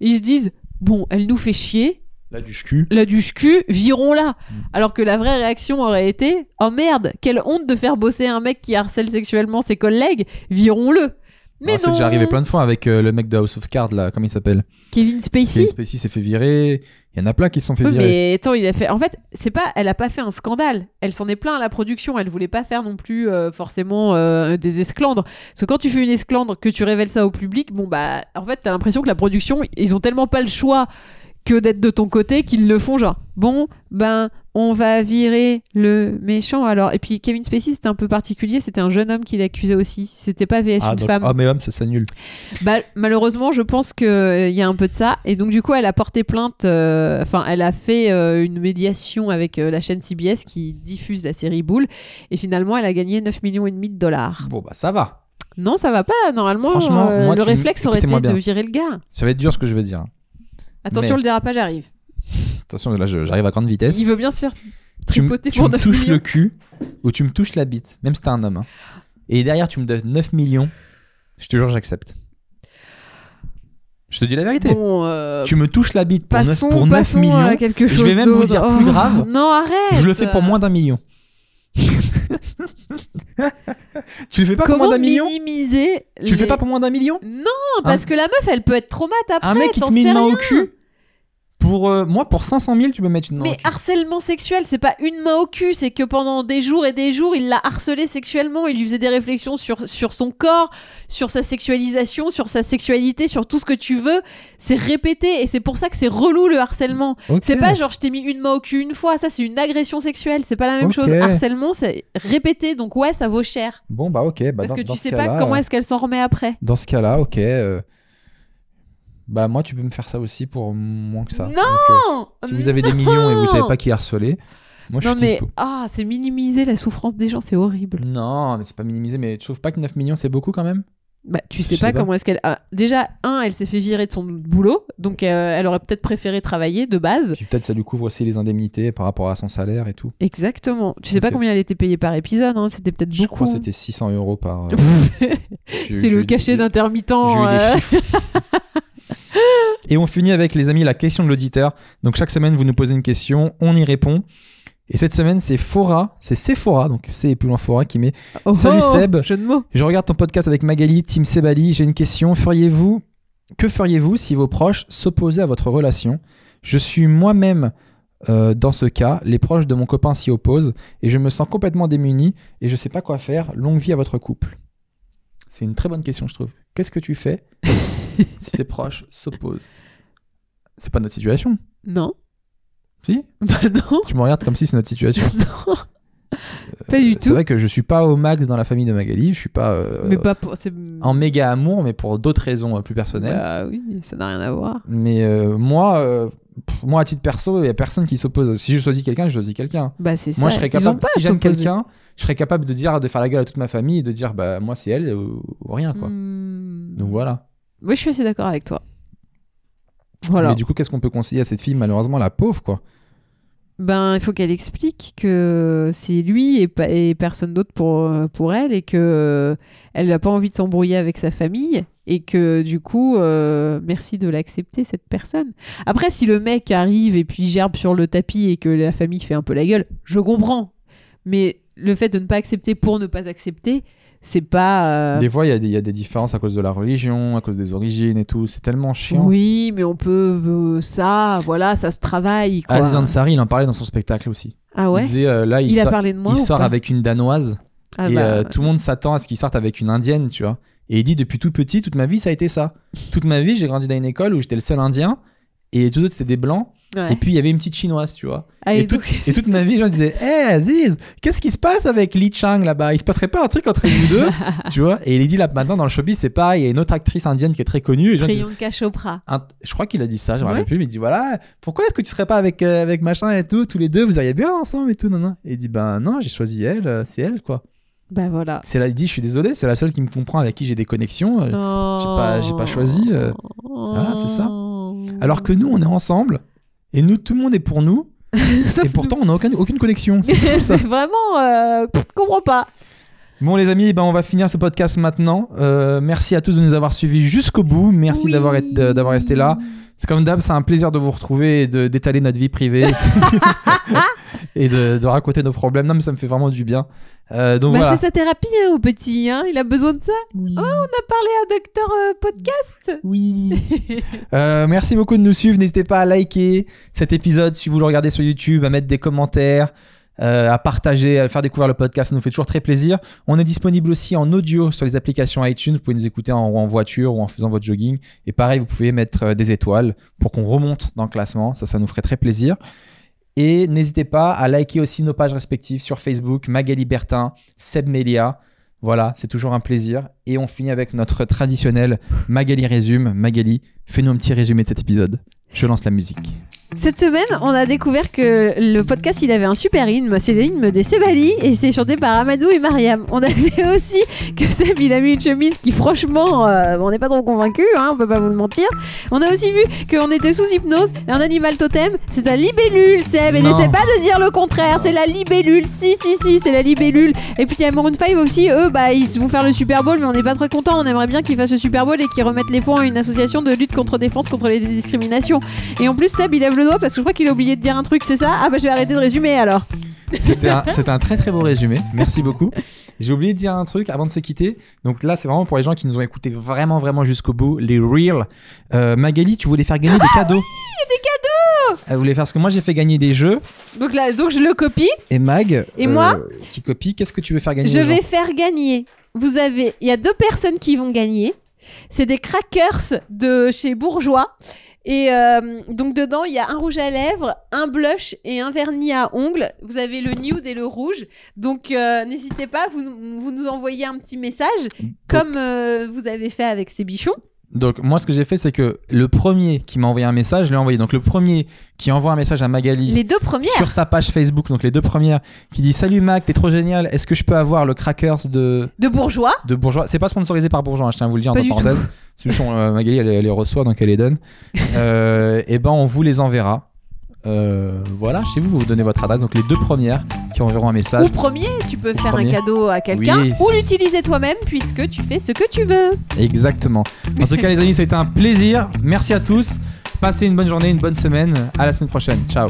et ils se disent bon, elle nous fait chier, Là du cul. la duche cul, virons la. Mm. Alors que la vraie réaction aurait été oh merde, quelle honte de faire bosser un mec qui harcèle sexuellement ses collègues, virons-le. Mais Alors, C'est non. déjà arrivé plein de fois avec euh, le mec de House of Cards là, comment il s'appelle Kevin Spacey. Kevin Spacey s'est fait virer. Il y en a plein qui se sont fait Oui, virer. mais attends, il a fait. En fait, c'est pas, elle a pas fait un scandale. Elle s'en est plaint à la production. Elle voulait pas faire non plus euh, forcément euh, des esclandres. Parce que quand tu fais une esclandre, que tu révèles ça au public, bon bah, en fait, t'as l'impression que la production, ils ont tellement pas le choix que d'être de ton côté qu'ils le font genre. Bon, ben, on va virer le méchant alors. Et puis Kevin Spacey, c'était un peu particulier. C'était un jeune homme qui l'accusait aussi. C'était pas VS Ah, une donc- femme. ah, mais homme, ça s'annule. Bah, malheureusement, je pense qu'il y a un peu de ça. Et donc, du coup, elle a porté plainte. euh, Enfin, elle a fait euh, une médiation avec euh, la chaîne CBS qui diffuse la série Boule. Et finalement, elle a gagné 9 millions et demi de dollars. Bon bah ça va. Non, ça va pas. Normalement, Franchement, euh, moi, le tu m- réflexe aurait été écoutez-moi de bien. virer le gars. Ça va être dur ce que je vais dire. Attention, Mais- le dérapage arrive. Attention, là je- j'arrive à grande vitesse. Il veut bien se faire tu me, tripoter tu pour me 9 touches millions. le cul ou tu me touches la bite, même si t'es un homme. hein. Et derrière, tu me donnes 9 millions. Je te jure, j'accepte. Je te dis la vérité. Bon, euh, tu me touches la bite pour, neuf- passons, pour 9 passons millions. à quelque vais chose même vous d'autre. dire plus grave. Non, arrête. Je le fais pour moins d'un million. tu le fais pas pour Comment moins d'un million minimiser Tu le fais pas pour Hein moins d'un million Non, parce que la meuf, elle peut être traumate après. Un mec qui t'en te met sais une main rien. au cul. Pour euh, moi, pour 500 000, tu peux mettre une main au Mais cul. harcèlement sexuel, c'est pas une main au cul, c'est que pendant des jours et des jours, il l'a harcelé sexuellement, il lui faisait des réflexions sur, sur son corps, sur sa sexualisation, sur sa sexualité, sur tout ce que tu veux. C'est répété et c'est pour ça que c'est relou le harcèlement. Ok. C'est pas genre je t'ai mis une main au cul une fois, ça c'est une agression sexuelle, c'est pas la même Ok. chose. Harcèlement, c'est répété, donc ouais, ça vaut cher. Bon, bah ok. Bah, Parce dans- que tu dans ce sais pas cas-là, comment euh, est-ce qu'elle s'en remet après. Dans ce cas-là, ok. euh, Bah moi, tu peux me faire ça aussi pour moins que ça. Non Donc, euh, Non, Si vous avez des millions et vous savez pas qui est harcelé, moi je non suis mais dispo. ah, c'est minimiser la souffrance des gens, c'est horrible. Non, mais c'est pas minimisé, mais tu trouves pas que 9 millions c'est beaucoup quand même Bah, tu sais Je pas, sais pas. comment est-ce qu'elle. ah, déjà, un, elle s'est fait virer de son boulot, donc euh, elle aurait peut-être préféré travailler de base. Puis peut-être ça lui couvre aussi les indemnités par rapport à son salaire et tout. Exactement. Tu sais pas Ok. combien elle était payée par épisode, hein, c'était peut-être beaucoup. Je crois que c'était 600 euros par. euh, j'ai- C'est j'ai le eu- cachet euh. j'ai- d'intermittent. j'ai eu des euh. chiffres. et on finit avec les amis la question de l'auditeur. Donc chaque semaine vous nous posez une question, on y répond. Et cette semaine c'est Fora, c'est Sephora, donc C et plus loin Fora qui met Oh, Salut, oh, Seb. Jeu de mots. Je regarde ton podcast avec Magali, Tim Sebali. J'ai une question. Feriez-vous que feriez-vous si vos proches s'opposaient à votre relation Je suis moi-même euh, dans ce cas. Les proches de mon copain s'y opposent et je me sens complètement démuni et je sais pas quoi faire. Longue vie à votre couple. C'est une très bonne question, je trouve. Qu'est-ce que tu fais si tes proches s'opposent C'est pas notre situation. Non. Si Bah non, Tu me regardes comme si c'est notre situation. non. Pas Euh, du C'est tout. vrai que je suis pas au max dans la famille de Magali, je suis pas euh, Mais pas pour. c'est- en méga amour, mais pour d'autres raisons euh, plus personnelles. Bah oui, ça n'a rien à voir. Mais euh, moi, euh, pff, moi à titre perso, il y a personne qui s'oppose. Si je choisis quelqu'un, je choisis quelqu'un. Bah c'est ça. Moi, je serais Ils ont capable. pas à Si j'aime s'opposer. quelqu'un, je serais capable de dire, de faire la gueule à toute ma famille et de dire, bah moi c'est elle ou, ou rien quoi. Hmm. Donc voilà. Oui, je suis assez d'accord avec toi. Voilà. Mais du coup, qu'est-ce qu'on peut conseiller à cette fille Malheureusement, la pauvre quoi. Ben, il faut qu'elle explique que c'est lui et, pa- et personne d'autre pour, euh, pour elle et que euh, elle n'a pas envie de s'embrouiller avec sa famille et que du coup, euh, merci de l'accepter, cette personne. Après, si le mec arrive et puis gerbe sur le tapis et que la famille fait un peu la gueule, je comprends. Mais le fait de ne pas accepter pour ne pas accepter, c'est pas. euh, Des fois, il y, a des- il y a des différences à cause de la religion, à cause des origines et tout. C'est tellement chiant. Oui, mais on peut. euh, ça, voilà, ça se travaille. Quoi. Aziz Ansari, il en parlait dans son spectacle aussi. ah ouais Il disait, euh, là, il, Il a sort- parlé de moi il ou sort pas avec une danoise Ah et bah, euh, tout le monde s'attend à ce qu'il sorte avec une indienne, tu vois. Et il dit depuis tout petit, toute ma vie, ça a été ça. Toute ma vie, j'ai grandi dans une école où j'étais le seul indien et tous les autres, c'était des blancs. ouais. Et puis, il y avait une petite chinoise, tu vois. Ah, et, et tout- donc- et toute ma vie, les gens disaient Hé Eh, Aziz, qu'est-ce qui se passe avec Li Chang là-bas Il se passerait pas un truc entre vous deux Tu vois Et il dit là maintenant dans le showbiz, c'est pareil. Il y a une autre actrice indienne qui est très connue. Et les gens disent, Priyanka Chopra. un- je crois qu'il a dit ça, je me Ouais. rappelle plus, mais il dit voilà, pourquoi est-ce que tu serais pas avec, euh, avec machin et tout, tous les deux, vous alliez bien ensemble et tout, non, non. Et il dit ben non, j'ai choisi elle, euh, c'est elle quoi. Bah voilà. C'est là, il dit je suis désolé, c'est la seule qui me comprend avec qui j'ai des connexions. euh, Mm. pas- j'ai pas choisi, euh, voilà, c'est ça. Oh. Alors que nous, on est ensemble, et nous, tout le monde est pour nous, et pourtant, on n'a aucun- aucune connexion. C'est fou, ça. c'est vraiment. Euh, pff, comprends pas. Bon les amis, eh ben, on va finir ce podcast maintenant. Euh, merci à tous de nous avoir suivis jusqu'au bout. Merci Oui. d'avoir été- euh, d'avoir resté là. C'est comme d'hab, c'est un plaisir de vous retrouver et de- d'étaler notre vie privée et de, de raconter nos problèmes. Non, mais ça me fait vraiment du bien. Euh, donc Bah, voilà. C'est sa thérapie, hein, au petit. Hein. Il a besoin de ça. Oh, on a parlé à Docteur euh, Podcast. Oui. Euh, merci beaucoup de nous suivre. N'hésitez pas à liker cet épisode si vous le regardez sur YouTube, à mettre des commentaires, euh, à partager, à faire découvrir le podcast. Ça nous fait toujours très plaisir. On est disponible aussi en audio sur les applications iTunes. Vous pouvez nous écouter en, en voiture ou en faisant votre jogging. Et pareil, vous pouvez mettre euh, des étoiles pour qu'on remonte dans le classement. Ça, ça nous ferait très plaisir. Et n'hésitez pas à liker aussi nos pages respectives sur Facebook, Magali Bertin, Seb Melia. Voilà, c'est toujours un plaisir. Et on finit avec notre traditionnel Magali résume. Magali, fais-nous un petit résumé de cet épisode. Je lance la musique. Cette semaine, on a découvert que le podcast, il avait un super hymne. C'est le hymne des Sebali et c'est chanté par Amadou et Mariam. On avait aussi que Seb, il a mis une chemise qui, franchement, euh, on n'est pas trop convaincu, hein, on peut pas vous le mentir. On a aussi vu qu'on était sous hypnose. Un animal totem, c'est un libellule, Seb. Et Non. n'essaie pas de dire le contraire, c'est la libellule. Si, si, si, c'est la libellule. Et puis il y a Maroon 5 aussi, eux, bah, ils vont faire le Super Bowl, mais on n'est pas très contents. On aimerait bien qu'ils fassent le Super Bowl et qu'ils remettent les fonds à une association de lutte contre défense contre les discriminations. Et en plus, Seb, il lève le doigt parce que je crois qu'il a oublié de dire un truc, c'est ça Ah bah je vais arrêter de résumer alors. C'était un, c'était un très très beau résumé. Merci beaucoup. J'ai oublié de dire un truc avant de se quitter. Donc là, c'est vraiment pour les gens qui nous ont écoutés vraiment vraiment jusqu'au bout, les reels. Euh, Magali, tu voulais faire gagner des cadeaux. Ah, des cadeaux Elle voulait faire ce que moi j'ai fait gagner des jeux. Donc là, donc je le copie. Et Mag, euh, Et moi qui copie, qu'est-ce que tu veux faire gagner Je aux gens vais faire gagner. Vous avez, il y a deux personnes qui vont gagner. C'est des crackers de chez Bourgeois. Et euh, donc dedans, il y a un rouge à lèvres, un blush et un vernis à ongles. Vous avez le nude et le rouge. Donc euh, n'hésitez pas, vous, nous- vous nous envoyez un petit message, comme euh, vous avez fait avec ces bichons. Donc moi ce que j'ai fait c'est que le premier qui m'a envoyé un message, je l'ai envoyé. Donc le premier qui envoie un message à Magali Les deux premières. sur sa page Facebook, donc les deux premières, qui dit Salut Mac, t'es trop génial, est-ce que je peux avoir le crackers de, De bourgeois, de Bourgeois C'est pas sponsorisé par Bourgeois, hein, je tiens à vous le dire Pas entre du parenthèses. C'est juste, on, euh, Magali, elle, elle les reçoit donc elle les donne. Euh, et ben on vous les enverra. Euh, voilà, chez vous, vous vous donnez votre adresse. Donc les deux premières qui enverront un ou message. premier, tu peux faire Bah, premier. un cadeau à quelqu'un, Oui. ou l'utiliser toi-même, puisque tu fais ce que tu veux. Exactement. En tout cas, les amis, ça a été un plaisir. Merci à tous. Passez une bonne journée, une bonne semaine. À la semaine prochaine. Ciao.